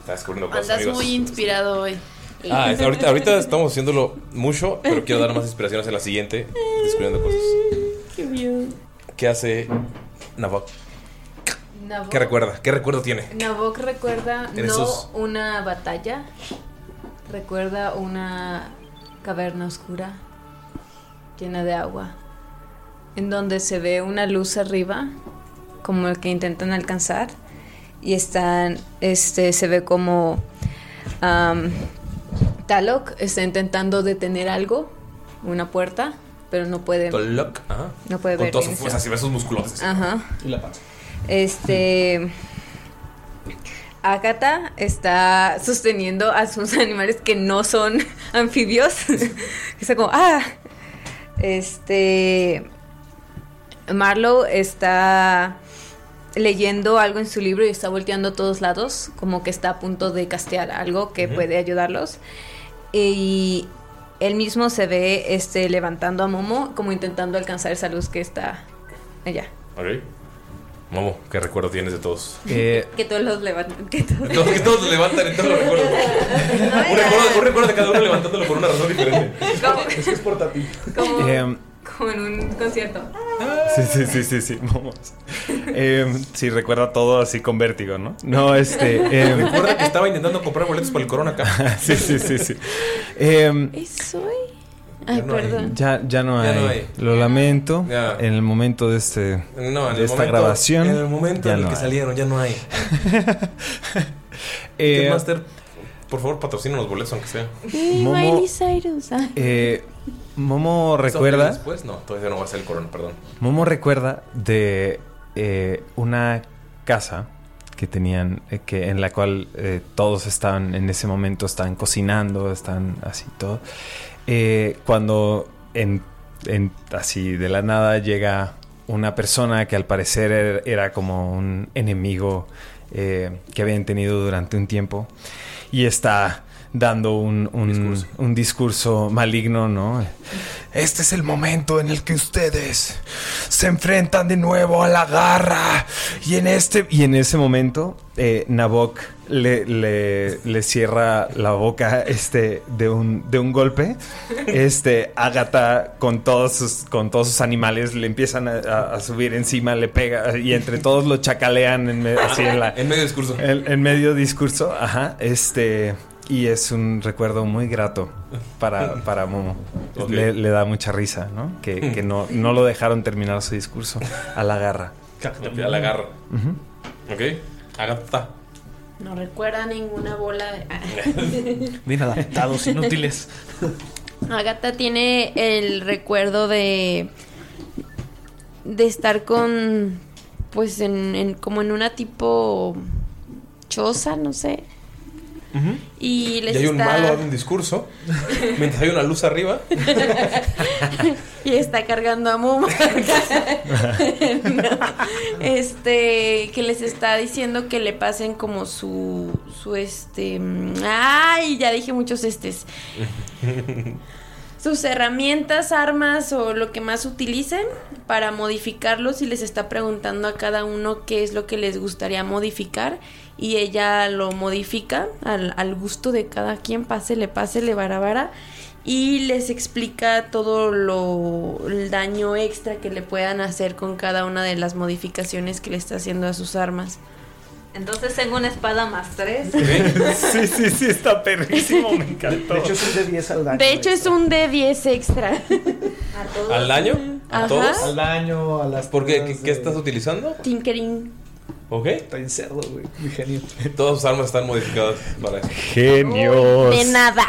S1: Estás descubriendo cosas,
S6: Andas
S1: amigos.
S6: muy inspirado hoy.
S1: Ah, es- ahorita, ahorita estamos haciéndolo mucho, pero quiero dar más inspiraciones en la siguiente, descubriendo cosas.
S6: Qué bien.
S1: ¿Qué hace Nabok?
S6: Nabok,
S1: ¿Qué recuerda? ¿Qué recuerdo tiene?
S6: Nabok recuerda no
S1: En esos-
S6: una batalla, recuerda una caverna oscura llena de agua, en donde se ve una luz arriba, como el que intentan alcanzar, y están, este, se ve como am, Talok está intentando detener algo, una puerta, pero no puede.
S1: Tolok. Ajá.
S6: No puede
S1: Con
S6: ver
S1: toda su
S6: bien,
S1: fuerza,
S6: sí.
S1: si ves sus musculotes.
S6: Ajá.
S1: Y la pata.
S6: Este. Akata está sosteniendo a sus animales que no son anfibios. está como, ah. Este. Marlow está leyendo algo en su libro y está volteando a todos lados, como que está a punto de castear algo que
S22: Ujú.
S6: puede ayudarlos. Y él mismo se ve este, levantando a Momo, como intentando alcanzar esa luz que está allá.
S1: Ok. Momo, ¿qué recuerdo tienes de todos?
S4: Eh,
S5: Que todos los levantan, que todos-
S1: todos, que todos levantan y todos lo recuerdan. un, recuerdo, un recuerdo de cada uno levantándolo por una razón diferente.
S6: Es que es
S1: portátil.
S6: Como,
S4: Em.
S6: como en un concierto.
S4: Sí, sí, sí, sí, sí, vamos. Em, sí, recuerda todo así con vértigo, ¿no? No, este... em,
S1: Recuerda que estaba intentando comprar boletos para el corona acá.
S4: sí, sí, sí, sí. Em,
S3: Ay,
S1: Mm. no hay.
S3: perdón.
S4: ya, ya no hay.
S1: Ya no hay.
S4: Lo lamento. En el momento de este
S1: No, en
S4: de
S1: el
S4: esta
S1: momento-
S4: grabación.
S1: en el momento
S4: ya
S1: en el
S4: no
S1: que
S4: hay.
S1: salieron, ya no hay.
S4: Eh,
S1: Ticketmaster, por favor, patrocina los boletos, aunque sea.
S3: Ni
S4: Momo-
S3: Eh, Miley Cyrus. ay.
S4: Eh, Momo recuerda.
S1: Después, no, todavía no va a ser el corona, perdón.
S4: Momo recuerda de eh, una casa que tenían, eh, que en la cual eh, todos estaban en ese momento, están cocinando, están así todo. Eh, cuando en, en- así de la nada llega una persona que al parecer er- era como un enemigo eh, que habían tenido durante un tiempo y está dando un, un- un discurso maligno, ¿no?
S10: Este es el momento en el que ustedes se enfrentan de nuevo a la garra.
S4: Y en este. Y en ese momento eh, Nabok le, le- le cierra la boca este, de, un, de un golpe. Este, Agatha con todos, sus, con todos sus animales le empiezan a, a- a subir encima, le pega y entre todos lo chacalean en, me- así en, la-
S1: En medio discurso.
S4: en- en medio discurso. Ajá, este, y es un recuerdo muy grato para, para Momo.
S1: Ok.
S4: Le, le da mucha risa, ¿no? Que, que no, no lo dejaron terminar su discurso a la garra.
S1: Ok, a la garra. Ok. Agatha.
S3: No recuerda ninguna bola de...
S2: Bien adaptados, inútiles.
S3: Agatha tiene el recuerdo de de estar con pues en, en- como en una tipo choza, no sé. Y
S1: Y
S3: les
S1: hay un
S3: está
S1: malo dando un discurso. Mientras hay una luz arriba.
S3: y está cargando a Momo. No. Este que les está diciendo que le pasen como su su este mm, ay, ya dije muchos estes. sus herramientas, armas o lo que más utilicen para modificarlos y les está preguntando a cada uno qué es lo que les gustaría modificar y ella lo modifica al, al gusto de cada quien, pásele, pásele, vara, vara y les explica todo lo el daño extra que le puedan hacer con cada una de las modificaciones que le está haciendo a sus armas.
S6: Entonces tengo una espada más tres.
S4: Sí, sí, sí, está perrísimo, me encantó.
S2: De hecho, es un de 10 al daño.
S3: De hecho es un D10 extra.
S1: ¿Al daño? ¿A
S3: Ajá.
S1: todos?
S3: Al
S1: daño, a las. ¿Por qué? ¿Qué, qué estás utilizando?
S3: Tinkering.
S1: ¿Ok? Está en cerdo, güey. Genio. Todas sus armas están modificadas para eso.
S3: De
S4: Genios.
S3: nada.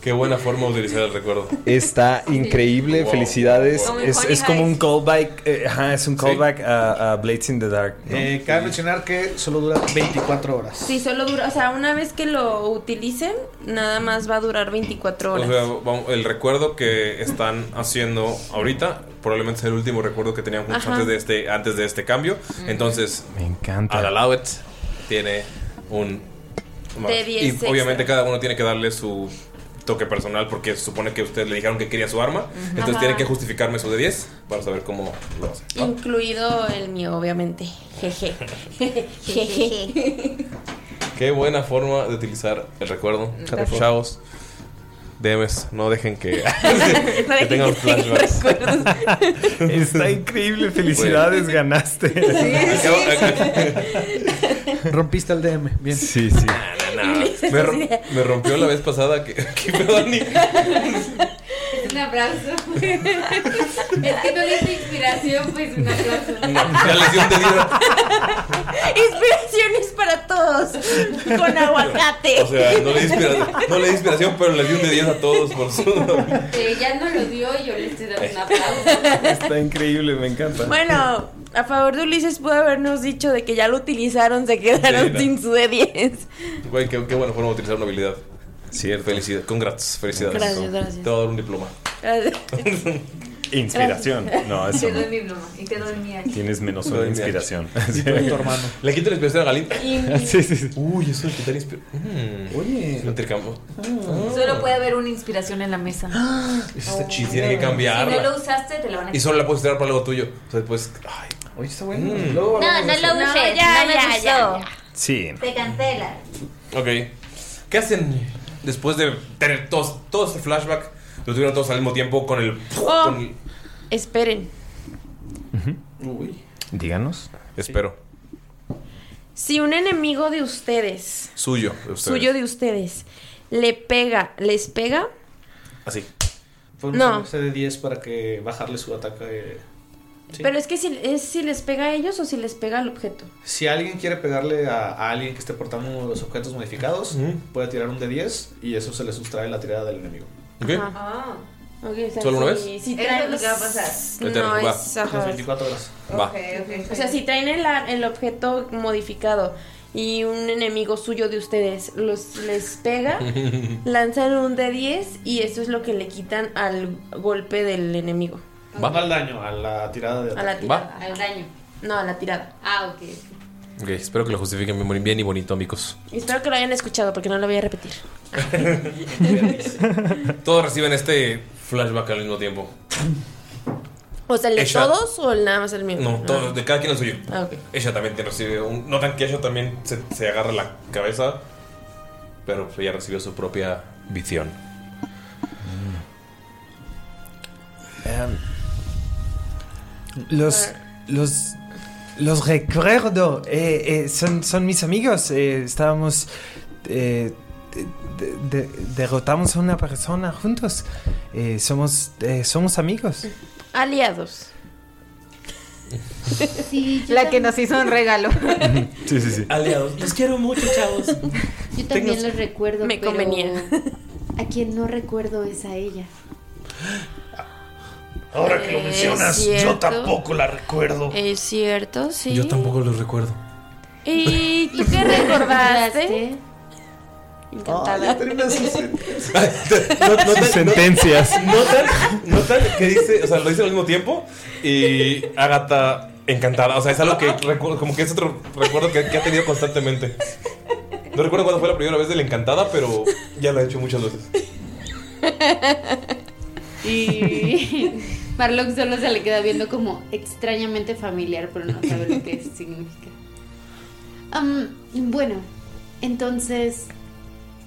S1: Qué buena forma de utilizar el recuerdo.
S4: Está increíble,
S1: Wow.
S4: felicidades.
S1: Como en
S4: Es,
S1: Honey
S4: es como un callback, eh, ajá, es un callback a, a Blades in the Dark. ¿no?
S2: Eh, cabe mencionar que solo dura 24 horas.
S3: Sí, solo dura, o sea, una vez que lo utilicen, nada más va a durar 24
S1: O
S3: horas.
S1: sea, ah. vamos- el recuerdo que están haciendo ahorita probablemente es el último recuerdo que tenían juntos
S3: Ajá.
S1: antes de este antes de este cambio. Entonces,
S4: me encanta.
S1: Alalawet tiene un más.
S3: De 10
S1: y
S3: extra.
S1: obviamente cada uno tiene que darle su toque personal porque se supone que ustedes le dijeron que quería su arma, entonces
S3: Ajá.
S1: tienen que justificarme su de 10 para saber cómo lo hacen.
S3: Incluido el mío, obviamente. Jeje. Jeje.
S1: Qué buena forma de utilizar el recuerdo.
S3: Gracias.
S1: Chavos, DMs, no dejen que,
S3: No dejen
S1: tengan
S3: que tengan
S1: flashbacks.
S4: Está increíble, felicidades, ganaste.
S2: Rompiste el DM, bien.
S4: Sí, sí.
S1: Nah, me, rom- me rompió la vez pasada que, que perdón, ni-
S5: Un abrazo. es que no le hice inspiración, pues un abrazo.
S1: ya les di un dedillo.
S3: Inspiraciones para todos. Con aguacate.
S1: O sea, no le, di inspira- no le di inspiración, pero les di un de 10 a todos por su.
S5: Ella no lo dio y yo le estoy dando un aplauso.
S4: Está increíble, me encanta.
S3: Bueno, a favor de Ulises pudo habernos dicho de que ya lo utilizaron, se
S1: Sí,
S3: quedaron
S1: no.
S3: sin su E de 10.
S1: Güey, qué, qué buena forma de utilizar una habilidad. Cierto. Felicidad. Congrats, felicidades.
S3: Gracias, gracias.
S1: Te voy a dar un diploma.
S4: Inspiración. No, eso
S6: Te
S4: no.
S6: doy mi pluma y te doy mi hacha.
S4: Tienes menos una
S1: Doy mi
S4: inspiración.
S1: hacha. Y tú eres tu hermano. Le quito la inspiración a Galita.
S6: Y-
S4: Sí, sí, sí.
S1: Uy, eso de quitar inspiración. Oye. Lo intercambio.
S6: Solo puede haber una inspiración en la mesa. Oh.
S1: Eso está chido. Tiene que
S6: Si no lo
S1: cambiarla.
S6: usaste, te la van a
S1: Y solo la puedes tirar para algo tuyo. O sea, después. Ay. Mm.
S2: Oye, está bueno.
S6: No, no lo
S5: No,
S6: usé.
S5: ya,
S6: no me
S5: ya,
S6: gustó.
S4: Sí.
S6: Te cancela.
S1: Ok. ¿Qué hacen después de tener todos, todo este flashback? Lo tuvieron todos al mismo tiempo con el.
S3: Oh.
S1: con el-
S3: Esperen.
S4: Díganos.
S1: Espero.
S3: Si un enemigo de ustedes,
S1: Suyo. de ustedes.
S3: suyo de ustedes, le pega, les pega,
S1: Así.
S3: No.
S2: No. de 10 para que bajarle su ataque. Sí.
S3: pero es que si, es si les pega a ellos o si les pega al objeto.
S2: Si alguien quiere pegarle a, a alguien que esté portando los objetos modificados, puede tirar un de 10 y eso se le sustrae la tirada del enemigo.
S3: Ajá. Ok, o sea,
S2: ¿Solo una
S3: si-
S2: vez?
S3: si
S6: Eso
S3: traen-
S6: es lo que va a pasar.
S3: No,
S2: Va.
S3: es ajá.
S2: Las 24 horas.
S1: Va.
S3: O sea, si traen el, ar- el objeto modificado y un enemigo suyo de ustedes los les pega, lanzan un de 10 y eso es lo que le quitan al golpe del enemigo.
S1: Va.
S2: al daño, a la tirada de
S3: A la tirada. Al daño. No, a la tirada.
S5: Ah, ok.
S1: Ok, espero que lo justifiquen bien, bien y bonito, amigos.
S3: Y espero que lo hayan escuchado porque no lo voy a repetir.
S1: Todos reciben este flashback al mismo tiempo.
S3: O sea, ¿el de
S1: Ella-
S3: todos o el nada más el mío?
S1: No,
S3: Ah.
S1: todos, de cada quien el suyo.
S3: Ah, ok.
S1: Ella también te recibe un. Notan que ella también se, se agarra la cabeza, pero pues ella recibió su propia visión.
S4: Em, los, los, los recuerdo. eh, eh, son, son mis amigos. eh, estábamos. eh, de- de- derrotamos a una persona juntos. eh, somos, eh, somos amigos.
S3: Aliados.
S5: Sí, yo
S6: La
S5: tam-
S6: que nos hizo un regalo.
S4: Sí, sí, sí.
S1: Aliados. Los quiero mucho, chavos.
S5: Yo también
S6: Tengas-
S5: los recuerdo.
S6: Me
S5: pero
S6: convenía.
S5: A quien no recuerdo es a ella.
S10: Ahora que lo
S5: Es
S10: mencionas, yo
S5: cierto.
S10: tampoco la recuerdo.
S3: Es cierto, sí.
S1: Yo tampoco los recuerdo.
S3: ¿Y tú qué recordaste? Encantada.
S1: Sus
S4: sentencias.
S1: Notan, notan que dice, o sea, lo dice al mismo tiempo y Agatha encantada. O sea, es algo que recuerdo, como que es otro recuerdo que, que ha tenido constantemente. No recuerdo cuándo fue la primera vez de la encantada, pero ya lo ha hecho muchas veces.
S5: Y Marlock solo se le queda viendo como extrañamente familiar, pero no sabe lo que significa. Am, bueno, entonces,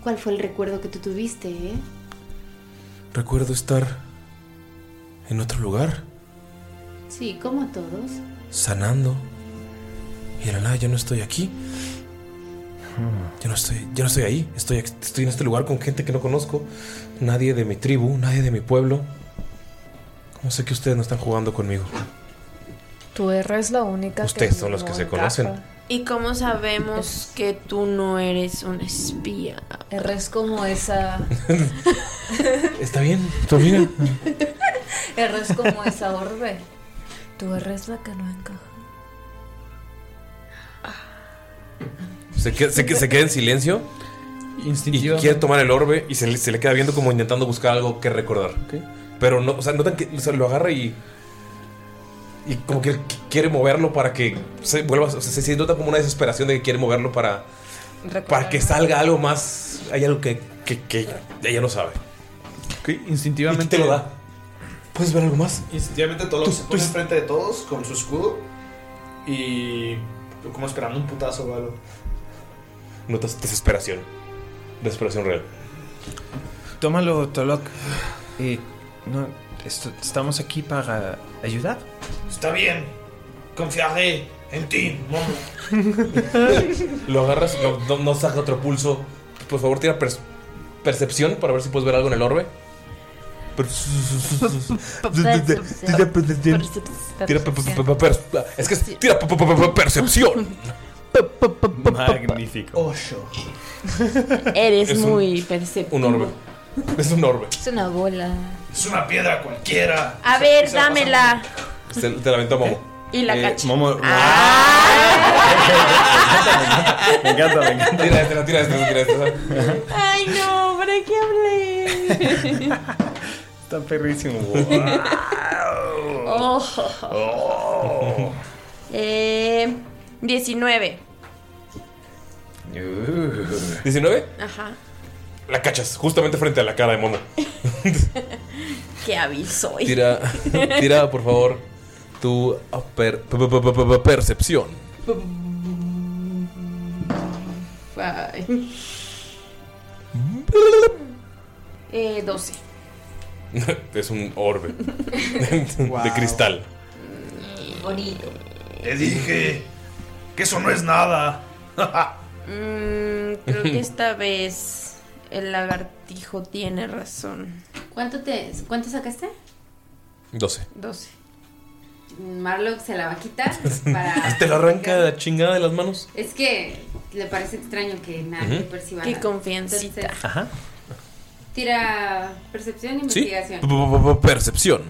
S5: ¿cuál fue el recuerdo que tú tuviste, eh?
S1: Recuerdo estar en otro lugar,
S5: Sí, como todos.
S1: sanando. Y era nada, yo no estoy aquí. Yo no estoy, yo no estoy ahí. Estoy, ex- estoy en este lugar con gente que no conozco. Nadie de mi tribu, nadie de mi pueblo. ¿Cómo sé que ustedes no están jugando conmigo?
S3: Tú eres la única
S1: Ustedes son los que se conocen.
S3: ¿Y cómo sabemos que tú no eres un espía?
S6: Eres como esa.
S1: Está bien, pues mira.
S6: Eres como esa orbe. Tú eres la que no encaja.
S1: Se, que- se que- se queda en silencio. Y quiere tomar el orbe y se le, se le queda viendo como intentando buscar algo que recordar. Pero no, o sea, notan que o sea, lo agarra y. Y como que quiere moverlo para que se vuelva. O sea, se, se nota como una desesperación de que quiere moverlo para. Para que salga algo más. Hay algo que, que, que ella no sabe.
S2: instintivamente.
S1: te lo da. ¿Puedes ver algo más?
S2: Instintivamente Tolok se pone enfrente de todos con su escudo y como esperando un putazo o algo.
S1: Notas desesperación. Desesperación real.
S4: Tómalo, Tolok. Eh, no, esto- estamos aquí para ayudar.
S10: Está bien, confiaré en ti, mono.
S1: Lo agarras, lo- no, no saca otro pulso. Por favor, tira per- percepción para ver si puedes ver algo en el orbe. Per- Tira percepción. Tira per- per- per- per- Es que es- tira per- per- per- per- percepción. Magnífico.
S3: Eres
S1: Es un-
S3: muy perceptivo.
S1: Un orbe. Es un orbe.
S6: Es una bola.
S10: Es una piedra cualquiera.
S3: A ver, dámela.
S1: Se- te la aventó a Momo. Eh,
S3: Y la caché. Ah.
S1: Momo.
S4: Me encanta, me encanta.
S1: Tira esta, tira esta, tira este. esta.
S3: Ay, no, ¿para qué hablé?
S4: Está perrísimo.
S3: Oh. Eh, 19.
S1: 19.
S3: Ajá.
S1: La cachas, justamente frente a la cara de Momo.
S3: Qué hábil soy.
S1: Tira, tira por favor, tu per- per- per- per- percepción.
S3: Ay. Eh, 12.
S1: es un orbe de cristal.
S3: Bonito.
S10: Te dije que eso no es nada.
S3: Mm, creo que esta vez el lagartijo tiene razón.
S5: ¿Cuánto te, cuánto sacaste?
S1: 12.
S3: 12.
S5: Marlock se la va a quitar para...
S1: ¿Te lo arranca la chingada de las manos?
S5: Es que le parece extraño que nadie
S1: Ujú.
S5: perciba
S3: Qué
S5: nada.
S3: confiancita.
S5: Entonces,
S1: Ajá.
S5: Tira percepción e
S1: Sí.
S5: investigación.
S1: Percepción.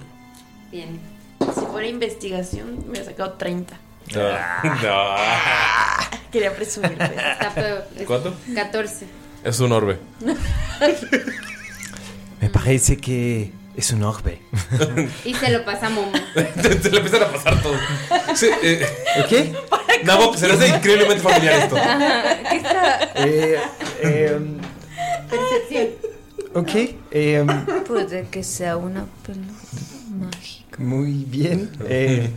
S5: Bien.
S3: Si fuera investigación, me hubiera sacado 30.
S1: Ah.
S3: Quería presumir. pues.
S5: Está feo. Es
S1: ¿Cuánto?
S5: 14.
S1: Es un orbe.
S4: Me parece que es un orbe.
S5: Y se lo pasa a Momo.
S1: Te, te le empiezan a pasar todo. Sí, eh.
S4: ¿Ok?
S1: Nabo, se le hace increíblemente familiar esto.
S5: ¿Qué está?
S4: Eh, eh,
S5: Percepción.
S4: ok. eh,
S6: Puede que sea una pelota mágica.
S4: Muy bien. Eh,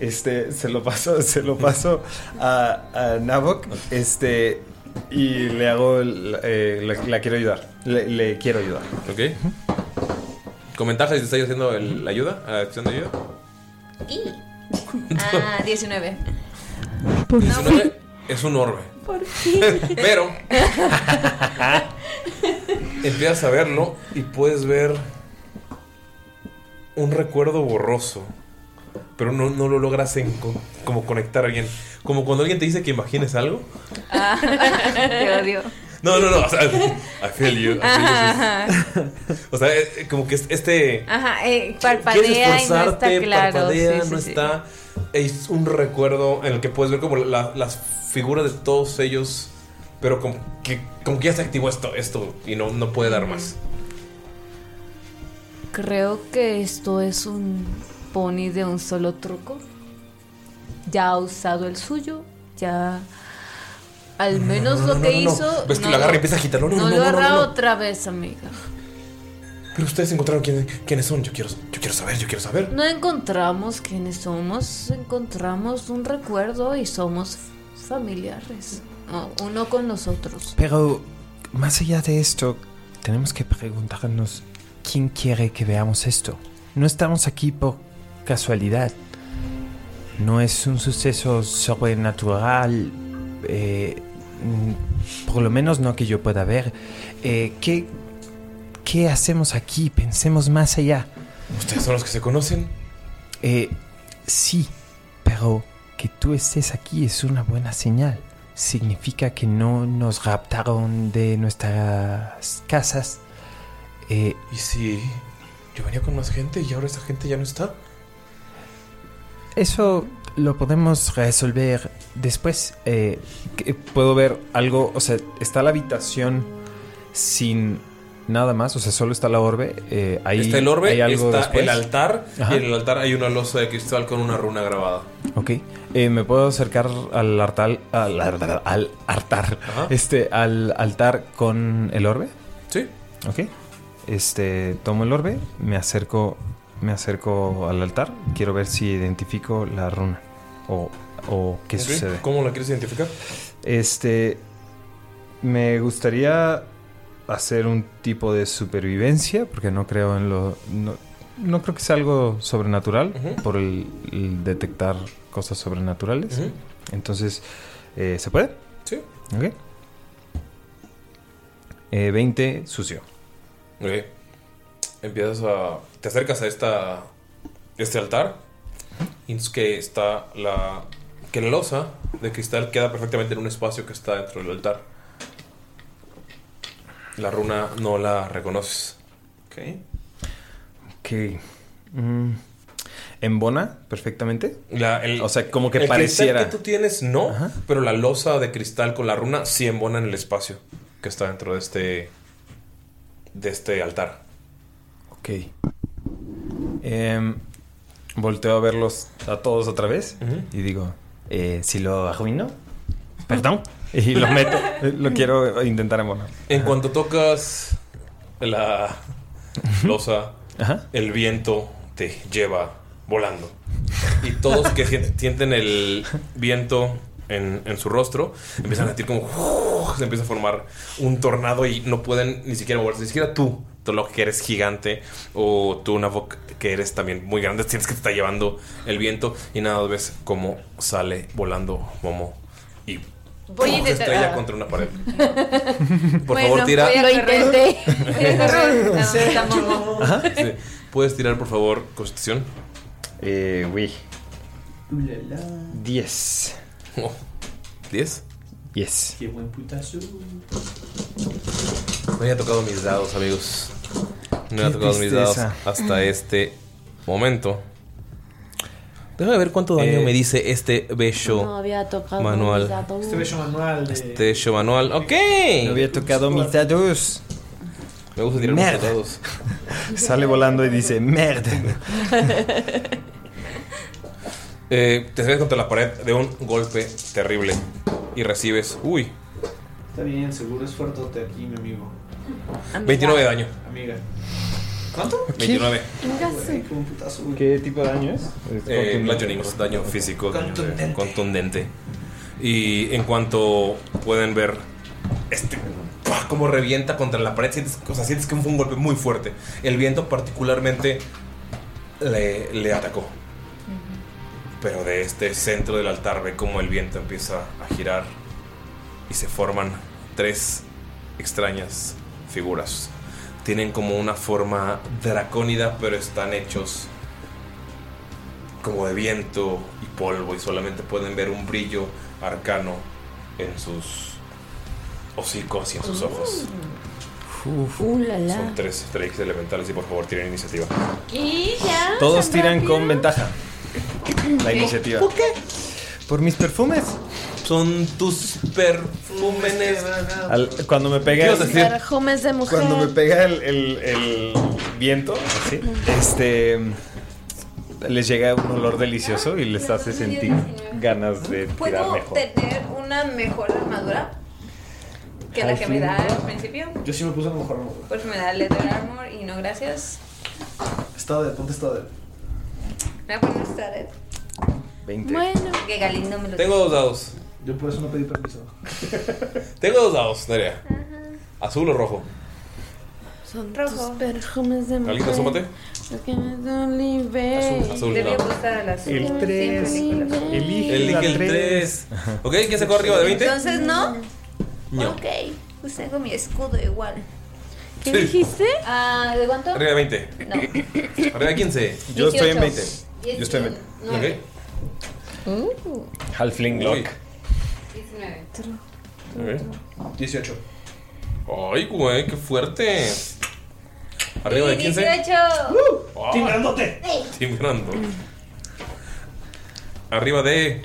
S4: este, se lo paso, se lo paso a, a Nabok. Este, y le hago, el- eh, la, la quiero ayudar. Le, le quiero ayudar.
S1: Ok. ¿Con ventaja si te estáis haciendo el- la ayuda? ¿La acción de ayuda?
S21: Y. Ah, 19.
S1: Es un orbe. Es un orbe.
S21: ¿Por qué?
S1: Pero. Empiezas a verlo y puedes ver un recuerdo borroso. Pero no, no lo logras en- co- como conectar a alguien. Como cuando alguien te dice que imagines algo.
S6: Ah, te odio.
S1: No, no, no. O sea, I feel you. I feel you.
S6: Ajá, ajá.
S1: O sea, eh, como que es- este.
S6: Ajá, eh,
S1: Quieres
S6: parpadea y no
S1: esforzarte,
S6: está claro.
S1: parpadea,
S6: sí,
S1: no
S6: sí, sí.
S1: está. Es un recuerdo en el que puedes ver como la- las figuras de todos ellos, pero como que, como que ya se activó esto, esto y no, no puede dar más.
S6: Creo que esto es un pony de un solo truco. Ya ha usado el suyo, ya al menos
S1: no, no,
S6: lo que
S1: no, no, no.
S6: hizo.
S1: Ves que
S6: no
S1: lo agarra y empieza a agitar. No, no, no,
S6: lo
S1: no, no,
S6: hará
S1: no.
S6: otra vez, amiga.
S1: Pero ustedes encontraron quién- quiénes son. Yo quiero, yo quiero saber, yo quiero saber.
S6: No encontramos quiénes somos, encontramos un recuerdo y somos familiares, o uno con los otros.
S4: Pero más allá de esto, tenemos que preguntarnos quién quiere que veamos esto. No estamos aquí por casualidad. No es un suceso sobrenatural. eh, mm, por lo menos no que yo pueda ver. Eh, ¿qué, ¿Qué hacemos aquí? Pensemos más allá.
S1: Ustedes son los que se conocen.
S4: Eh, sí, pero que tú estés aquí es una buena señal. Significa que no nos raptaron de nuestras casas. Eh,
S1: ¿Y si yo venía con más gente y ahora esa gente ya no está?
S4: Eso lo podemos resolver después. Eh,
S20: que- Puedo ver algo, o sea, está la habitación sin nada más, o sea, solo está la orbe. eh, ahí
S1: está el orbe,
S20: hay algo
S1: está
S20: después.
S1: el altar
S20: Ajá.
S1: y en el altar hay una losa de cristal con una runa grabada.
S20: Ok. Eh, ¿Me puedo acercar al altar, al, al, al altar,
S1: Ajá.
S20: este, al altar con el orbe?
S1: Sí.
S20: Ok. Este, tomo el orbe, me acerco, me acerco al altar. Quiero ver si identifico la runa o, o qué
S1: Ok,
S20: sucede.
S1: ¿Cómo la quieres identificar?
S20: Este, me gustaría hacer un tipo de supervivencia porque no creo en lo, no, no creo que sea algo sobrenatural
S1: Ujú.
S20: por el, el detectar cosas sobrenaturales.
S1: Ujú.
S20: Entonces, eh, ¿se puede?
S1: Sí.
S20: Ok. Eh, 20 sucio.
S1: Ok. Empiezas a. Te acercas a esta. Este altar. Y es que está la. Que la losa de cristal queda perfectamente en un espacio que está dentro del altar. La runa no la reconoces.
S20: Ok. Ok. Mm. Embona perfectamente.
S1: La- el-
S20: o sea, como que
S1: el cristal
S20: pareciera.
S1: que tú tienes, no. Pero la losa de cristal con la runa sí embona en el espacio que está dentro de este. De este altar.
S20: Ok. Em, volteo a verlos a todos otra vez y digo, eh, si lo arruino, perdón, y lo meto, Eh, lo quiero intentar embonar.
S1: En cuanto tocas la losa,
S20: Ajá.
S1: el viento te lleva volando. Y todos que sien- sienten el viento en, en su rostro empiezan a sentir como ¡uh! se empieza a formar un tornado y no pueden ni siquiera moverse. Ni siquiera tú, tú lo que eres gigante, o tú, Nabok, que eres también muy grande, tienes que te está llevando el viento. Y nada, ves cómo sale volando Momo y
S6: Voy a
S1: se
S6: intentar-
S1: estrella
S6: ah.
S1: contra una pared. Por
S6: Bueno,
S1: favor, tira.
S6: voy a correr.
S1: Lo
S6: Ah, estamos-
S1: Sí. ¿Puedes tirar, por favor, Constitución?
S4: Eh, oui. 10.
S1: Oh, ¿10?
S4: Yes.
S23: Qué buen putazo.
S1: No había tocado mis dados, amigos. No
S4: Qué
S1: había tocado mis dados
S4: tristeza.
S1: hasta este momento. Déjame ver cuánto daño
S4: Eh,
S1: me dice este bello
S19: No había tocado mis
S1: manual.
S19: dados.
S23: Este bello manual de.
S1: Este bello manual. ¡Ok!
S4: No había tocado mis dados.
S1: Me gusta tirar muchos
S4: Merda.
S1: dados.
S4: Sale volando y dice, merda.
S1: Eh, te sales contra la pared de un golpe terrible y recibes, uy,
S23: Está bien, seguro es fuertote aquí, mi amigo.
S1: 29 de daño.
S23: Amiga.
S2: ¿Cuánto?
S1: 29.
S4: ¿Qué tipo de daño es?
S1: Eh, bludgeoning, daño físico daño de- contundente. Y en cuanto pueden ver, este, ¡pua! como revienta contra la pared, sientes, o sea, sientes que fue un golpe muy fuerte. El viento particularmente le, le atacó. Pero de este centro del altar ve como el viento empieza a girar y se forman tres extrañas figuras. Tienen como una forma dracónida, pero están hechos como de viento y polvo y solamente pueden ver un brillo arcano en sus hocicos y en sus ojos.
S3: Mm. Uh, la, la.
S1: Son tres Drakes elementales y por favor tienen iniciativa.
S3: ¿Y ya?
S19: Ah,
S4: Todos tiran con ventaja la iniciativa.
S3: ¿Por
S1: qué?
S4: Por mis perfumes.
S1: Son tus perfúmenes.
S4: Al- cuando me pega el,
S3: Perfumes de mujer.
S4: cuando me pega el, el- el viento, así, este les llega un olor delicioso y les hace sentir ganas de tirar
S27: ¿Puedo
S4: mejor.
S27: tener una mejor armadura que la que me da al principio?
S2: Yo sí me puse a lo mejor. ¿no?
S27: Porque me da Leather Armor y no gracias.
S2: Está de, ponte está de.
S27: Me voy a poner esta red.
S4: 20.
S27: Bueno. Que Galindo me lo
S1: Tengo dos dados.
S2: Yo por eso no pedí permiso.
S1: Tengo dos dados, Nerea. Azul o rojo.
S3: Son tus perfumes de mujer.
S1: ¿Alguien asómate?
S3: Lo que me da un nivel.
S1: Azul, azul, Debía no.
S27: gustar el azul.
S1: El
S3: tres.
S1: Elige, el 3. Ok, ¿quién sacó arriba de 20?
S6: Entonces, ¿no?
S1: No.
S6: Ok, pues tengo mi escudo igual.
S1: ¿Qué Sí. dijiste?
S6: Ah, ¿de cuánto?
S1: Arriba de 20.
S6: No.
S1: Arriba de 15.
S4: Yo estoy en 20.
S6: 18.
S4: Yo estoy en 20.
S6: Nueve. Uh,
S4: Halfling Glock.
S6: 19.
S2: 18.
S1: Ay, güey, qué fuerte. Arriba de 15.
S6: 18.
S1: Ah.
S2: Timbrandote.
S1: Timbrando. Arriba de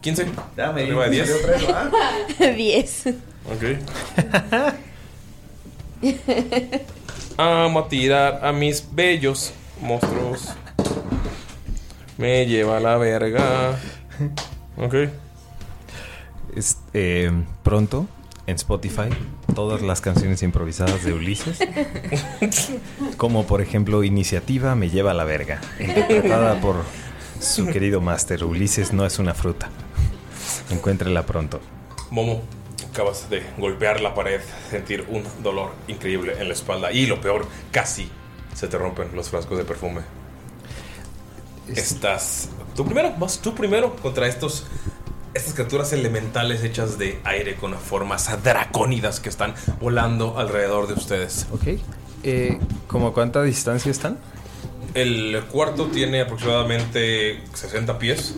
S1: 15. Arriba de 10.
S3: 10.
S4: ¿ah?
S1: Ok. Amo a tirar a mis bellos monstruos. Me lleva la verga. Ok.
S4: Es- eh, pronto en Spotify todas las canciones improvisadas de Ulises, como por ejemplo Iniciativa me lleva a la verga, interpretada por su querido máster Ulises no es una fruta. Encuéntrela pronto.
S1: Momo, acabas de golpear la pared, sentir un dolor increíble en la espalda y lo peor, casi se te rompen los frascos de perfume. Estás tú primero, vas tú primero contra estos estas criaturas elementales hechas de aire con formas dracónidas que están volando alrededor de ustedes.
S4: Ok. Eh, ¿Cómo a cuánta distancia están?
S1: El cuarto tiene aproximadamente 60 pies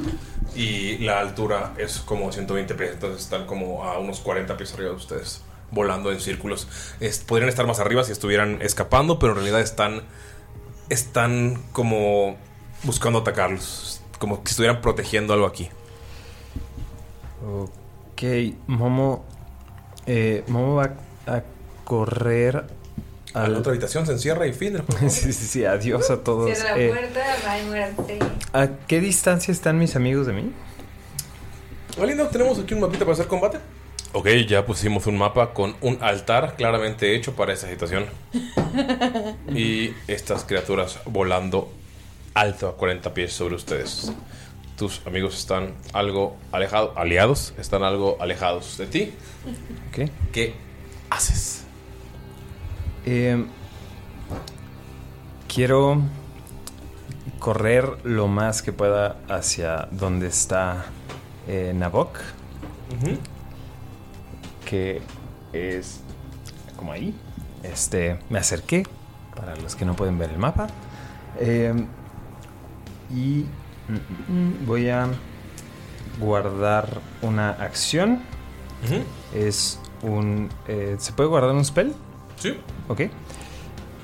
S1: y la altura es como 120 pies, entonces están como a unos 40 pies arriba de ustedes, volando en círculos. Es- podrían estar más arriba si estuvieran escapando, pero en realidad están, están como buscando atacarlos, como que estuvieran protegiendo algo aquí.
S4: Ok, Momo. eh, Momo va a correr
S1: A la otra habitación se encierra y fin.
S4: sí, sí, sí, adiós a todos.
S27: Cierra la
S4: Eh,
S27: puerta, va y muérete.
S4: ¿A qué distancia están mis amigos de mí?
S1: Galindo, tenemos aquí un mapita para hacer combate. Ok, ya pusimos un mapa con un altar claramente hecho para esa situación. Y estas criaturas volando alto a 40 pies sobre ustedes. Tus amigos están algo alejados, aliados, están algo alejados de ti.
S4: Ok.
S1: ¿Qué haces?
S4: Eh, quiero correr lo más que pueda hacia donde está eh, Nabok.
S1: Ujú.
S4: Que es como ahí. Este, me acerqué, para los que no pueden ver el mapa. Eh, y mm, mm, mm, voy a guardar una acción. Es un... eh, ¿Se puede guardar un spell?
S1: Sí.
S4: Ok.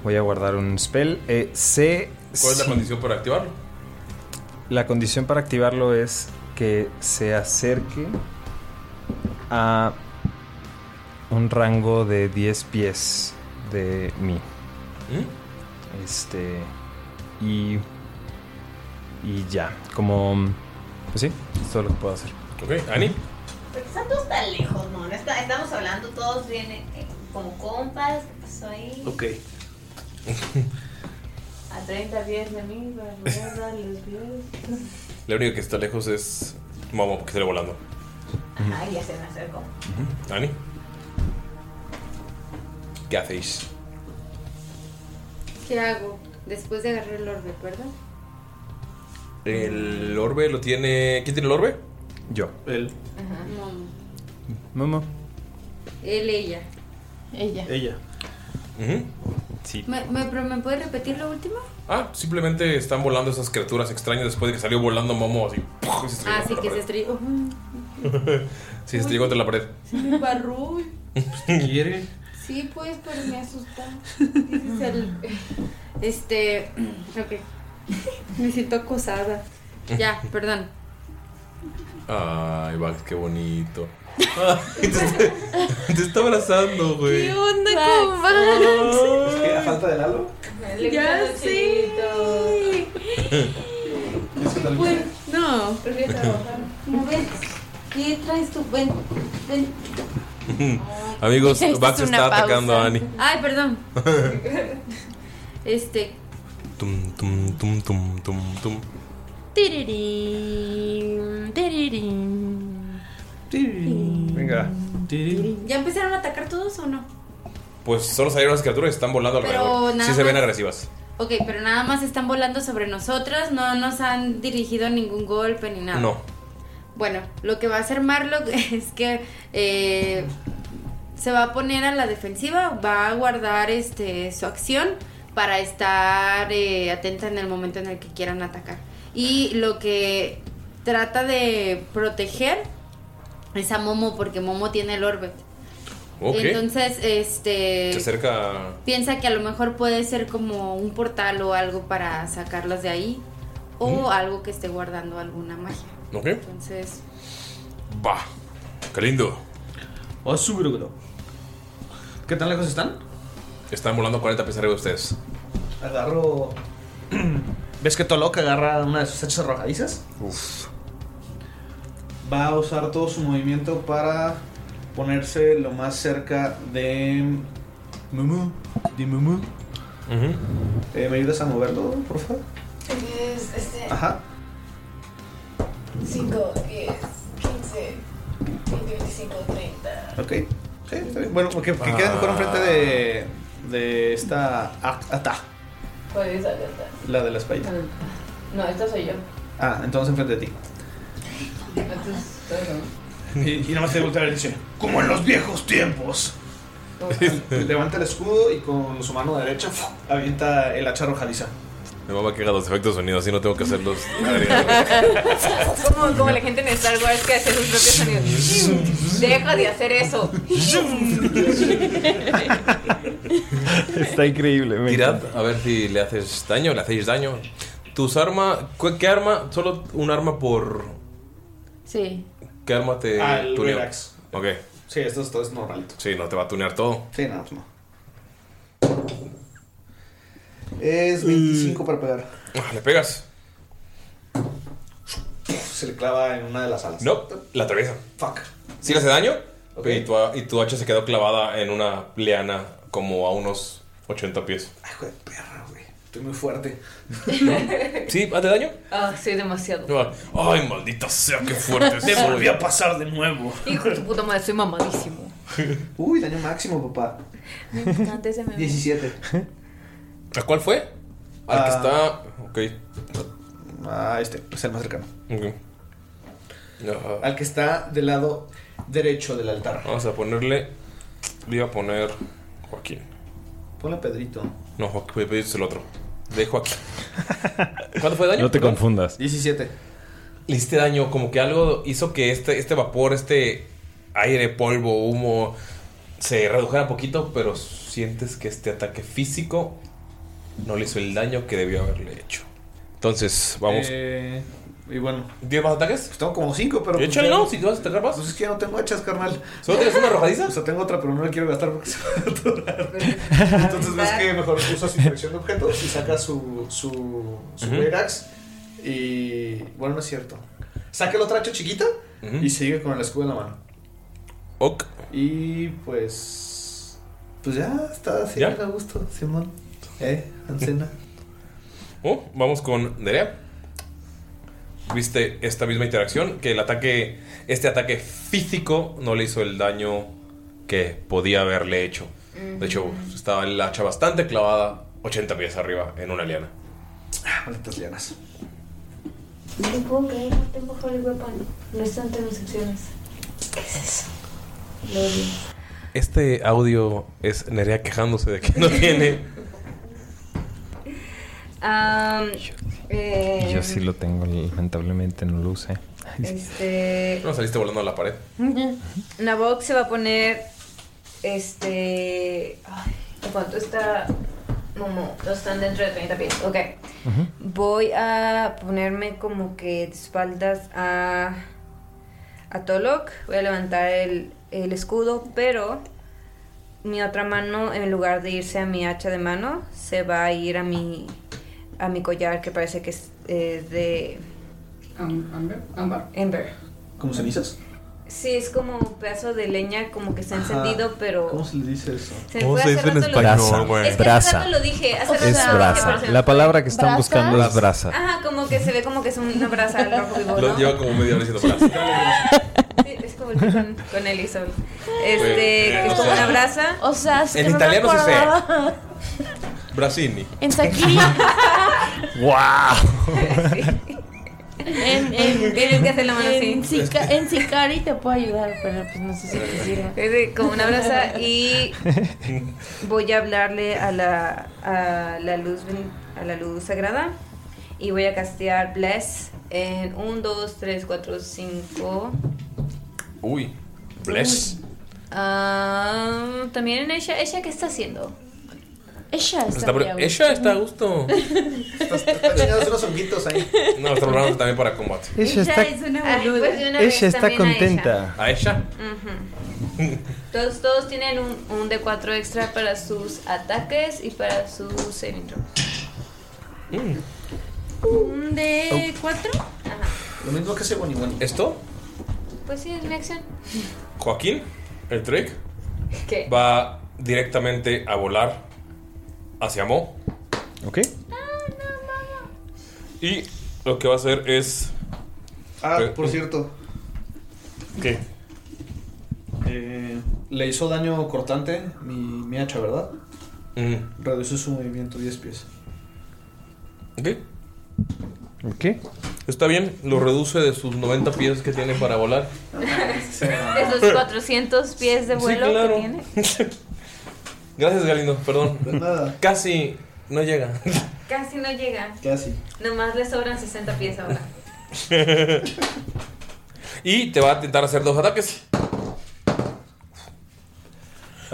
S4: Voy a guardar un spell. Eh, sé
S1: ¿Cuál es la
S4: si-
S1: condición para activarlo?
S4: La condición para activarlo es que se acerque a un rango de 10 pies de mí. Hmm? Este. Y. Y ya. Como. Pues sí, es todo lo que puedo hacer.
S1: Ok, Ani.
S6: Pero Santos está lejos, ¿no? no está- estamos hablando todos bien eh, como compas. ¿qué pasó ahí?
S2: Ok.
S19: A 30 pies de mí para poder dar los pies.
S1: Lo único que está lejos es Momo, que sale volando.
S19: Ay, ya se me acercó.
S1: ¿Ani? ¿Qué hacéis?
S5: ¿Qué hago? Después de agarrar el orbe, ¿verdad?
S1: El orbe lo tiene. ¿Quién tiene el orbe?
S4: Yo.
S1: Él.
S5: Ajá. Momo.
S4: Momo.
S5: Él, ella. Ella.
S1: Ella. Sí.
S5: ¿Me, me, pero ¿me puedes repetir lo último?
S1: Ah, simplemente están volando esas criaturas extrañas después de que salió volando Momo así. ¡puf! y se estrelló
S5: Ah,
S1: contra
S5: sí, que se
S1: la pared.
S5: estrelló.
S1: Sí, se estrelló contra la pared.
S5: Sí, me embarró.
S1: ¿Quiere?
S5: Sí, pues, pero me asusta. Dices el- Este. Ok. Me siento acosada. Ya, perdón.
S1: Ay, Vax, qué bonito. Ay, te, está, te está abrazando, güey.
S22: onda
S5: con
S23: Es que a falta de Lalo.
S5: Ya sí. Pues, no. No, ven. ¿Qué traes tú? Ven, ven.
S1: Amigos,
S5: Esto es
S1: Vax
S5: una
S1: está atacando a
S5: pausa.
S1: Ani.
S5: Ay, perdón. Este.
S1: Tum, tum, tum, tum, tum, tum.
S5: tirirín, tirirín.
S1: Venga.
S5: ¿Ya empezaron a atacar todos o no?
S1: Pues solo salieron las criaturas y están volando
S5: Pero
S1: alrededor.
S5: nada
S1: Sí se ven
S5: más.
S1: agresivas.
S5: Ok, pero nada más están volando sobre nosotras, no nos han dirigido ningún golpe ni nada.
S1: No.
S5: Bueno, lo que va a hacer Marlock es que eh, se va a poner a la defensiva, va a guardar este su acción para estar eh, atenta en el momento en el que quieran atacar. Y lo que trata de proteger es a Momo, porque Momo tiene el Orbit.
S1: Ok.
S5: Entonces, este
S1: Se acerca.
S5: piensa que a lo mejor puede ser como un portal o algo para sacarlas de ahí o
S1: Mm.
S5: algo que esté guardando alguna magia.
S1: Ok.
S5: Entonces,
S1: Va. Qué lindo.
S2: O ¿Qué tan lejos están?
S1: Están volando 40 pies arriba de ustedes.
S2: Agarro. ¿Ves que Tolok agarra una de sus hachas arrojadizas?
S1: Uf.
S2: Va a usar todo su movimiento para ponerse lo más cerca de. Mumu. De Mumu. Eh, ¿Me ayudas a moverlo, por favor?
S28: Es este.
S2: Ajá.
S28: 5, 10, 15, 20, 25, 30.
S2: Ok. Sí, está bien. Bueno, que, que quedan fuera enfrente de. De esta. Ata.
S28: ¿Cuál es la carta?
S2: La de la espalda.
S28: No, esta soy yo.
S2: Ah, entonces enfrente de ti.
S28: Entonces, todo.
S2: Y, nada más te voltea y dice: Como en los viejos tiempos. Levanta el escudo y con su mano derecha ¡fua! avienta el hacha arrojadiza.
S1: Mi mamá que haga los efectos de sonido, así no tengo que hacerlos.
S6: como, como la gente en Star Wars que hace sus propios sonidos. Deja de hacer eso.
S1: Está increíble. Tirad a ver si le haces daño, le hacéis daño. Tus armas. ¿cu- ¿Qué arma? Solo un arma por.
S5: sí.
S1: ¿Qué arma te
S2: Ah, el
S1: tuneó?
S2: Relax.
S1: Ok.
S2: Sí, esto es, todo es normalito.
S1: Sí, no te va a tunear todo.
S2: Sí, nada, no.
S1: Mm.
S2: Es 25 para pegar.
S1: Ah, Le pegas.
S2: Se le clava en una de las alas.
S1: No, la atraviesa.
S2: Fuck.
S1: Sí le hace daño. Y, tu, y tu hacha se quedó clavada en una liana como a unos 80 pies.
S2: Estoy muy fuerte.
S1: ¿Sí? ¿Hace daño?
S6: Ah, sí, demasiado.
S1: Ay, maldita sea, qué fuerte
S6: Me
S1: soy.
S6: volvió a
S2: pasar de nuevo.
S6: Hijo de tu puta madre, soy mamadísimo.
S2: Uy, daño máximo, papá.
S6: Me encanta ese meme.
S2: 17.
S1: ¿A cuál fue? Al que está. Ok.
S2: Ah, este, es el más cercano.
S1: Ajá.
S2: Al que está del lado derecho del altar.
S1: Vamos a ponerle. Le iba a poner Joaquín.
S2: Ponle a Pedrito.
S1: No, Joaquín es el otro. De Joaquín. ¿Cuánto fue de daño?
S20: No te
S1: Perdón.
S20: confundas.
S2: 17.
S1: Le hiciste daño, como que algo hizo que este, este vapor, este aire, polvo, humo, se redujera poquito, pero sientes que este ataque físico no le hizo el daño que debió haberle hecho. Entonces, vamos.
S2: Eh, y bueno. Pues
S1: ¿10 más ataques?
S2: tengo como 5, pero.
S1: Échale,
S2: ya
S1: ¿no? Si tú vas a atacar más.
S2: Pues es que ya no tengo hachas, carnal.
S1: ¿Solo tienes una arrojadiza?
S2: O sea, tengo otra, pero no la quiero gastar porque se va a atorar. Entonces ves que mejor usa su colección de objetos y saca su. su. su
S1: Ujú.
S2: great axe. Y. bueno, no es cierto. Saca la otra hacha chiquita y sigue con el escudo en la mano.
S1: Ok.
S2: Y pues. Pues ya está
S1: ¿Ya?
S2: haciendo a gusto, Simón. Eh, Ancena.
S1: Oh, vamos con Nerea. Viste esta misma interacción, que el ataque, este ataque físico no le hizo el daño que podía haberle hecho. De hecho,
S29: Ujú.
S1: estaba el hacha bastante clavada, 80 pies arriba, en una liana.
S2: Ah, Malditas lianas.
S30: No puedo creer, no tengo Holy Weapon. No están entre mis opciones. ¿Qué es eso? Lo odio.
S1: Este audio es Nerea quejándose de que no tiene.
S6: Am, eh,
S4: Yo sí lo tengo, lamentablemente no lo usé.
S6: Este.
S1: No saliste volando a la pared.
S6: Nabok se va a poner. Este. ay, ¿Cuánto está? Momo, no están dentro de 30 pies. Ok. Voy a ponerme como que de espaldas a. A Tolok. Voy a levantar el, el escudo, pero. Mi otra mano, en lugar de irse a mi hacha de mano, se va a ir a mi. A mi collar que parece que es eh, de.
S30: Amber. Amber.
S6: Ember.
S2: ¿Como cenizas?
S6: Sí, es como un pedazo de leña, como que está encendido,
S2: Ajá.
S6: pero.
S2: ¿Cómo se le dice eso?
S6: Se me ¿Cómo fue, se hace dice en rato lo- español, güey? Es que hace rato lo dije, hace rato
S4: es
S6: lo
S4: brasa.
S6: dije,
S4: La palabra que están
S6: ¿Brasa?
S4: buscando es brasa.
S6: Ajá, como que se ve como que es una brasa al rojo vivo,
S1: Lo
S6: ¿no?
S1: lleva como media hora diciendo
S6: Sí, es como el que con, con el Isol.
S1: Güey,
S6: Este, que es
S1: o
S6: como
S1: sea-
S6: una brasa. O sea,
S1: que En no me italiano sí sé. Brasini.
S6: En Sakiri.
S1: ¡Wow!
S3: En, en,
S6: Tienes que hacer la mano así.
S3: en, Sica- en Sicari te puedo ayudar, pero pues no sé si te sirva.
S6: Es de- como una brasa y voy a hablarle a la, a la luz ven- a la luz sagrada y voy a castear bless en 1 2 3 4 5
S1: Uy, bless.
S31: También en ella. ¿Ella qué está haciendo?
S3: Ella
S1: Está- pero ella está a gusto.
S29: Están llenados unos honguitos ahí.
S1: No, está hablando también para combate.
S4: Ella está,
S6: Ah, pues de una vez
S4: ella está
S6: también a
S4: contenta.
S1: ¿A ella?
S6: Ujú. Todos, todos tienen un, un D4 extra para sus ataques y para sus saving throws.
S1: Mm.
S3: ¿Un
S4: Oh.
S3: D4?
S1: Lo mismo que hace Bonnie ¿Esto?
S6: Pues sí, es mi acción.
S1: Joaquín, el trick,
S6: ¿Qué?
S1: va directamente a volar hacia Mo.
S4: ¿Ok?
S1: Y lo que va a hacer es.
S2: Ah,
S1: Eh,
S2: por cierto.
S1: ¿Qué?
S2: Eh, le hizo daño cortante mi, mi hacha, ¿verdad?
S1: Mm.
S2: Reduce su movimiento 10 pies.
S4: ¿Qué?
S1: Está bien, lo reduce de sus 90 pies que tiene para volar.
S31: Esos 400 pies de vuelo que tiene.
S1: Gracias, Galindo, perdón. Casi no llega.
S6: Casi no llega.
S1: Casi.
S6: Nomás le sobran 60 pies ahora.
S1: y te va a intentar hacer dos ataques.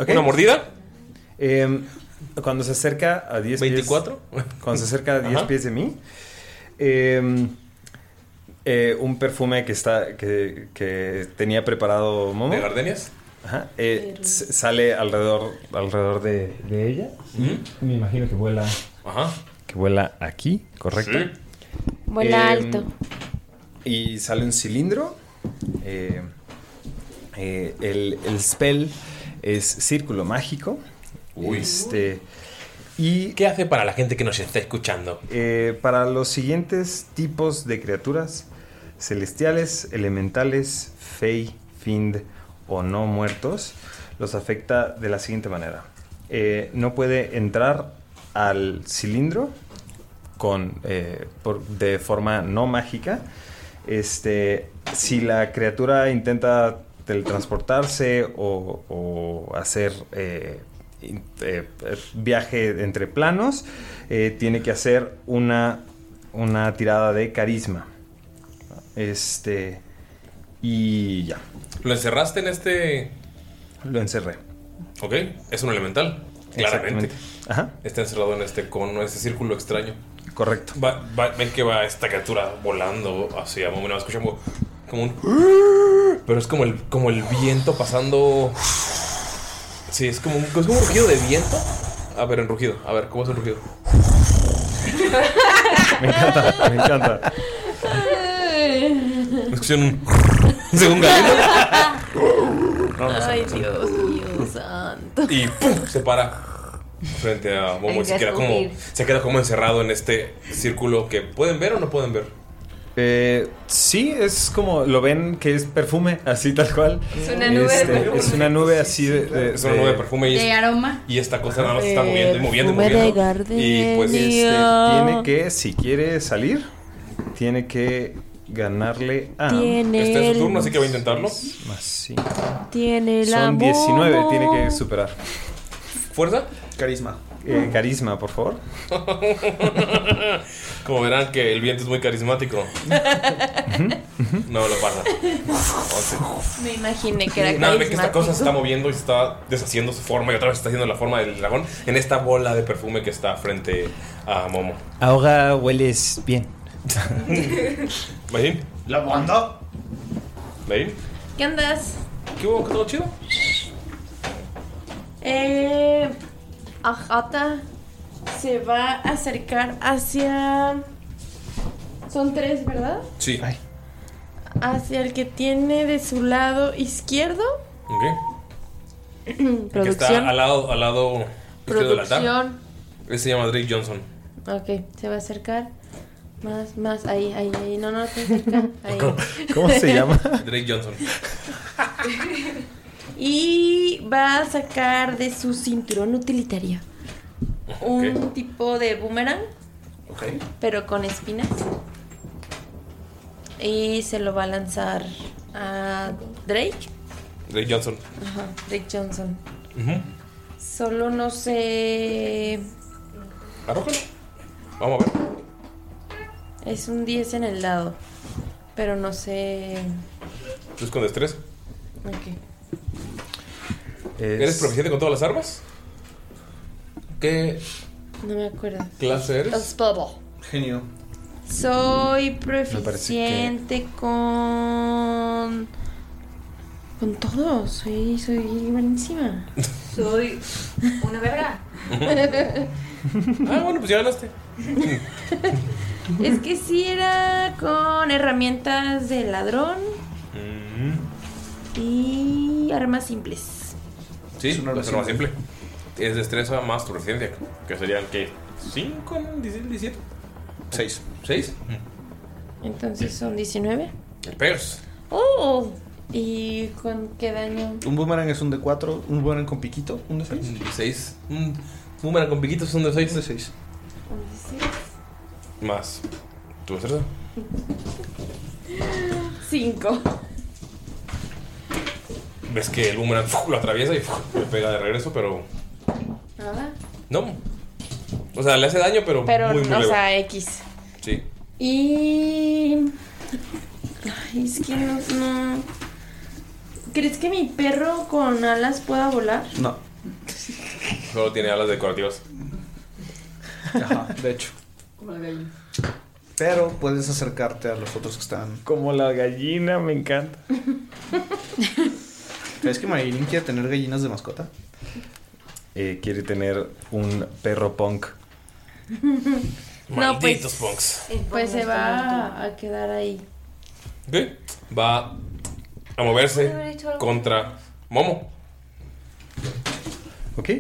S1: Una mordida.
S4: Eh, cuando se acerca a 10
S1: ¿24?
S4: pies. Cuando se acerca a 10
S1: Ajá.
S4: pies de mí. eh, eh, un perfume que está. que, que tenía preparado Momo.
S1: ¿De gardenias?
S4: Ajá. eh, s- sale alrededor, alrededor de, de ella. Me imagino que vuela.
S1: Ajá.
S4: Que vuela aquí, correcto.
S1: Sí.
S3: Vuela
S4: Eh,
S3: alto.
S4: Y sale un cilindro. Eh, eh, el, el spell es círculo mágico.
S1: Uy.
S4: Este, y eh,
S1: ¿Qué hace para la gente que nos está escuchando?
S4: para los siguientes tipos de criaturas celestiales, elementales, fey, find o no muertos, los afecta de la siguiente manera. Eh, no puede entrar al cilindro con, eh, por- de forma no mágica. Este, si la criatura intenta teletransportarse o, o hacer eh, in- eh, eh, viaje entre planos, eh, tiene que hacer una, una tirada de carisma. Este, y ya,
S1: ¿Lo encerraste en este.?
S4: lo encerré.
S1: Ok, es un elemental. Claramente.
S4: Exactamente. Ajá.
S1: Está encerrado en este cono, ese círculo extraño.
S4: Correcto.
S1: Va, va- ven que va esta criatura volando hacia Momo. Nada más escuchan como, como un. Pero es como el, como el viento pasando. Sí, es como, un, es como un rugido de viento. A ver, en rugido. A ver, ¿cómo es un rugido?
S4: Me encanta, me encanta.
S1: Escuchan un. Según Galindo.
S3: Ay, Dios mío, santo.
S1: Y ¡pum! se para. frente a Momo y
S6: Hay
S1: se
S6: que
S1: queda, como,
S6: escupir.
S1: se queda como encerrado en este círculo que pueden ver o no pueden ver.
S4: Eh, sí, es como lo ven que es perfume, así tal cual. Este,
S5: Es una nube de perfume.
S4: Es una nube así de,
S1: Es una nube de perfume
S5: De aroma.
S1: Y esta cosa nada más está moviendo y moviendo y
S5: Perfume de
S1: moviendo.
S5: gardenia.
S1: Y pues
S4: Este,
S5: Dios.
S4: tiene que, si quiere salir, tiene que ganarle a.
S1: Tiene Este es su turno, así que va a intentarlo.
S4: Más sí.
S1: Tiene la
S4: Son 19,
S1: momo.
S4: tiene que superar.
S1: ¿Fuerza?
S2: Carisma.
S4: Eh, carisma, por favor.
S1: Como verán que el viento es muy carismático. No, lo pasa. Once.
S3: Me imaginé que era
S1: Nada, ve que esta
S3: carismático.
S1: cosa se está moviendo y se está deshaciendo su forma y otra vez está haciendo la forma del dragón en esta bola de perfume que está frente a Momo.
S32: Ahora hueles bien.
S1: ¿Vahim?
S10: ¿La banda?
S1: ¿Vahim?
S3: ¿Qué andas?
S1: ¿Qué hubo? ¿Todo chido?
S3: Eh, Ajata se va a acercar hacia... Son tres, ¿verdad?
S1: Sí.
S3: Hacia el que tiene de su lado izquierdo.
S1: Ok. El que está
S3: Producción.
S1: al lado, al lado izquierdo del altar.
S3: Producción.
S1: Ese se llama Drake Johnson.
S3: Ok, se va a acercar. Más, más, ahí, ahí, ahí. No, no, se acerca. Ahí.
S1: Drake Johnson.
S3: Y va a sacar de su cinturón utilitario un tipo de boomerang,
S1: Ok.
S3: pero con espinas. Y se lo va a lanzar a Drake.
S1: Drake Johnson.
S3: Ajá, Drake Johnson.
S1: Ujú.
S3: Solo no sé.
S1: Arrójalo. Vamos a ver.
S3: Es un 10 en el lado. Pero no sé.
S1: ¿Tú con destreza?
S3: Ok.
S1: ¿Eres proficiente con todas las armas? ¿Qué
S3: No me acuerdo.
S1: clase eres?
S3: Spellball.
S1: Genio.
S3: Soy
S1: parece que-
S3: proficiente con. Con todo. Soy, soy buenísima.
S6: Soy una verga.
S1: Ah, bueno, pues ya ganaste.
S3: es que sí era con herramientas de ladrón y armas simples.
S1: Sí, pues, es una arma simple. Es destreza más tu proficiencia, que serían que 5, 17, 6. 6.
S3: Entonces son 19.
S1: Pegas.
S3: ¡Oh! ¿Y con qué daño?
S2: Un boomerang es un de 4, un boomerang con piquito, un de 6.
S1: Un de 6. Un boomerang con piquitos es un de 6.
S2: de 6.
S1: Más. ¿Tu destreza?
S3: 5.
S1: Ves que el boomerang ¡fuf! lo atraviesa y ¡fuf! le pega de regreso, pero
S3: Nada.
S1: no. O sea, le hace daño, pero,
S3: Pero,
S1: muy, muy
S3: o
S1: leve.
S3: sea, X.
S1: Sí.
S3: Y. Ay, es que no, no. ¿Crees que mi perro con alas pueda volar?
S1: No. Solo tiene alas decorativas.
S2: Ajá, de hecho.
S3: Como la gallina.
S2: Pero puedes acercarte a los otros que están. Como la gallina, me encanta. ¿Sabes que Marilyn quiere tener gallinas de mascota?
S4: Eh, quiere tener un perro punk.
S3: No, pues.
S1: Malditos punks.
S3: Pues se va a quedar ahí.
S1: Ok. Va a moverse
S3: Haber hecho algo.
S1: contra Momo.
S2: Ok.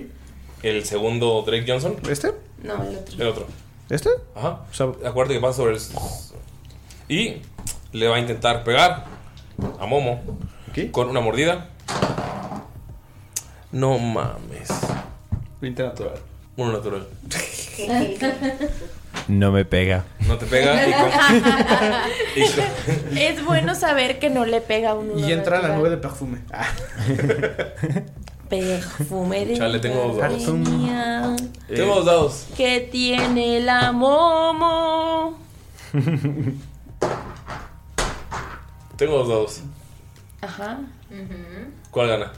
S1: El segundo Drake Johnson.
S2: ¿Este?
S3: No, el otro.
S1: El otro.
S2: ¿Este?
S1: Ajá. Acuérdate que pasa sobre el. Y le va a intentar pegar a Momo con una mordida. No mames.
S2: 20 natural.
S1: Uno natural.
S4: No me pega.
S1: No te pega y con- y con-
S3: es bueno saber que no le pega a uno.
S2: Y entra la nube de perfume. Ah.
S3: Perfume de.
S1: Chale, tengo dos dados.
S3: gardenia
S1: Tengo dos dados.
S3: Que tiene la momo.
S1: Tengo dos dados.
S3: Ajá.
S1: ¿Cuál gana?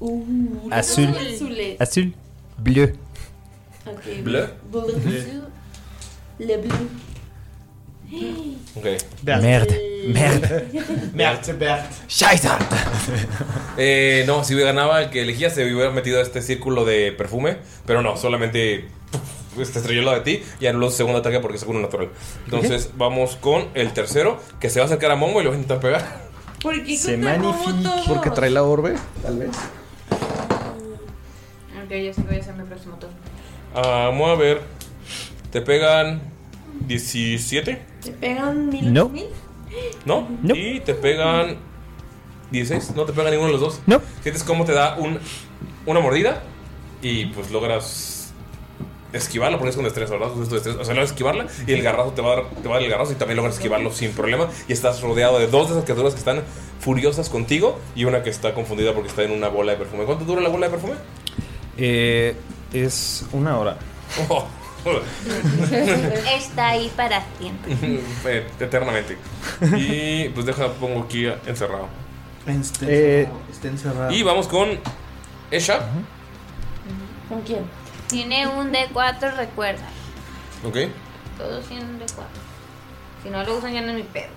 S3: Uh,
S32: Azul.
S3: azules.
S32: Azul. Bleu.
S3: Ok.
S1: Bleu.
S3: Blue.
S1: Bleu.
S3: Le bleu. Hey.
S1: Ok.
S32: Merde. Merde.
S1: Merde,
S2: Bert.
S1: Eh, no, si hubiera ganaba el que elegía, se hubiera metido a este círculo de perfume. Pero no, solamente puf, te estrelló al lado de ti y anuló su segundo ataque porque es uno natural. Entonces vamos con el tercero, que se va a acercar a Momo y lo va a intentar pegar.
S3: ¿Por qué
S2: Se
S3: contra Momo todos?
S2: Porque trae la orbe, tal vez.
S6: Ok, yo sí voy a hacer mi próximo turno.
S1: Ah, vamos a ver. Te pegan 17,
S3: ¿Te pegan mil?
S1: No.
S3: mil?
S1: ¿no? Y te pegan 16. No te pega ninguno de los dos.
S20: No.
S1: Sientes cómo te da un, una mordida y pues logras esquivarla. Pones con destreza, ¿verdad? Con destreza. O sea, logras esquivarla y el garrazo te va, a dar, te va a dar el garrazo y también logras esquivarlo sin problema. Y estás rodeado de dos de esas criaturas que están furiosas contigo y una que está confundida porque está en una bola de perfume. ¿Cuánto dura la bola de perfume?
S4: Eh, es una hora.
S21: Está ahí para siempre.
S1: Eh, Eternamente. Y pues deja, pongo aquí encerrado.
S2: Está encerrado, está encerrado.
S1: Y vamos con Esha.
S3: ¿Con quién?
S21: Tiene un D4, recuerda.
S1: Ok.
S21: Todos tienen un D4. Si no lo usan, ya no es mi pedo.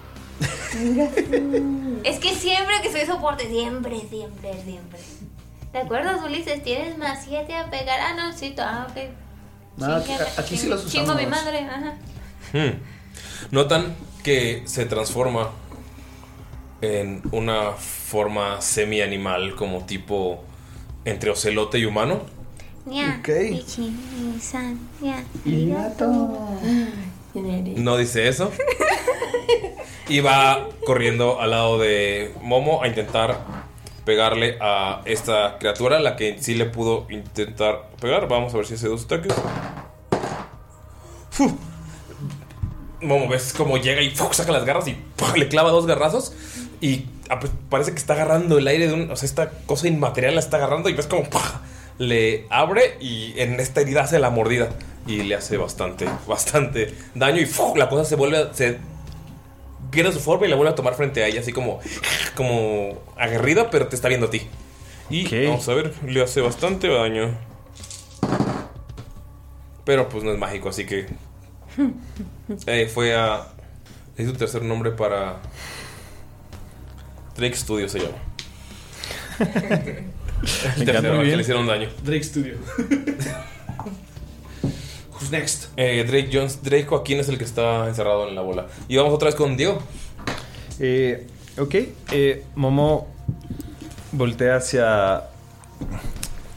S3: Mm,
S21: es que siempre que soy soporte, siempre, siempre, siempre. ¿Te acuerdas, Ulises? Tienes más 7 a pegar. Ah, no, sí, to- ah, ok.
S2: Ah, aquí-
S21: Chíngame-
S2: aquí sí los
S21: Chingo a mi
S2: usamos.
S21: madre, ajá.
S1: Hmm. Notan que se transforma en una forma semi-animal, como tipo entre ocelote y humano.
S21: Ya.
S1: Ok.
S21: san, ya.
S1: Y
S21: gato.
S1: No dice eso. Y va corriendo al lado de Momo a intentar pegarle a esta criatura, la que sí le pudo intentar pegar. Vamos a ver si hace dos ataques. ¡Fu! Momo, ves cómo llega y ¡fu! saca las garras y ¡pua! le clava dos garrazos. Y ap- parece que está agarrando el aire de un. O sea, esta cosa inmaterial la está agarrando y ves como ¡pua! le abre y en esta herida hace la mordida. Y le hace bastante, bastante daño. Y ¡fu! la cosa se vuelve. a- Se pierde su forma y la vuelve a tomar frente a ella, así como. Como aguerrida, pero te está viendo a ti. Y vamos a ver, le hace bastante daño. Pero pues no es mágico, así que eh, fue a. Es su tercer nombre para. Drake Studio se llama. El
S2: encanta.
S1: tercero
S2: Muy
S1: al que
S2: bien.
S1: le hicieron daño.
S2: Drake Studio. Who's next?
S1: Eh, Drake Jones, Drake Joaquín es el que está encerrado en la bola. Y vamos otra vez con Diego.
S4: Eh, ok, eh, Momo voltea hacia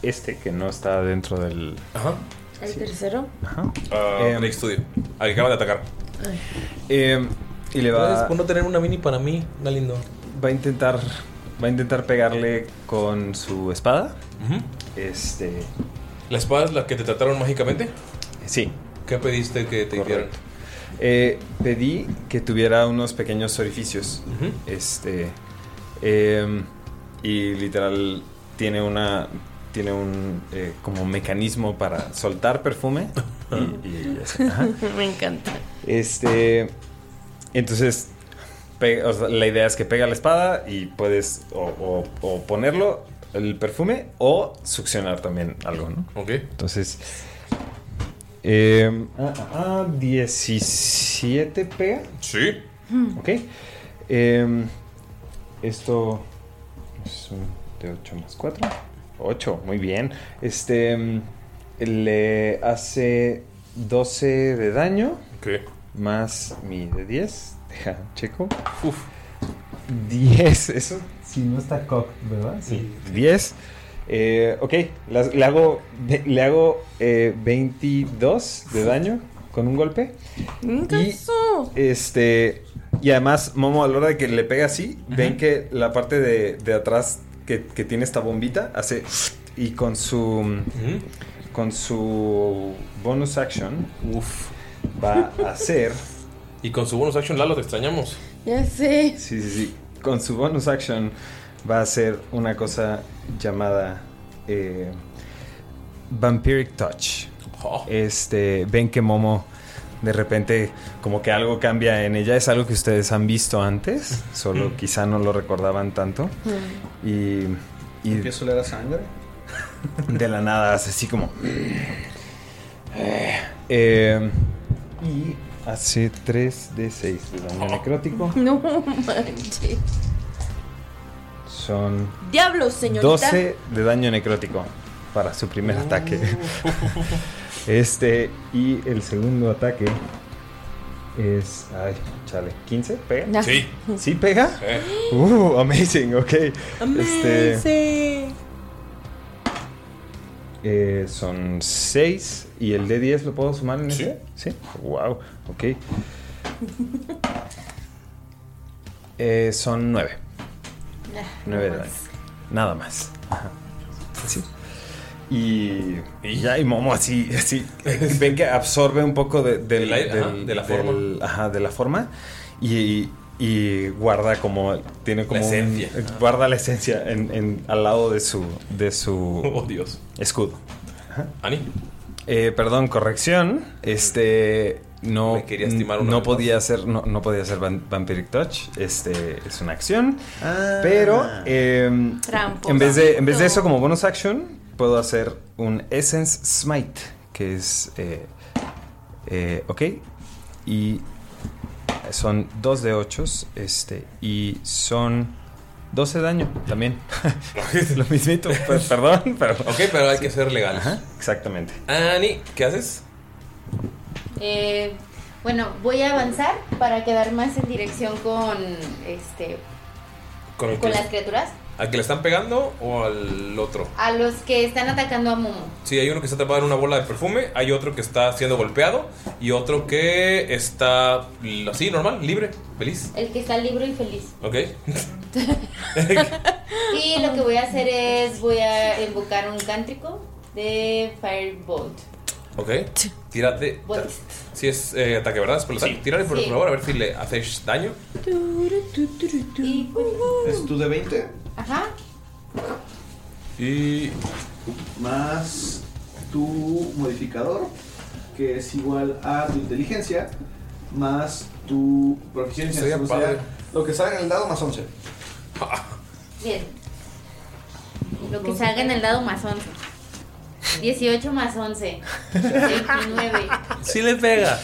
S4: este que no está dentro del...
S1: Ajá.
S22: ¿El tercero?
S1: Ah, Drake Studio. Al que acaba de atacar.
S4: Eh, y le va...
S1: Gracias por no tener una mini para mí, lindo.
S4: Va a intentar, va a intentar pegarle con su espada. Este...
S1: ¿La espada es la que te trataron mágicamente?
S4: Sí.
S1: ¿Qué pediste que te hicieran?
S4: Eh, pedí que tuviera unos pequeños orificios. Este. em, y literal tiene una. Tiene un eh, como mecanismo para soltar perfume. y, y así, ajá.
S22: Me encanta.
S4: Este. Entonces. pe- o sea, la idea es que pega la espada y puedes o, o- o ponerlo el perfume o succionar también algo, ¿no?
S1: Ok.
S4: Entonces. em, ah, ah, ah, 17 pega.
S1: Sí.
S4: Ok. Em, esto es un de 8 más 4. 8, muy bien. Este em, le hace 12 de daño.
S1: Ok.
S4: Más mi de 10. Deja, checo. Uf. 10, eso si no está cock, ¿verdad? Sí. 10. Eh, ok, las- le hago, le hago eh, 22 de daño con un golpe. Este. Y además, Momo, a la hora de que le pega así, ven que la parte de, de atrás que, que tiene esta bombita hace. Y con su. Con su bonus action. Va a hacer.
S1: Y con su bonus action, Lalo, te extrañamos.
S22: Ya sé.
S4: Sí, sí, sí. Con su bonus action va a hacer una cosa llamada eh, Vampiric Touch. Este, ven que Momo de repente como que algo cambia en ella. Es algo que ustedes han visto antes, solo quizá no lo recordaban tanto. Mm, Y, y
S2: Empiezo a leer a sangre.
S4: de la nada hace así como... eh, y hace 3 de 6 de daño necrótico.
S22: No manches.
S4: Son
S22: Diablos, señorita. Uh.
S4: 12 de daño necrótico para su primer ataque. este y el segundo ataque es. Ay, chale, 15, ¿pega?
S1: Sí. Eh.
S4: ¿Sí pega? Este, Uh, amazing, ok. Este,
S22: Amazing.
S4: eh, son 6 y el de 10 lo puedo sumar en ese. Sí. Wow, ok. Eh, son 9. 9 de daño. Nada más. Ajá. Sí. Y, y ya, y Momo así, así. Ven que absorbe un poco de, del-
S1: Del aire,
S4: del-
S1: ajá, de la
S4: del- ajá, de la forma. Y, y guarda como. Tiene como. un-
S1: esencia.
S4: guarda la esencia en, en- al lado de su. De su
S1: Oh, Dios.
S4: Escudo. ¿Ani? perdón, corrección. Este. No, no podía hacer no, no podía hacer van- Vampiric Touch. Este es una acción. Pero em,
S3: Tramposo.
S4: en vez, de, en vez de eso, como bonus action, puedo hacer un Essence Smite, que es. eh, eh, ok. Y son 2 de 8. Este, y son 12 daño también. Lo mismito, per- perdón. Pero, ok,
S1: pero hay que ser legal.
S4: exactamente.
S1: Ani, ¿qué haces?
S5: Eh, bueno, voy a avanzar para quedar más en dirección con este
S1: ¿Con, el
S5: con
S1: que-
S5: las criaturas.
S1: ¿Al que le están pegando o al otro?
S5: A los que están atacando a Momo.
S1: Sí, hay uno que está atrapado en una bola de perfume, hay otro que está siendo golpeado y otro que está l- así, normal, libre, feliz.
S5: El que está libre y feliz.
S1: Ok.
S5: Y lo que voy a hacer es voy a invocar un cántrico de Firebolt.
S1: Ok. Tírate.
S5: Bolt.
S1: Si es eh, ataque, ¿verdad? Es por sí. Tírale por
S5: Sí.
S1: favor a ver si le haces daño.
S5: Y-
S2: ¿Es tu de 20?
S5: Ajá.
S1: Y.
S33: Más tu modificador, que es igual a tu inteligencia, más tu proficiencia.
S1: Sería
S33: o sea,
S1: padre.
S33: lo que salga en el dado más 11.
S5: Bien. Lo que salga en el dado más 11. 18 más 11. 29.
S4: Sí le pega.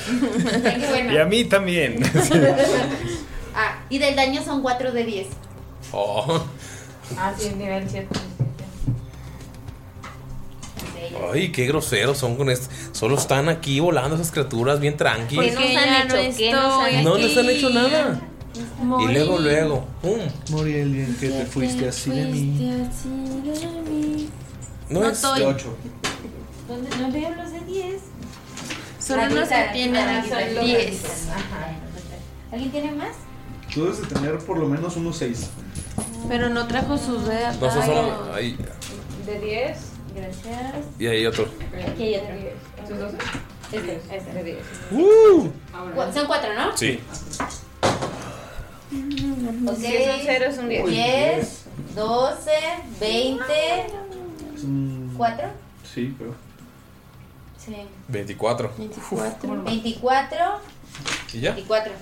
S5: Ay, qué bueno.
S4: Y a mí también.
S5: Ah, y del daño son 4 de 10.
S1: Oh.
S5: Ah, sí, nivel 7.
S1: Ay, qué groseros son con esto. Solo están aquí volando esas criaturas bien tranqui.
S6: ¿Qué nos han
S3: no
S6: hecho? ¿Qué nos han
S3: estoy
S6: hecho?
S1: No les han hecho nada. Y
S6: Morí.
S1: luego, luego. ¡pum!
S2: Morí el día en que te fuiste así de mí.
S1: No, es
S2: de 8.
S5: ¿Dónde? No veo los de 10.
S3: Solo los que tienen
S19: Ah,
S5: son
S3: 10.
S5: 10. Ajá. ¿Alguien tiene más?
S33: Tú debes de tener por lo menos unos 6.
S3: Pero no trajo sus de
S1: Ah, No, son solo. Ahí.
S3: ¿De 10?
S5: Gracias.
S1: Y ahí otro.
S5: Aquí hay otro. ¿Estos dos? Este, este. De 10. Son 4, ¿no?
S1: Sí.
S5: Ok.
S3: Si es un cero, es un diez.
S5: 10, 12, 20, 4.
S33: Sí, pero.
S5: Sí.
S1: 24.
S5: 24. 24.
S1: ¿Y ya?
S5: 24.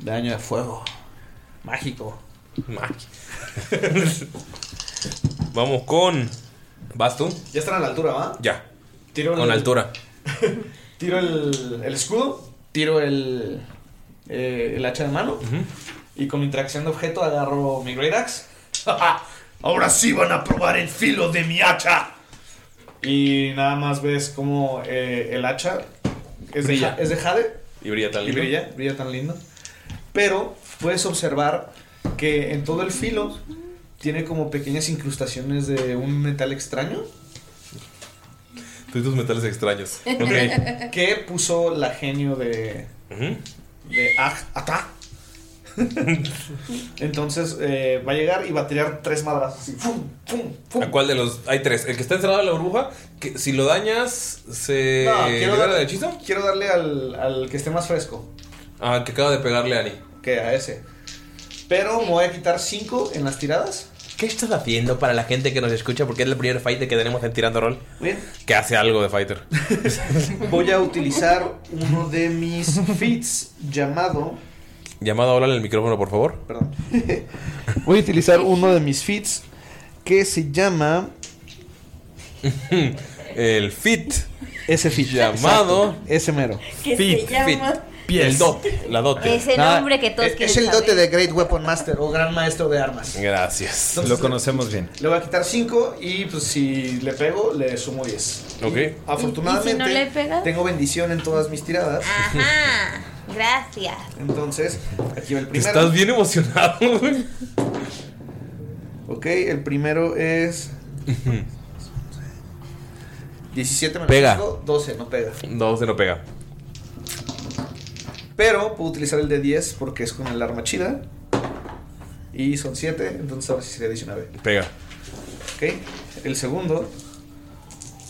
S2: Daño de fuego. Mágico.
S1: Mágico. Vamos con. ¿Vas tú?
S2: Ya están a la altura, ¿va?
S1: Ya.
S2: Tiro
S1: con
S2: el-
S1: altura.
S2: Tiro el, el escudo, tiro el, eh, el hacha de mano y con mi interacción de objeto agarro mi Great Axe.
S34: Ahora sí van a probar el filo de mi hacha.
S2: Y nada más ves como el hacha es de,
S1: Brilla.
S2: ja- es de jade
S1: Y brilla tan
S2: y
S1: lindo.
S2: brilla, brilla tan lindo. Pero puedes observar que en todo el filo tiene como pequeñas incrustaciones de un metal extraño.
S1: Tú y tus metales extraños.
S2: Ok. que puso la genio de. De Aj- Ata. Entonces eh, va a llegar y va a tirar tres madrazos. así, ¡fum!
S1: ¿A cuál de los.? Hay tres. El que está encerrado en la burbuja, que si lo dañas, se.
S2: No, quiero,
S1: libera
S2: darle,
S1: del hechizo?
S2: quiero darle al, al que esté más fresco.
S1: Ah, el que acaba de pegarle a Ani.
S2: Que a ese. Pero me voy a quitar cinco en las tiradas.
S35: ¿Qué estás haciendo para la gente que nos escucha? Porque es el primer fighter que tenemos en Tirando Roll.
S2: Bien.
S1: Que hace algo de fighter.
S2: Voy a utilizar uno de mis feats llamado.
S1: Llamado, háblale el micrófono, por favor.
S2: Perdón. Voy a utilizar uno de mis feats que se llama.
S1: El fit.
S2: Ese fit.
S1: Llamado.
S2: Ese mero.
S6: Que se llama.
S1: El dot. La dote.
S6: Ese nombre que todos
S2: es,
S6: quieren
S2: Ah, eh, es el dote
S6: saber.
S2: de Great Weapon Master o Gran Maestro de Armas.
S1: Gracias.
S4: Lo conocemos bien.
S2: Le voy a quitar 5 y pues si le pego le sumo 10.
S1: Ok.
S2: Afortunadamente
S6: ¿Y si no le pegas? Ah.
S2: tengo bendición en todas mis tiradas.
S6: Ajá. Gracias.
S2: Entonces, aquí va el primero.
S1: Estás bien emocionado, güey.
S2: Ok, el primero es 17 menos
S1: Pega.
S2: 5, 12, no pega.
S1: 12 no pega.
S2: Pero puedo utilizar el de 10 porque es con el arma chida. Y son 7, entonces ahora sí sería 19.
S1: Pega.
S2: Ok, el segundo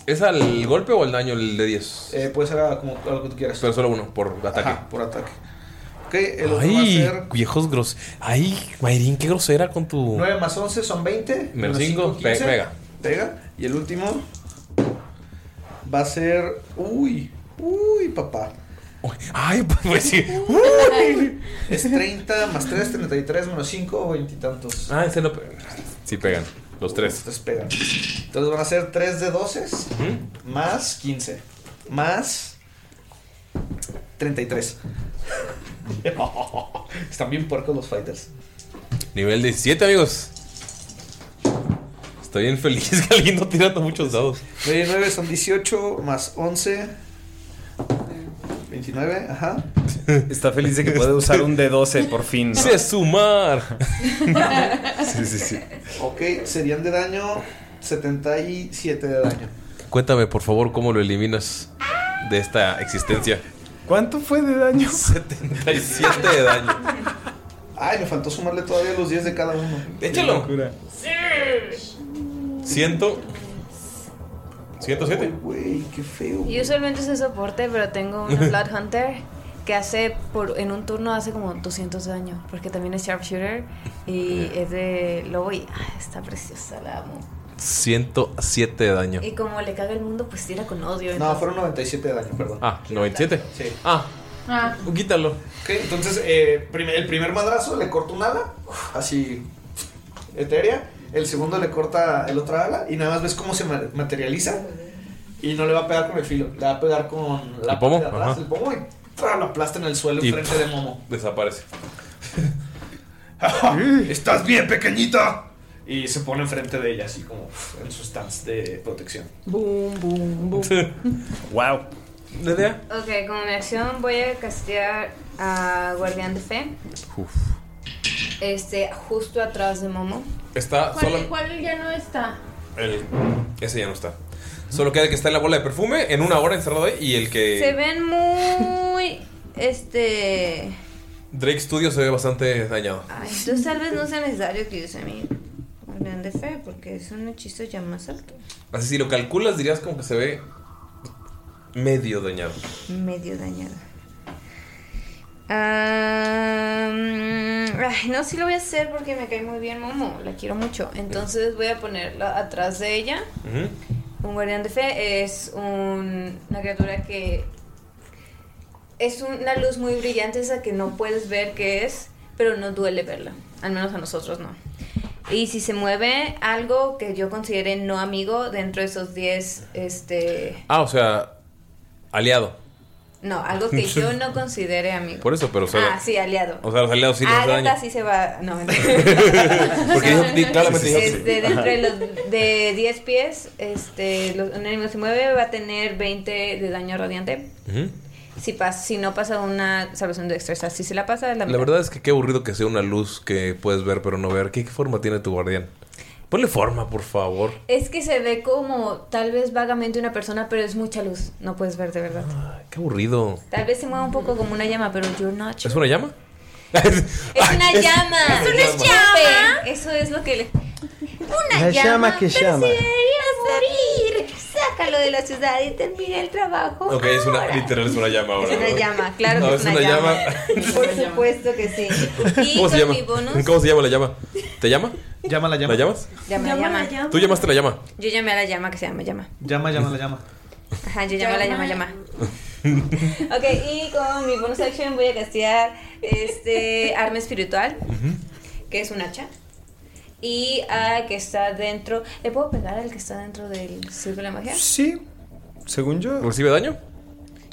S1: ¿Es al golpe o al daño el de 10?
S2: eh, puede ser a- como a lo que tú quieras.
S1: Pero solo uno, por ataque.
S2: Ajá, por ataque. Ok, el otro va a
S1: Ay,
S2: ser
S1: viejos gros. Ay, Mayrin, qué grosera con tu.
S2: 9 más 11 son 20.
S1: Oh. Menos 5, pe-
S2: 15,
S1: pega.
S2: Pega. Y el último va a ser. Uy, uy, papá.
S1: Ay, pues sí.
S2: Es 30 más 3, 33 menos 5, 20 y tantos.
S1: Ah, ese no pega. Sí, pegan. Los tres.
S2: Entonces pegan. Entonces van a ser 3 de 12 más 15 más 33. Están bien puercos los fighters.
S1: Nivel 17, amigos. Estoy bien feliz que alguien no tirando muchos dados.
S2: 29 son 18 más 11. 29, ajá.
S20: Está feliz de que puede usar un D12 por fin. ¿no?
S1: Sé sumar.
S20: Sí, sí, sí.
S2: Ok, serían de daño 77 de daño.
S1: Cuéntame, por favor, cómo lo eliminas de esta existencia.
S20: ¿Cuánto fue de daño?
S1: 37 de daño.
S2: Ay, me faltó sumarle todavía los 10 de cada uno.
S1: Échalo. 100. 107.
S2: Güey, qué feo.
S6: Yo usualmente uso soporte, pero tengo una Bloodhunter que hace por en un turno hace como 200 de daño, porque también es sharpshooter y es de lobo y ah, está preciosa, la amo.
S1: 107 de daño.
S6: Y como le caga el mundo, pues tira con odio.
S2: No,
S6: entonces-
S2: fueron 97 de daño, perdón.
S1: Ah, 97.
S2: Sí.
S1: Ah,
S6: Ah.
S1: quítalo.
S2: Ok, entonces eh, prim- el primer madrazo le corta un ala, uf, así etérea. El segundo le corta el otro ala y nada más ves cómo se ma- materializa. Y no le va a pegar con el filo, le va a pegar con la
S1: ¿El pomo?
S2: parte de atrás,
S1: Ajá.
S2: el pomo y ¡tra! lo aplasta en el suelo
S1: Y
S2: enfrente de Momo.
S1: Desaparece.
S2: ¿Estás bien, pequeñita? Y se pone enfrente de ella, así como uf, en su stance de protección.
S6: Boom, boom, boom.
S2: wow.
S6: Ok, como mi acción voy a castear a Guardián de Fe. Este, justo atrás de Momo.
S2: Ah,
S1: Está solo.
S3: ¿Cuál ya no está?
S1: El, ese ya no está. Solo queda el que está en la bola de perfume en una hora encerrado ahí. Y el
S21: Se
S1: que
S21: ven muy. Este.
S1: Drake Studio se ve bastante dañado.
S21: Ay, entonces tal vez no sea necesario que use mi guardián de fe, porque es un hechizo ya más alto.
S1: Así, si lo calculas, dirías como que se ve medio dañado.
S21: Medio dañado. Am, ay, no, sí lo voy a hacer porque me cae muy bien Momo, la quiero mucho.
S6: Entonces voy a ponerla atrás de ella.
S2: Mm-hmm.
S6: Un guardián de fe es un- una criatura que es una luz muy brillante, esa que no puedes ver qué es, pero no duele verla. Al menos a nosotros no. Y si se mueve algo que yo considere no amigo dentro de esos 10, este...
S1: Ah, o sea, aliado.
S6: No, algo que yo no considere amigo.
S1: Por eso, pero o sea.
S6: Ah, sí, aliado.
S1: O sea, los aliados sí les
S6: Ah,
S1: hace daño.
S6: sí se va... No, mentira.
S1: Porque dijo- di- claramente dijo que sí.
S6: Este, dentro
S1: Ajá.
S6: de los de 10 pies, este, los, un enemigo se mueve, va a tener 20 de daño radiante.
S1: Ujú.
S6: Si, pas, si no pasa una salvación de extra, o sea, si se la pasa, es la,
S1: La
S6: mitad.
S1: verdad es que qué aburrido que sea una luz que puedes ver pero no ver. ¿Qué, qué forma tiene tu guardián? Ponle forma, por favor.
S6: Es que se ve como tal vez vagamente una persona, pero es mucha luz. No puedes ver de verdad.
S1: Qué aburrido.
S6: Tal vez se mueva un poco como una llama, pero you're
S21: Ah,
S6: not sure.
S1: ¿Es una llama?
S6: Es una llama.
S21: es una
S6: Disculpe,
S21: llama.
S6: Eso es lo que le.
S21: Una
S4: La llama que
S21: pero
S4: llama.
S21: Si deberías morir, sácalo de la ciudad y termina el trabajo.
S1: Ok, es una, literal, es una llama ahora.
S21: Es una llama, claro
S1: No,
S21: que
S1: es una llama.
S21: Por supuesto que sí. Y
S1: ¿Cómo
S21: con
S1: se llama?
S21: mi bonus.
S1: ¿Cómo se llama la llama? ¿Te llama?
S2: Llama la
S1: llama. ¿La llamas?
S6: Llama, llama.
S1: Tú llamaste la llama.
S6: Yo llamé a la llama que se llama llama.
S2: Llama, llama, la llama.
S6: Ajá, yo llamé a la llama llama. Ok, y con mi bonus action voy a castear este arma espiritual, que es un hacha. Y al que está dentro. ¿Le puedo pegar al que está dentro del círculo de magia?
S4: Sí. Según yo.
S1: ¿Recibe daño?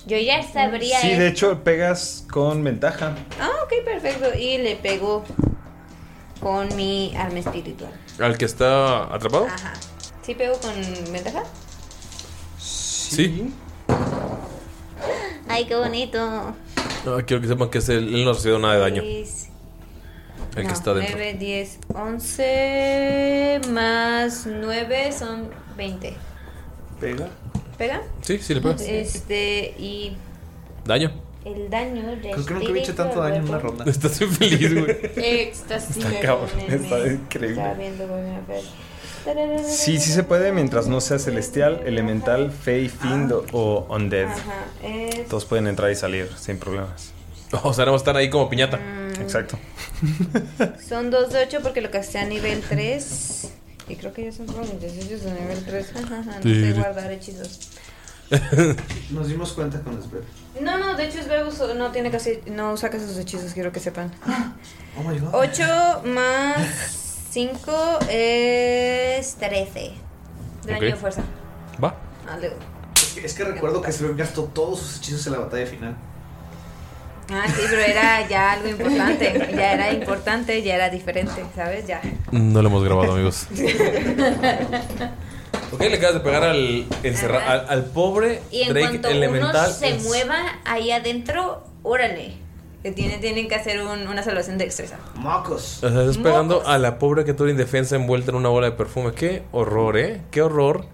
S6: Yo ya sabría.
S4: Sí,
S6: eh.
S4: de hecho pegas con ventaja.
S6: Ah, ok, perfecto. Y le pego con mi arma espiritual.
S1: ¿Al que está atrapado?
S21: Ah.
S6: Ajá. ¿Sí pego con ventaja?
S1: Sí.
S21: Ay, qué bonito.
S1: No, Ah, quiero que sepan que es él, él no ha recibido nada de daño.
S6: Seis,
S1: El que está dentro.
S6: 9, 10, 11 más 9 son 20.
S2: Pega.
S6: pega?
S1: Sí, sí le pega.
S6: Este, y
S1: Daño.
S6: el daño de
S1: Creo que nunca
S6: espíritu
S1: había hecho tanto daño en una
S6: huevo.
S1: ronda. Estás muy feliz, güey.
S6: Éxtasis.
S1: Está cabrón,
S4: Ah, está increíble.
S6: Estaba viendo con una fe.
S4: Sí, sí se puede mientras no sea celestial, elemental, fey, fiend o- o undead.
S6: Ajá, es-
S4: Todos pueden entrar y salir sin problemas.
S1: O sea, no estar ahí como piñata.
S21: Mm.
S4: Exacto.
S6: Son 2 de 8 porque lo casté a nivel 3. Y creo que ya son todos mis hechizos de nivel 3. No sé guardar hechizos.
S2: Nos dimos cuenta con las breves.
S6: No, no, de hecho es Bebus, no tiene casi. No saca sus hechizos, quiero que sepan.
S2: Oh my god.
S6: 8 más 5 es 13. Daño
S2: Ok.
S6: de fuerza. Ah,
S1: Va.
S6: Ale-
S2: Es que recuerdo que Sven gastó todos sus hechizos en la batalla final.
S6: Ah, sí, pero era ya algo importante. Ya era importante, ya era diferente, ¿sabes? Ya.
S1: No lo hemos grabado, amigos. Ok, le acabas de pegar al, encerra- al, al pobre
S6: Y en
S1: Drake
S6: cuanto
S1: elemental.
S6: uno se mueva ahí adentro, órale. Que tiene- tienen que hacer un- una salvación de destreza.
S2: Mocos.
S1: O sea, estás pegando a la pobre criatura indefensa envuelta en una bola de perfume. Qué horror, ¿eh? Qué horror.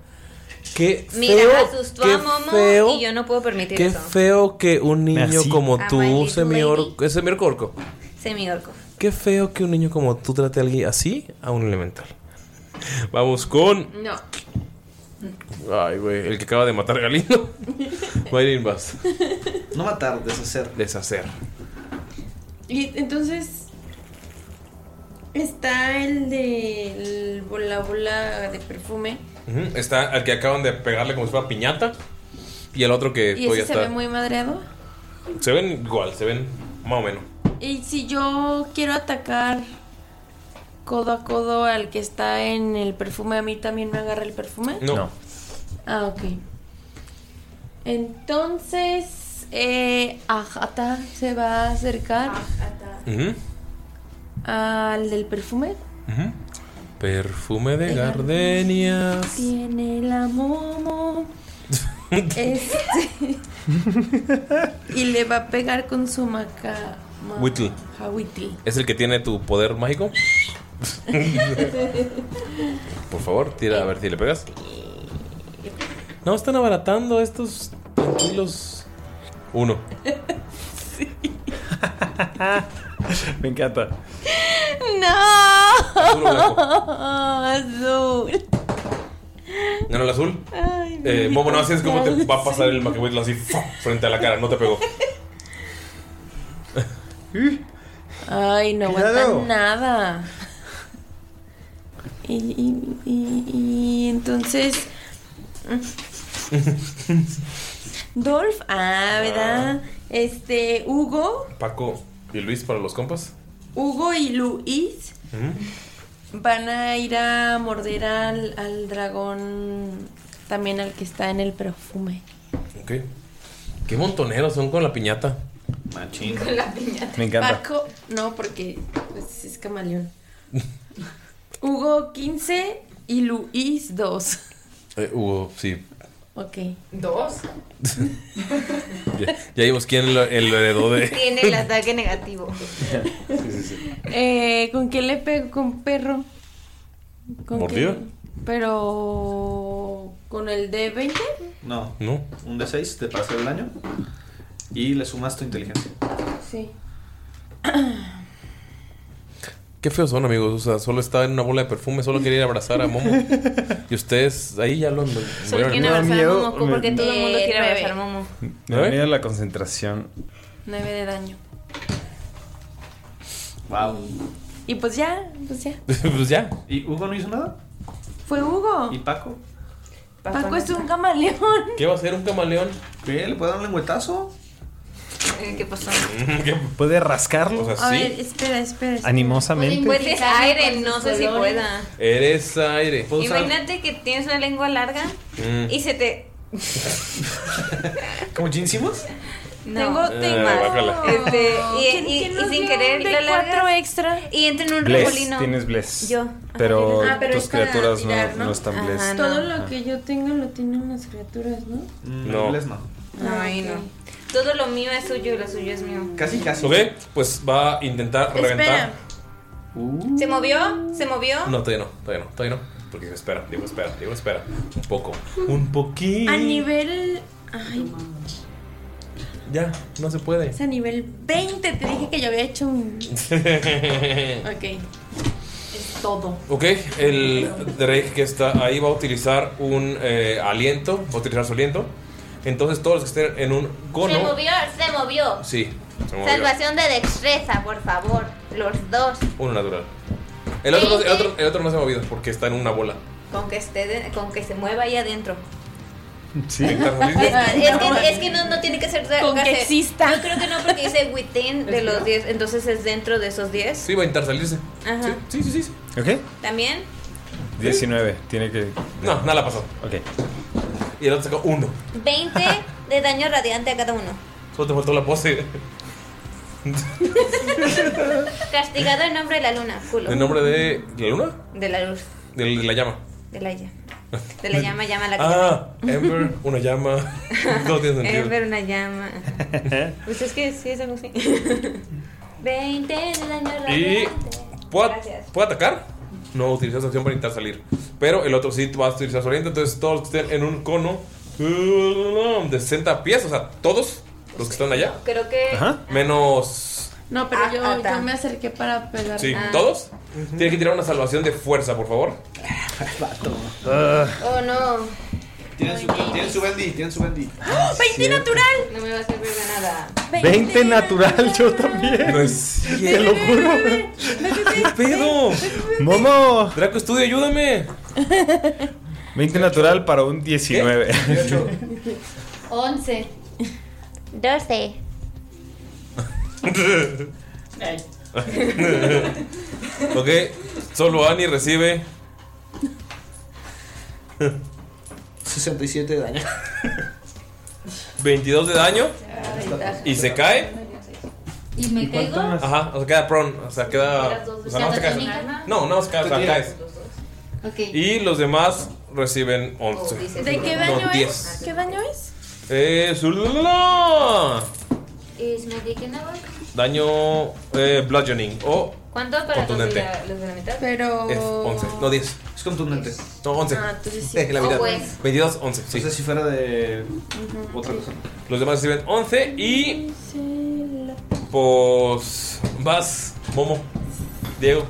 S1: Qué feo.
S6: Mira, asustó
S1: qué
S6: a Momo
S1: feo.
S6: y yo no puedo permitir
S1: Qué
S6: eso.
S1: feo que un niño
S6: Merci.
S1: como
S6: A my
S1: tú,
S6: little
S1: semiorco, eh, semiorco,
S6: Semiorco.
S1: qué feo que un niño como tú trate a alguien así a un elemental. Vamos con.
S6: No.
S1: Ay, güey, el que acaba de matar a Galindo. Mayrin Bass.
S2: No matar, deshacer.
S1: Deshacer.
S3: Y entonces está el de el bola bola de perfume.
S1: Ujú, Está al que acaban de pegarle como si fuera piñata. Y el otro que
S3: Y ese
S1: todavía
S3: se
S1: está.
S3: ve muy madreado.
S1: Se ven igual, se ven más o menos.
S3: Y si yo quiero atacar codo a codo al que está en el perfume, ¿a mí también me agarra el perfume?
S1: No. No.
S3: Ah, ok. Entonces, eh, Ajata se va a acercar
S1: Ujú,
S3: al del perfume.
S1: ujú. Perfume de
S3: De
S1: gardenia.
S3: Tiene la momo. Este. y le va a pegar con su maca. ma-
S1: Whittle.
S3: Jahuitl.
S1: ¿Es el que tiene tu poder mágico? Por favor, tira a ver si le pegas. No, están abaratando estos tranquilos. Uno.
S4: Me encanta.
S3: ¡No! Azul.
S1: No, no, el azul.
S3: Ay,
S1: Eh,
S3: bendito
S1: Momo, no haces como te
S3: sea.
S1: va a pasar el Macahuitl así ¡fum! frente a la cara, no te pegó.
S3: Ay, no aguanta
S1: Cuidado.
S3: nada. Y, y- y- y entonces. mm, Dolph, ah, ¿verdad? Este, Hugo,
S1: Paco y Luis para los compas.
S3: Hugo y Luis
S1: Ujú.
S3: van a ir a morder al, al dragón, también al que está en el perfume.
S1: Ok. Qué montoneros son con la piñata. Machín.
S3: Con la piñata.
S1: Me encanta.
S3: Paco, no, porque pues, es camaleón. Hugo 15 y Luis 2.
S1: Eh, Hugo, sí.
S3: Ok. ¿Dos?
S1: Ya, ya vimos quién lo, el heredó de.
S6: Tiene el ataque negativo.
S3: Eh, ¿Con qué le pego? ¿Con perro? ¿Con
S1: ¿Mordida?
S3: qué? Pero... ¿Con el de 20?
S2: No.
S1: No.
S2: Un D6 te pasa el daño. Y le sumas tu inteligencia.
S3: Sí.
S1: Qué feos son, amigos. O sea, solo estaba en una bola de perfume, solo quería ir a abrazar a Momo. Y ustedes ahí ya lo. lo- lo-
S6: quieren
S4: me da
S6: abrazar a
S4: miedo,
S6: Momo porque
S4: me-
S6: todo el mundo quiere
S3: Eh, nueve.
S6: abrazar a Momo.
S1: ¿eh?
S4: Me da miedo la concentración.
S3: 9 de daño.
S2: Wow.
S3: Y pues ya, pues ya.
S1: pues ya.
S2: ¿Y Hugo no hizo nada?
S3: Fue Hugo.
S2: ¿Y Paco?
S3: Paco es un camaleón.
S1: ¿Qué va a hacer un camaleón?
S2: ¿Qué? ¿Le puede dar un lengüetazo?
S6: Eh,
S3: ¿Qué pasó?
S4: ¿Puede rascarlo?
S3: A ver, espera, espera. espera.
S4: Animosamente.
S6: Pues es aire,
S3: Con
S6: no
S3: sus
S6: sé si
S3: colores.
S6: pueda.
S1: Eres aire.
S6: Imagínate que tienes una lengua larga
S1: Mm.
S6: y se te.
S1: ¿Como Jin Simmons?
S6: No.
S1: Tengo- Eh, tengo- guácala.
S6: Este, y,
S3: ¿Quién-
S6: y-
S3: quién
S6: y
S3: nos
S6: sin
S3: dio
S6: querer
S3: un
S6: la
S3: D4
S6: largas
S3: extra.
S6: y entra en un
S4: Bless,
S6: remolino.
S4: tienes bless.
S6: Yo. Ah,
S4: Pero
S3: Ah, pero
S4: tus
S3: es para
S4: criaturas no-
S3: tirar,
S4: no, están bless.
S3: Todo lo que yo tengo lo tienen las criaturas, ¿no? Ah,
S1: No.
S6: No, ahí no. Todo lo mío es suyo y lo suyo es mío.
S2: Casi, casi.
S1: Ok, pues va a intentar reventar. Uh.
S6: ¿Se movió? ¿Se movió?
S1: No, todavía no, todavía no, todavía no. Porque espera, Diego espera, Diego espera. Un poco, un poquito.
S22: A nivel. Ay,
S1: Ya, no se puede.
S22: es a nivel 20. Te dije que yo había hecho un. Ok.
S3: Es todo.
S1: Ok, el Drake que está ahí va a utilizar un eh, aliento, va a utilizar su aliento. Entonces todos los que estén en un
S21: Se
S1: cono...
S21: movió, se movió.
S1: Sí, se movió.
S21: Salvación de destreza, por favor. Los dos.
S1: Uno natural. El otro, no- el, otro, el otro no se ha movido porque está en una bola.
S21: Con que esté de- con que se mueva ahí adentro.
S1: Sí.
S21: Ah, Es, es que, es que no, no tiene que ser
S22: Con que
S21: sacarse.
S22: exista.
S21: Yo creo que no, porque dice within de los 10. Entonces es dentro de esos 10.
S1: Sí, va a intentar salirse.
S21: Ajá.
S1: Sí, sí, sí.
S4: ¿Ok?
S21: También.
S4: 19, tiene que.
S1: No, nada la pasó.
S4: Ok.
S1: Y el otro sacó uno.
S21: 20 de daño radiante a cada uno.
S1: Solo te faltó la pose.
S21: Castigado en nombre de la luna, culo.
S1: ¿El nombre de la luna?
S21: De la luz,
S1: De la, de la llama.
S21: de la llama. De la llama, llama la que
S1: Ah, Ember, una llama. No tiene
S21: llama.
S1: sentido.
S21: Ember, una llama. Pues es que sí es algo así. 20 de daño
S1: Y
S21: radiante.
S1: ¿puedo,
S21: Gracias.
S1: puedo atacar? No utilizar su acción para intentar salir. Pero el otro sí va a utilizar su oriente. Entonces todos los que estén en un cono eh, de 60 pies. O sea, todos los que están allá.
S22: Creo que.
S1: Menos.
S22: No, pero yo, yo me acerqué para pegar.
S1: Sí,
S22: Ah.
S1: todos. Tienen que tirar una salvación de fuerza, por favor.
S4: Ah.
S21: Oh no.
S2: Tienen su, tienen su bendy, tienen su bendy.
S21: ¡20 natural!
S5: No me va a servir de nada.
S4: 20 natural, yo también.
S1: No es
S4: Te lo juro.
S1: ¿Qué pedo?
S4: ¡Momo!
S1: Draco Studio, ayúdame.
S4: 20 natural para un 19.
S21: 11. 12.
S1: ok, solo Annie recibe
S2: 67 de daño.
S1: 22 de daño y se cae.
S5: ¿Y me caigo?
S1: Ajá, o sea, queda prone. O sea, queda.
S5: Las dos,
S1: O sea, nada más te caes. No, nada más caes, o sea, caes.
S5: Ok.
S1: Y los demás reciben 11.
S5: Oh,
S22: ¿De qué daño
S1: no,
S22: es?
S1: 10.
S22: ¿Qué daño es?
S1: Eh, su- la, la, la.
S5: ¿Es medic en agua?
S1: Daño eh, bludgeoning o
S5: ¿Cuánto
S1: para los de Contundente. la-
S5: de la mitad?
S22: Pero.
S1: es 11, no 10. Es contundente. No, 11.
S22: Ah, entonces sí.
S1: Eh, la
S22: Oh,
S1: mitad.
S22: pues.
S1: 22, 11. Sí. si fuera de otra cosa. Los demás reciben 11 y pues vas, Momo, Diego.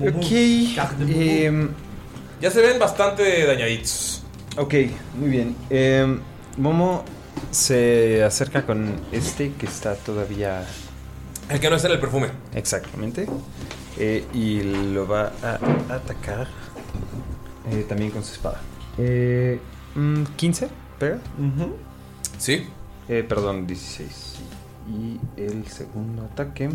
S4: Ok. em,
S1: Ya se ven bastante dañaditos.
S4: ok, muy bien. Em, Momo se acerca con este que está todavía.
S1: El que no está en el perfume.
S4: Exactamente. Eh, y lo va a atacar eh, también con su espada. Eh, mm, 15, ¿pega?
S1: Sí.
S4: Eh, perdón, 16. Y el segundo ataque.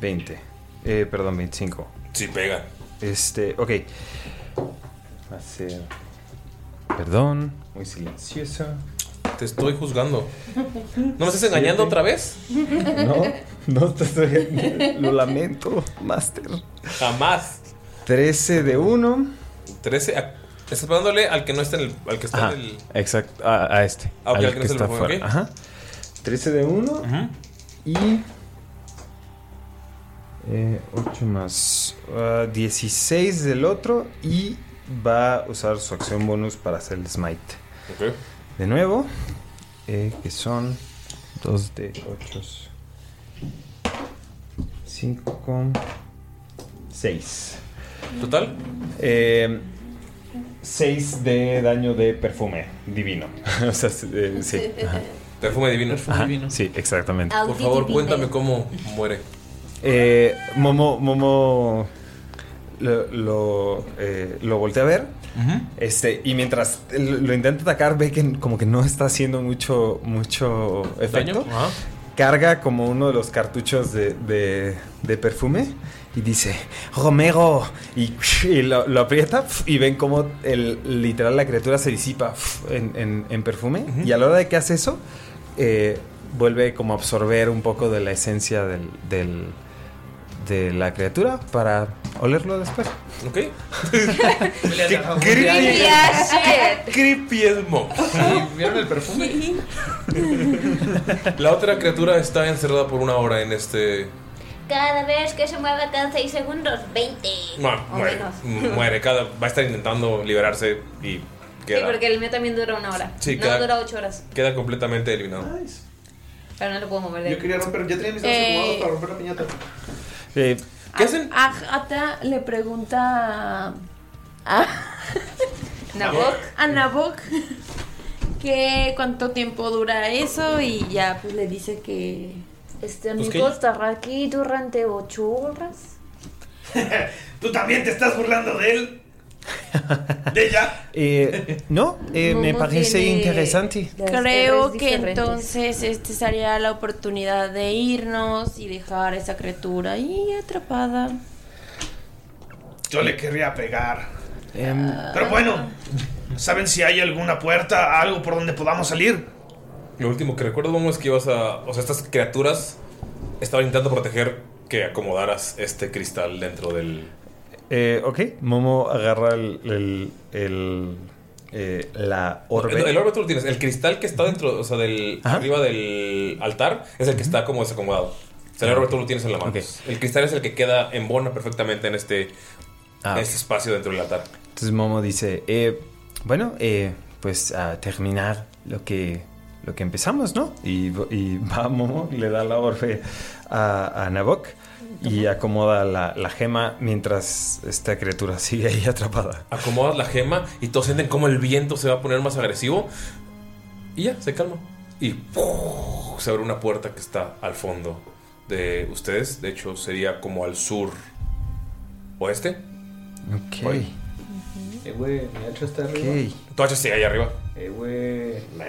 S4: 20. Eh, perdón, 25.
S1: Sí, pega.
S4: Este, ok. Va a ser. Perdón, muy silencioso.
S1: Te estoy juzgando. ¿No me estás engañando otra vez?
S4: No, no te estoy. Lo lamento, Master.
S1: Jamás.
S4: 13 de 1.
S1: 13. a- Estás pegándole al que no está en el. Al que está en el.
S4: Exacto, a, a este.
S1: Ah, ok,
S4: al
S1: al que
S4: que
S1: no se
S4: está
S1: lo fue,
S4: fuera.
S1: ok.
S4: Ajá. 13 de 1. Y. 8 Eh, más ah, 16 del otro. Y va a usar su acción bonus para hacer el smite.
S1: Ok.
S4: De nuevo. eh, que son 2 de 8. 5 con 6.
S1: ¿Total?
S4: Eh, 6 de daño de perfume divino. o sea, sí, eh, sí. ajá.
S1: Perfume divino.
S4: Ajá, Sí, exactamente.
S1: Por favor, cuéntame cómo muere.
S4: Eh, Momo, Momo lo, lo, eh, lo voltea a ver. Este, y mientras lo, lo intenta atacar, ve que como que no está haciendo mucho, mucho efecto.
S1: Daño, ajá.
S4: Carga como uno de los cartuchos de, de- de perfume y dice, Romero, y, y lo, lo aprieta pf, y ven como el, literal la criatura se disipa pf, en, en- en perfume. Y a la hora de que hace eso, eh, vuelve como a absorber un poco de la esencia del- del- de la criatura para olerlo después.
S1: ¿Ok? creepy. Creepy es Momo.
S2: ¿Vieron el perfume?
S1: La otra criatura está encerrada por una hora en este.
S36: Cada vez que se mueva cada 6 segundos, 20.
S1: Ma-
S36: O
S1: muere,
S36: menos.
S1: mu- muere. Cada, va a estar intentando liberarse y
S6: Sí,
S1: queda,
S6: porque el mío también dura una hora.
S1: Sí,
S6: no,
S1: cada-
S6: dura ocho horas.
S1: queda completamente eliminado.
S6: Pero no lo puedo mover de
S2: Yo
S6: ahí.
S2: quería romper, ya tenía mis dedos
S22: Eh.
S2: acomodados para romper la piñata.
S4: Eh,
S1: ¿Qué hacen?
S22: A- Ata le pregunta a- a
S6: Nabok.
S22: a Nabok que cuánto tiempo dura eso y ya pues le dice que
S28: Este
S1: Pues,
S22: amigo
S28: amigo estará aquí durante ocho horas.
S10: Tú también te estás burlando de él. De ella.
S4: Eh, no, eh, me
S22: Momo
S4: parece
S22: tiene-
S4: interesante.
S22: Creo que entonces este sería la oportunidad de irnos y dejar a esa criatura ahí atrapada.
S10: Yo le querría pegar.
S4: Em,
S10: Pero bueno, ¿saben si hay alguna puerta, algo por donde podamos salir?
S1: Lo último que recuerdo, vamos, es que ibas a. O sea, estas criaturas estaban intentando proteger que acomodaras este cristal dentro del.
S4: Eh, ok, Momo agarra el, el- el, eh, la orbe.
S1: El, el orbe tú lo tienes. El cristal que está dentro, o sea, del.
S4: Ajá.
S1: arriba del altar, es el que está como desacomodado. O
S4: Ah,
S1: sea, el orbe tú lo tienes en la mano. El cristal es el que queda en bona perfectamente en este.
S4: Ah,
S1: en este espacio dentro del altar.
S4: Entonces Momo dice, eh, bueno, eh, pues a terminar lo que, lo que empezamos, ¿no? Y, y va Momo, le da la orfe a, a Nabok y acomoda la, la gema mientras esta criatura sigue ahí atrapada.
S1: Acomodas la gema y todos sienten cómo el viento se va a poner más agresivo. Y ya, se calma. Y ¡puf! se abre una puerta que está al fondo de ustedes. De hecho, sería como al sur oeste.
S4: Ok.
S2: Eh, güey, mi hacha está arriba.
S1: Tu hacha sigue ahí arriba.
S2: Eh, güey.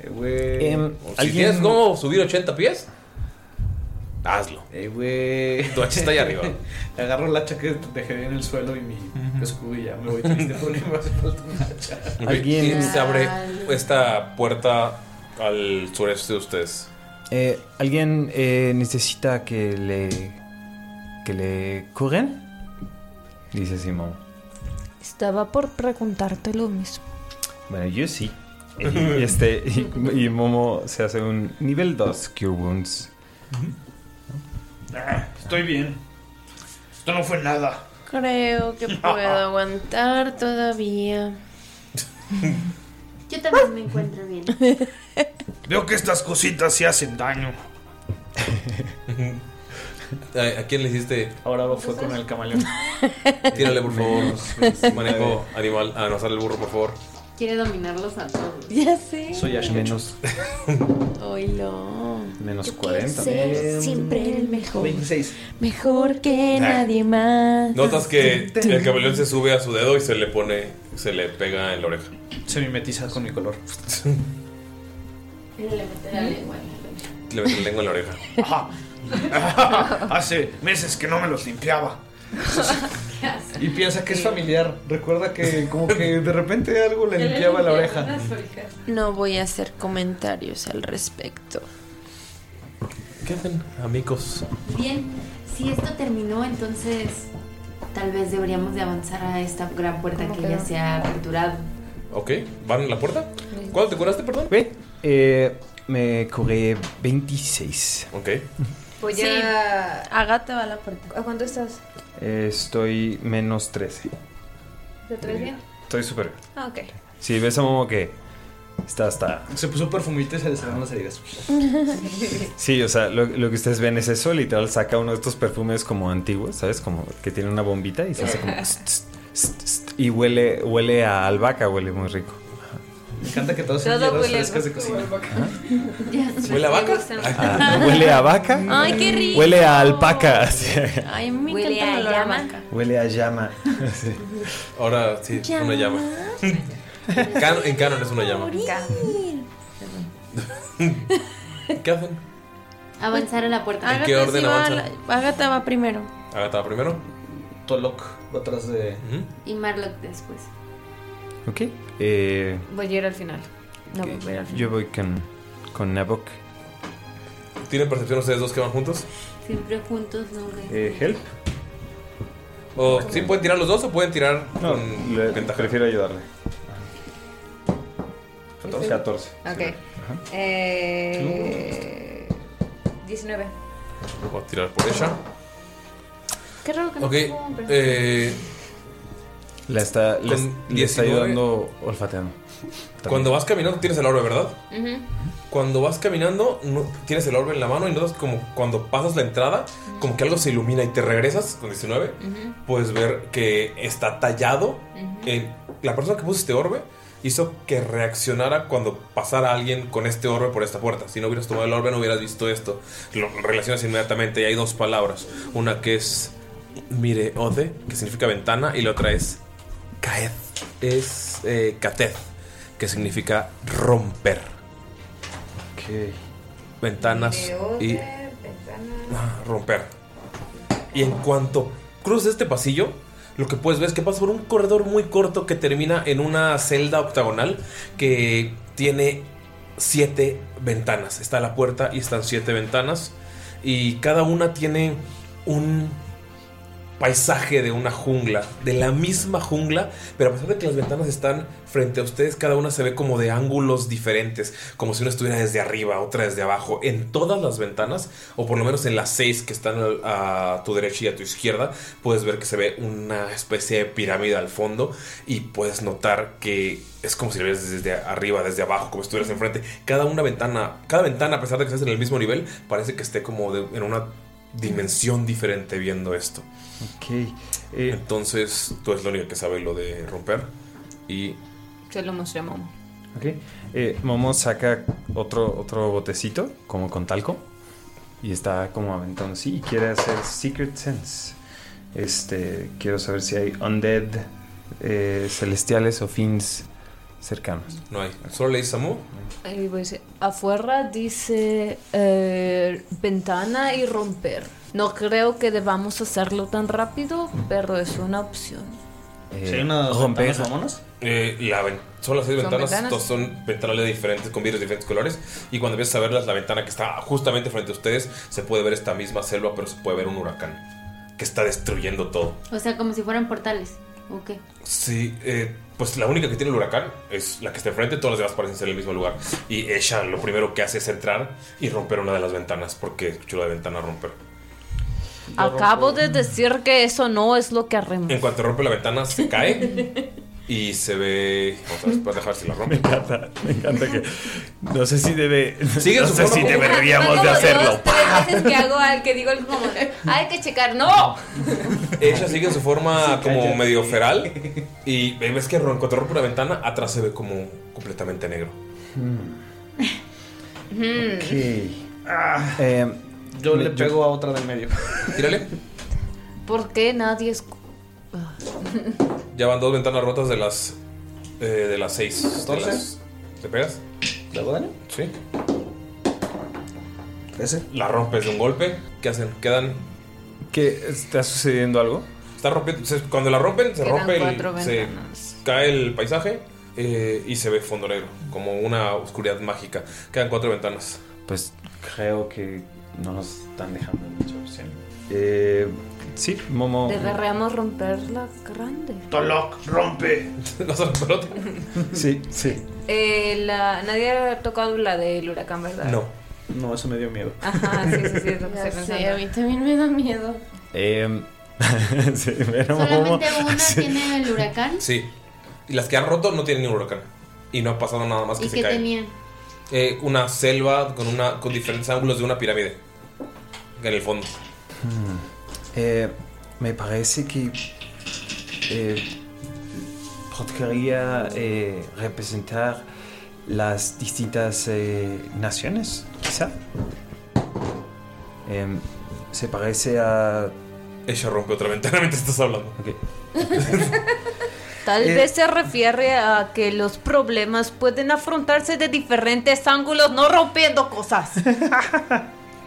S1: Eh,
S2: güey.
S1: Em, Si ¿alguien- tienes cómo subir 80 pies, hazlo.
S2: Eh, güey.
S1: Tu hacha está ahí arriba.
S2: Agarro la hacha que dejé en el suelo y mi escudo y ya me voy triste porque me hace falta una hacha.
S1: Ok, y se abre pues, esta puerta al sureste de ustedes.
S4: Eh, ¿Alguien eh, necesita que le, que le curen? Dice Simón.
S28: Estaba por preguntarte lo mismo.
S4: Bueno, yo sí. Y, este, y, y Momo se hace un nivel 2 Cure Wounds.
S10: Ah, estoy bien. Esto no fue nada.
S22: Creo que puedo aguantar todavía.
S5: Yo también me encuentro bien.
S10: Veo que estas cositas sí hacen daño.
S1: ¿A, a quién le hiciste?
S2: Ahora fue con el camaleón.
S1: Tírale, por favor.
S2: Menos.
S1: Manejo animal. Ah, no sale el burro, por favor.
S5: Quiere dominarlos a todos.
S22: Ya sé.
S4: Menos,
S22: Oilo.
S4: menos 40.
S1: Em,
S22: ser siempre el mejor.
S2: 26.
S22: Mejor que nadie más.
S1: Notas que el camaleón se sube a su dedo y se le pone, se le pega en la oreja.
S2: Se mimetiza con mi color.
S5: Y le mete la lengua.
S1: Le mete la lengua en la oreja.
S10: Ajá. Hace meses que no me los limpiaba.
S2: Y piensa que es familiar. Recuerda que como que de repente algo le limpiaba la oreja.
S22: No voy a hacer comentarios al respecto.
S1: ¿Qué hacen, amigos?
S5: Bien, si esto terminó, entonces tal vez deberíamos de avanzar a esta gran puerta que ya se ha aperturado.
S1: Ok, ¿van a la puerta? ¿Cuándo te curaste, perdón?
S4: Eh, me curé 26.
S1: Ok.
S5: Voy
S22: Sí.
S5: a...
S22: Agata va a la puerta.
S28: ¿A cuánto estás?
S4: Eh, estoy menos 13.
S28: ¿De tres bien?
S4: Estoy súper bien.
S28: Ah, ok.
S4: Sí, ves a Momo que está hasta...
S2: Se puso perfumito y se le cerraron las heridas.
S4: Sí, o sea, lo, lo que ustedes ven es eso. Literal, saca uno de estos perfumes como antiguos, ¿sabes? Como que tiene una bombita y se hace como... tss, tss, tss, tss, y huele, huele a albahaca, huele muy rico.
S2: Me encanta que todos
S22: Todo
S2: son hierbas
S22: huele a
S2: frescas de cocina.
S1: ¿Huele a vaca?
S4: Ah, huele a vaca.
S22: Ay, qué rico.
S4: Huele a alpaca. sí.
S22: Ay, me
S5: Huele
S22: encanta
S5: a
S22: el olor a
S5: llama.
S22: vaca.
S4: Huele a llama. Sí.
S1: Ahora sí,
S22: Llama.
S1: una llama. Cano- en canon es una llama. ¿Qué hacen?
S5: Avanzar a la puerta.
S1: ¿En qué
S22: Agatha
S1: orden
S22: sí va a
S1: avanzan?
S22: la- Agatha va primero.
S1: Agatha primero.
S2: Tolok, atrás de.
S5: Y Marlock después.
S4: Ok. eh,
S6: Voy a ir al final. No, voy a ir al final.
S4: yo voy con, con Nabok.
S1: ¿Tienen percepción ustedes dos que van juntos?
S5: Siempre juntos, nunca.
S4: Eh, help.
S1: O sí, pueden tirar los dos o pueden tirar
S4: No,
S1: con
S4: le-
S1: ventaja.
S4: prefiero ayudarle.
S1: 14.
S4: 14.
S6: Ok. Eh, 19.
S1: Voy a tirar por ella.
S22: Qué raro que no
S1: Ok.
S22: puedo ver.
S1: Eh,
S4: La está, le,
S1: Con
S4: le está
S1: 19.
S4: ayudando olfateando.
S1: cuando vas caminando tienes el orbe, ¿verdad?
S22: Ujú.
S1: Cuando vas caminando no- tienes el orbe en la mano y notas como cuando pasas la entrada, como que algo se ilumina y te regresas con 19.
S22: Ujú.
S1: Puedes ver que está tallado. en- la persona que puso este orbe hizo que reaccionara cuando pasara alguien con este orbe por esta puerta. Si no hubieras tomado el orbe no hubieras visto esto. Lo relacionas inmediatamente y hay dos palabras. Una que es mire ode, que significa ventana, y la otra es caed, es eh, katez, que significa romper. Ventanas y Ah, romper. Y en cuanto cruzas este pasillo, lo que puedes ver es que pasas por un corredor muy corto que termina en una celda octagonal que tiene siete ventanas. Está la puerta y están siete ventanas. Y cada una tiene un paisaje de una jungla, de la misma jungla, pero a pesar de que las ventanas están frente a ustedes, cada una se ve como de ángulos diferentes, como si una estuviera desde arriba, otra desde abajo. En todas las ventanas, o por lo menos en las seis que están al- a tu derecha y a tu izquierda, puedes ver que se ve una especie de pirámide al fondo y puedes notar que es como si lo ves desde arriba, desde abajo, como si estuvieras enfrente. Cada una ventana, cada ventana, a pesar de que estés en el mismo nivel, parece que esté como de- en una dimensión diferente viendo esto.
S4: Ok.
S1: Entonces, tú eres la única que sabe lo de romper. Y
S19: Se lo mostré a Momo.
S4: Ok. Eh, Momo saca otro, otro botecito, como con talco. Y está como aventando. Sí, y quiere hacer Secret Sense. Este, quiero saber si hay undead eh, celestiales o fins cercanos.
S1: no hay. Solo le dices a Mu.
S6: Ahí voy a decir, afuera dice eh, ventana y romper. No creo que debamos hacerlo tan rápido, pero es una opción.
S1: Eh,
S2: ¿Sí hay unas
S1: romper.
S2: ventanas mamonas?
S1: Eh, la ven- son las seis
S6: ¿Son
S1: ventanas,
S6: ventanas?
S1: todas son ventanales diferentes, con vidrios de diferentes colores. Y cuando empiezas a verlas, la ventana que está justamente frente a ustedes, se puede ver esta misma selva, pero se puede ver un huracán que está destruyendo todo.
S5: O sea, como si fueran portales. ¿O qué?
S1: Sí, eh, pues la única que tiene el huracán es la que está enfrente, todas las demás parecen ser en el mismo lugar. Y ella lo primero que hace es entrar y romper una de las ventanas, porque escuchó la de ventana romper.
S6: Acabo de decir que eso no es lo que haremos.
S1: En cuanto rompe la ventana, se cae y se ve. Otra vez, para dejar si la rompe. Me
S4: encanta, me encanta que. No sé si debe.
S1: Sigue
S4: no
S1: su
S4: sé
S1: forma
S4: si
S1: como-
S4: deberíamos de hacerlo.
S6: Tres veces que hago al que digo el como, hay que checar, ¡no!
S1: Ella sigue en su forma como medio feral y ves que ro- cuando rompe la ventana, atrás se ve como completamente negro.
S4: Mm.
S2: Eh, Yo le pego a otra del medio.
S1: Tírale.
S6: ¿Por qué nadie es... Ah.
S1: Ya van dos ventanas rotas de las. eh, de las seis. De las- ¿Te pegas?
S2: ¿Le hago daño?
S1: Sí. La rompes de un golpe. ¿Qué hacen? ¿Quedan?
S4: ¿Qué está sucediendo algo?
S1: Está rompiendo. se- cuando la rompen, se
S6: Quedan
S1: rompe
S6: cuatro
S1: el. Se
S6: ventanas.
S1: cae el paisaje eh, y se ve fondo negro. Como una oscuridad mágica. Quedan cuatro ventanas.
S4: Pues creo que no nos están dejando mucha opción. Eh, sí, Momo.
S6: Deberíamos romperla grande.
S10: Tolok, rompe.
S1: ¿Vas a romper otra?
S4: Sí, sí.
S19: Eh, la, nadie ha tocado la del huracán, ¿verdad?
S2: No, eso me dio miedo.
S22: Ah,
S19: Ajá, sí, sí, sí, es lo que estoy
S3: Ya
S19: pensando.
S3: sé, a mí también me da miedo.
S4: Eh, sí, pero Momo.
S5: Solamente una tiene el huracán.
S1: Sí. Y las que han roto no tienen ni un huracán. Y no ha pasado nada más que
S5: ¿Y
S1: se
S5: qué
S1: caen.
S5: tenían?
S1: Eh, una selva con una con diferentes ángulos de una pirámide. En el fondo.
S4: Hmm. Eh, me parece que eh, podría eh, representar las distintas eh, naciones, quizá. Em, se parece a...
S1: Ella rompe otra ventana mientras estás hablando.
S6: Tal
S4: Eh.
S6: vez se refiere a que los problemas pueden afrontarse de diferentes ángulos, no rompiendo cosas.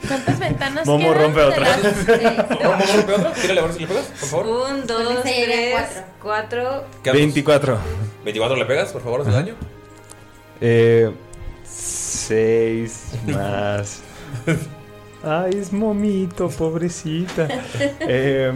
S22: ¿Cuántas ventanas
S4: Momo
S22: quedan
S4: rompe
S22: de
S4: otra.
S22: las- eh,
S1: ¿Cómo rompe otra? Tírale a ver si le pegas, por favor.
S19: Un, dos, tres, cuatro.
S4: 24.
S1: 24 le pegas, por favor, hace daño.
S4: 6 más... Ay, es momito, pobrecita. Eh,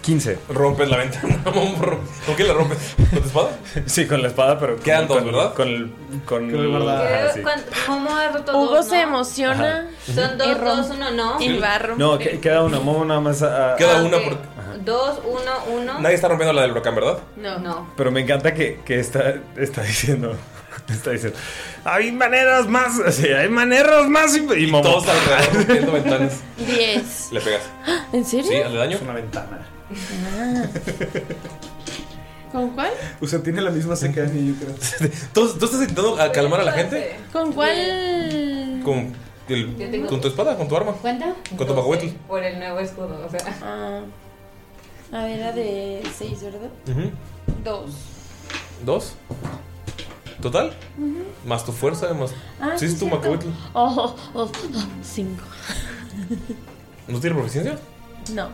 S4: 15.
S1: Rompes la ventana. ¿Con qué la rompes? ¿Con tu espada?
S4: Sí, con la espada, pero.
S1: Quedan dos, ¿verdad?
S4: Con el. Con
S1: el guardado.
S4: Ajá, sí.
S37: ¿Cuán- ¿Cómo he roto
S3: Hugo
S37: dos,
S3: se
S37: no?
S3: emociona.
S37: Son dos, dos, uno, no.
S3: Y va a romper.
S4: No, que- queda uno. Momo nada más. ah,
S1: Queda
S4: ah,
S1: una
S4: ok.
S1: por.
S37: Dos, uno,
S3: Ah.
S37: uno.
S1: Nadie está rompiendo la del huracán, ¿verdad?
S37: No. No.
S4: Pero me encanta que, que está, está diciendo. Está diciendo. Hay maneras más. O sea, hay maneras más. Y, y Momo.
S1: todos alrededor rompiendo ventanas.
S3: 10.
S1: Le pegas.
S3: ¿En serio? Ah.
S1: Sí, hazle daño. Es una ventana.
S3: ¿Con cuál?
S1: O sea, tiene la misma seca ni yo creo. ¿Tú, tú estás intentando a- calmar a la gente?
S3: ¿Con cuál?
S1: Con, el-
S5: Yo tengo-
S1: con tu espada, con tu arma.
S5: ¿Cuenta?
S1: Con tu macuetl.
S5: Por el nuevo escudo, o sea.
S3: A ver, Ah. era de 6, ¿verdad?
S1: Ujú.
S3: 2.
S1: ¿Dos? ¿Total? Más tu fuerza, más.
S3: Ah,
S1: sí,
S3: sí,
S1: es tu
S3: cierto.
S1: macahuitl.
S3: Oh, oh, oh, cinco.
S1: ¿No tiene proficiencia?
S3: No.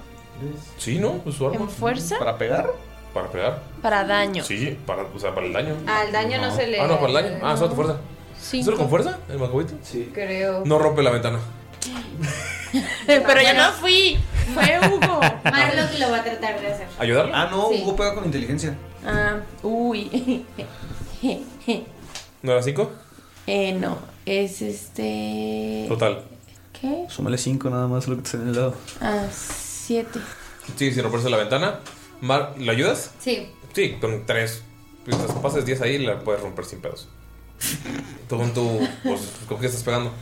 S1: Sí, ¿no? Pues su arma.
S3: ¿En fuerza?
S1: ¿Para pegar? Para pegar.
S3: Para daño.
S1: Sí, para, o sea, para el daño.
S5: Al daño no, se le.
S1: Ah, no, para el daño. Ah, solo tu fuerza.
S5: Cinco.
S1: ¿Solo con fuerza? ¿El macahuitl? Sí.
S5: Creo.
S1: No rompe la ventana.
S3: Pero yo no fui. Fue Hugo.
S5: Marlock lo va a tratar de hacer.
S1: ¿Ayudarle?
S2: Ah, no, Hugo pega con inteligencia.
S3: Ah, uy.
S1: ¿No era cinco?
S3: eh, no. Es este.
S1: Total.
S3: ¿Qué?
S2: Súmale 5 nada más lo que te sale en el lado.
S3: Ah, siete.
S1: Sí, sin romperse la ventana. Mar, ¿Lo ayudas?
S5: Sí.
S1: Sí, con tres. Pues, las pases 10 ahí la puedes romper sin pedos. Tú con tu. Pues, ¿Con qué estás pegando?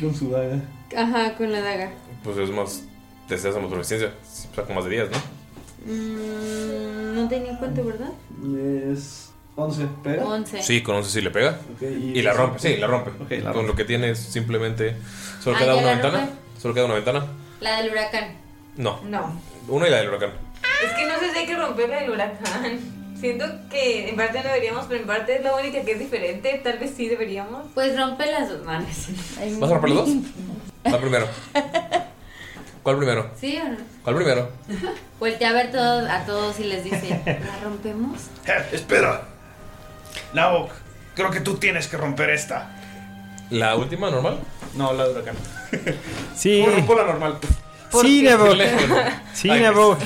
S2: Con su daga.
S5: Ajá, con la daga.
S1: Pues es más. Deseas más proficiencia. O sea, con más de 10, ¿no?
S5: Mm, no tenía cuánto, ¿verdad?
S2: Es 11, ¿pega?
S5: 11.
S1: Sí, con 11 sí le pega.
S2: Ok, y-
S1: y, la rompe, sí, la rompe.
S2: la
S1: con lo que tiene es simplemente. Solo
S5: Ah,
S1: queda
S5: ¿ya
S1: una
S5: la
S1: ventana.
S5: rompe?
S1: Solo queda una ventana.
S5: La del huracán.
S1: No.
S5: No.
S1: Una y la del huracán.
S37: Es que no sé si hay que romperla el huracán. Siento que en parte no deberíamos, pero en parte es la única que es diferente. Tal vez sí deberíamos.
S5: Pues rompe las dos manos.
S1: ¿Vas a romper los dos? ¿Cuál primero? ¿Cuál primero?
S5: ¿Sí o no?
S1: ¿Cuál primero?
S5: Voltea a ver todo- a todos y les dice, ¿la rompemos?
S10: Eh, espera. Nabok, creo que tú tienes que romper esta.
S1: ¿La última normal?
S2: No, la del huracán.
S4: Sí.
S2: Rompo la normal.
S4: Sí, Nabok. Sí, Nabok.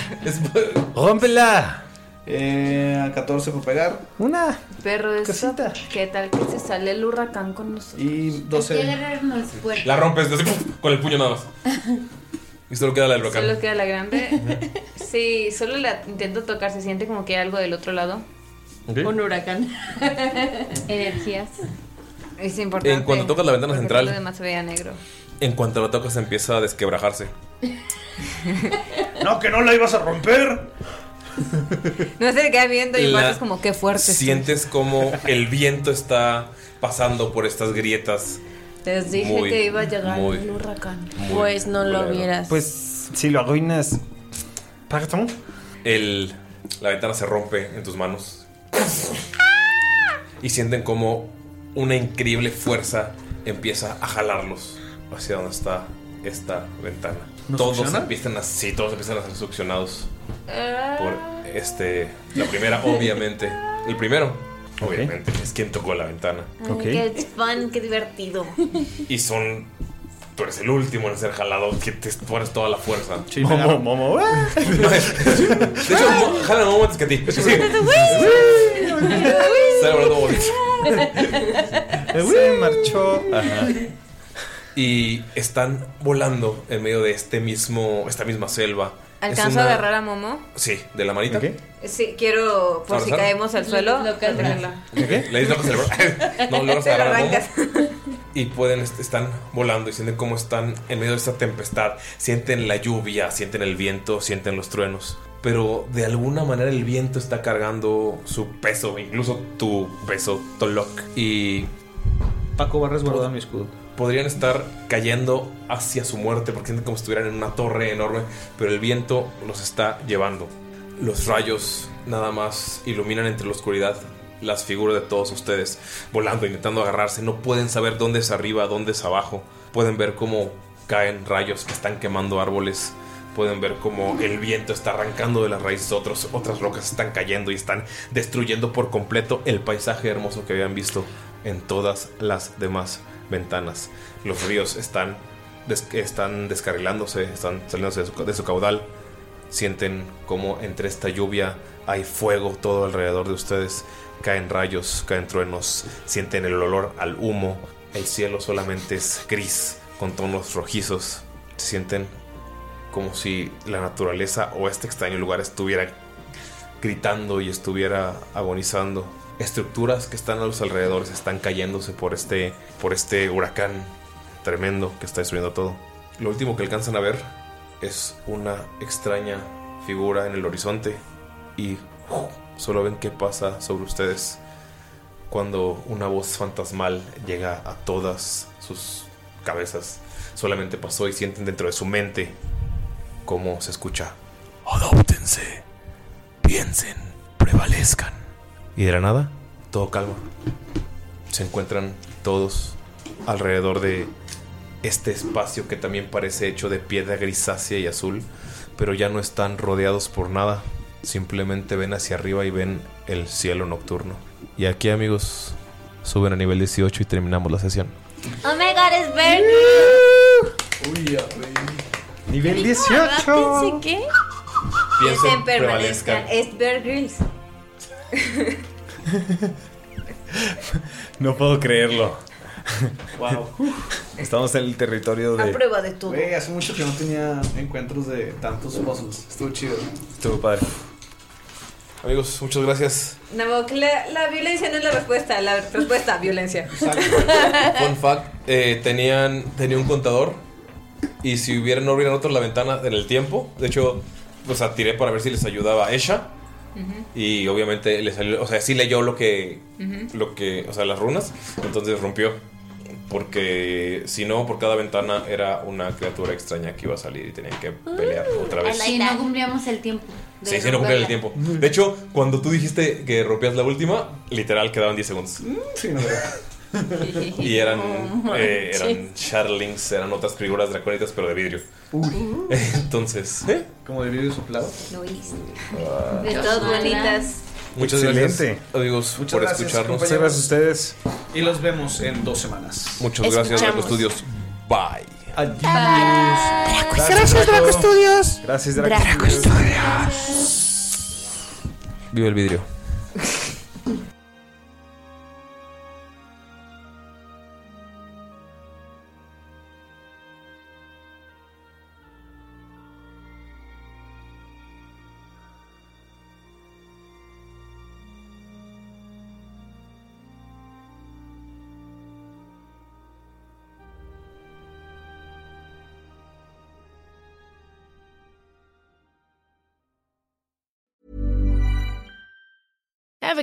S4: Rómpela.
S2: Eh, a 14 por pegar.
S4: Una.
S38: Perro de Cosita. ¿Qué tal que se sale el huracán con nosotros?
S2: Y
S38: Quiere
S2: 12.
S38: agarrarnos fuerte.
S1: La rompes así, con el puño nada más. Y solo queda la del huracán.
S6: Solo queda la grande. Sí, solo la intento tocar. Se siente como que algo del otro lado.
S1: Ok.
S6: Un huracán.
S5: Energías.
S6: Es importante.
S1: En cuanto tocas la ventana
S6: porque
S1: central.
S6: Todo lo demás se vea negro.
S1: En cuanto la tocas empieza a desquebrajarse.
S10: No, que no la ibas a romper.
S6: No se le queda viendo y
S1: La-
S6: Marta es como qué fuerte.
S1: Sientes como el viento está pasando por estas grietas.
S3: Les dije
S1: Muy,
S3: que iba a llegar
S1: muy,
S3: el huracán.
S1: muy
S3: Pues no lo
S1: culero.
S3: vieras.
S4: Pues si lo arruinas. Perdón.
S1: El, la ventana se rompe en tus manos. Y sienten como una increíble fuerza empieza a jalarlos hacia donde está esta ventana.
S39: ¿Nos
S1: Todos
S39: succiona?
S1: empiezan a, sí, todos empiezan a ser succionados por este. La primera, obviamente. El primero, obviamente, es quien tocó la ventana.
S37: Qué fun, qué divertido.
S1: Y son. Tú eres el último en ser jalado, que te pones toda la fuerza.
S4: Momo,
S1: Oh,
S4: momo.
S1: ¿eh?
S4: ah.
S1: De hecho, mo- jalan a Momo antes que a ti. Sí. Sale volando Momo.
S4: Se marchó.
S1: Y están volando en medio de este mismo, esta misma selva. Es
S6: ¿Alcanzo
S1: una-
S6: a agarrar a Momo?
S1: Sí, de la manita.
S6: Sí, quiero, por si
S1: ¿Abrazar?
S6: caemos al suelo, tenerla.
S1: ¿Qué? Le dices, "No, pues, el- No, logras
S6: Te lo
S1: agarrar a Momo.
S6: arrancas.
S1: Y pueden, est- están volando y sienten cómo están en medio de esta tempestad. Sienten la lluvia, sienten el viento, sienten los truenos. Pero de alguna manera el viento está cargando su peso, incluso tu peso, Tolok. Y.
S2: Paco va resguardando mi escudo.
S1: Podrían estar cayendo hacia su muerte porque sienten como si estuvieran en una torre enorme, pero el viento los está llevando. Los rayos nada más iluminan entre la oscuridad las figuras de todos ustedes, volando, intentando agarrarse. No pueden saber dónde es arriba, dónde es abajo. Pueden ver cómo caen rayos que están quemando árboles. Pueden ver cómo el viento está arrancando de las raíces otros, otras rocas están cayendo y están destruyendo por completo el paisaje hermoso que habían visto en todas las demás ventanas. Los ríos están, des- están descarrilándose, están saliéndose de su- de su caudal Sienten como entre esta lluvia hay fuego todo alrededor de ustedes. Caen rayos, caen truenos. Sienten el olor al humo. El cielo solamente es gris con tonos rojizos. Se sienten como si la naturaleza o este extraño lugar estuviera gritando y estuviera agonizando. Estructuras que están a los alrededores están cayéndose por este, por este huracán tremendo que está destruyendo todo. Lo último que alcanzan a ver es una extraña figura en el horizonte y ¡uf! solo ven qué pasa sobre ustedes cuando una voz fantasmal llega a todas sus cabezas. Solamente pasó y sienten dentro de su mente cómo se escucha. Adóptense, piensen, prevalezcan. Y de la nada, todo calma. Se encuentran todos alrededor de este espacio que también parece hecho de piedra grisácea y azul, pero ya no están rodeados por nada. Simplemente ven hacia arriba y ven el cielo nocturno. Y aquí, amigos, suben a nivel 18 y terminamos la sesión.
S36: Oh my god, es Bernie.
S40: Uy,
S4: Nivel
S6: Ah, Pensé que
S1: Piensen,
S6: Piensen,
S1: prevalezcan.
S6: permanezcan. Es Bear Grylls.
S20: No puedo creerlo.
S2: Wow.
S20: Estamos en el territorio de.
S6: prueba de todo.
S2: Güey, hace mucho que no tenía encuentros de tantos puzzles. Estuvo chido.
S20: Estuvo padre.
S1: Amigos, muchas gracias.
S6: No, la, la violencia no es la respuesta. La respuesta, violencia.
S1: Fun fact, eh, tenían, tenía un contador y si hubieran no hubieran roto la ventana en el tiempo, de hecho, o sea, tiré para ver si les ayudaba a ella y obviamente le salió, o sea, sí leyó lo que,
S6: Ujú.
S1: lo que, o sea, las runas, entonces rompió porque si no, por cada ventana era una criatura extraña que iba a salir y tenían que pelear otra vez.
S5: Si no cumplíamos el tiempo. de
S1: Sí, sí, no cumplían el
S5: romperla.
S1: tiempo. De hecho, cuando tú dijiste que rompías la última, literal quedaban 10 segundos.
S2: Mm, Sí, no
S1: Y eran,
S2: No
S1: eh, eran
S2: manches.
S1: Charlings, eran otras figuras draconitas, pero de vidrio.
S2: Uy.
S1: Entonces, ¿eh?
S2: Como de vidrio soplado.
S5: Lo hice.
S1: Ah.
S5: De todas
S6: Hola.
S5: bonitas.
S1: Muchas
S20: Excelente.
S1: gracias, amigos,
S2: Muchas
S1: por
S2: gracias,
S1: escucharnos.
S2: compañeros. Gracias a
S20: ustedes.
S2: Y los vemos en dos semanas.
S1: Muchas gracias, Draco Studios. Bye.
S2: Adiós.
S1: Gracias, Draco
S2: Studios.
S20: Gracias,
S1: Draco. Draco
S20: Studios.
S1: Viva el vidrio.
S41: Ever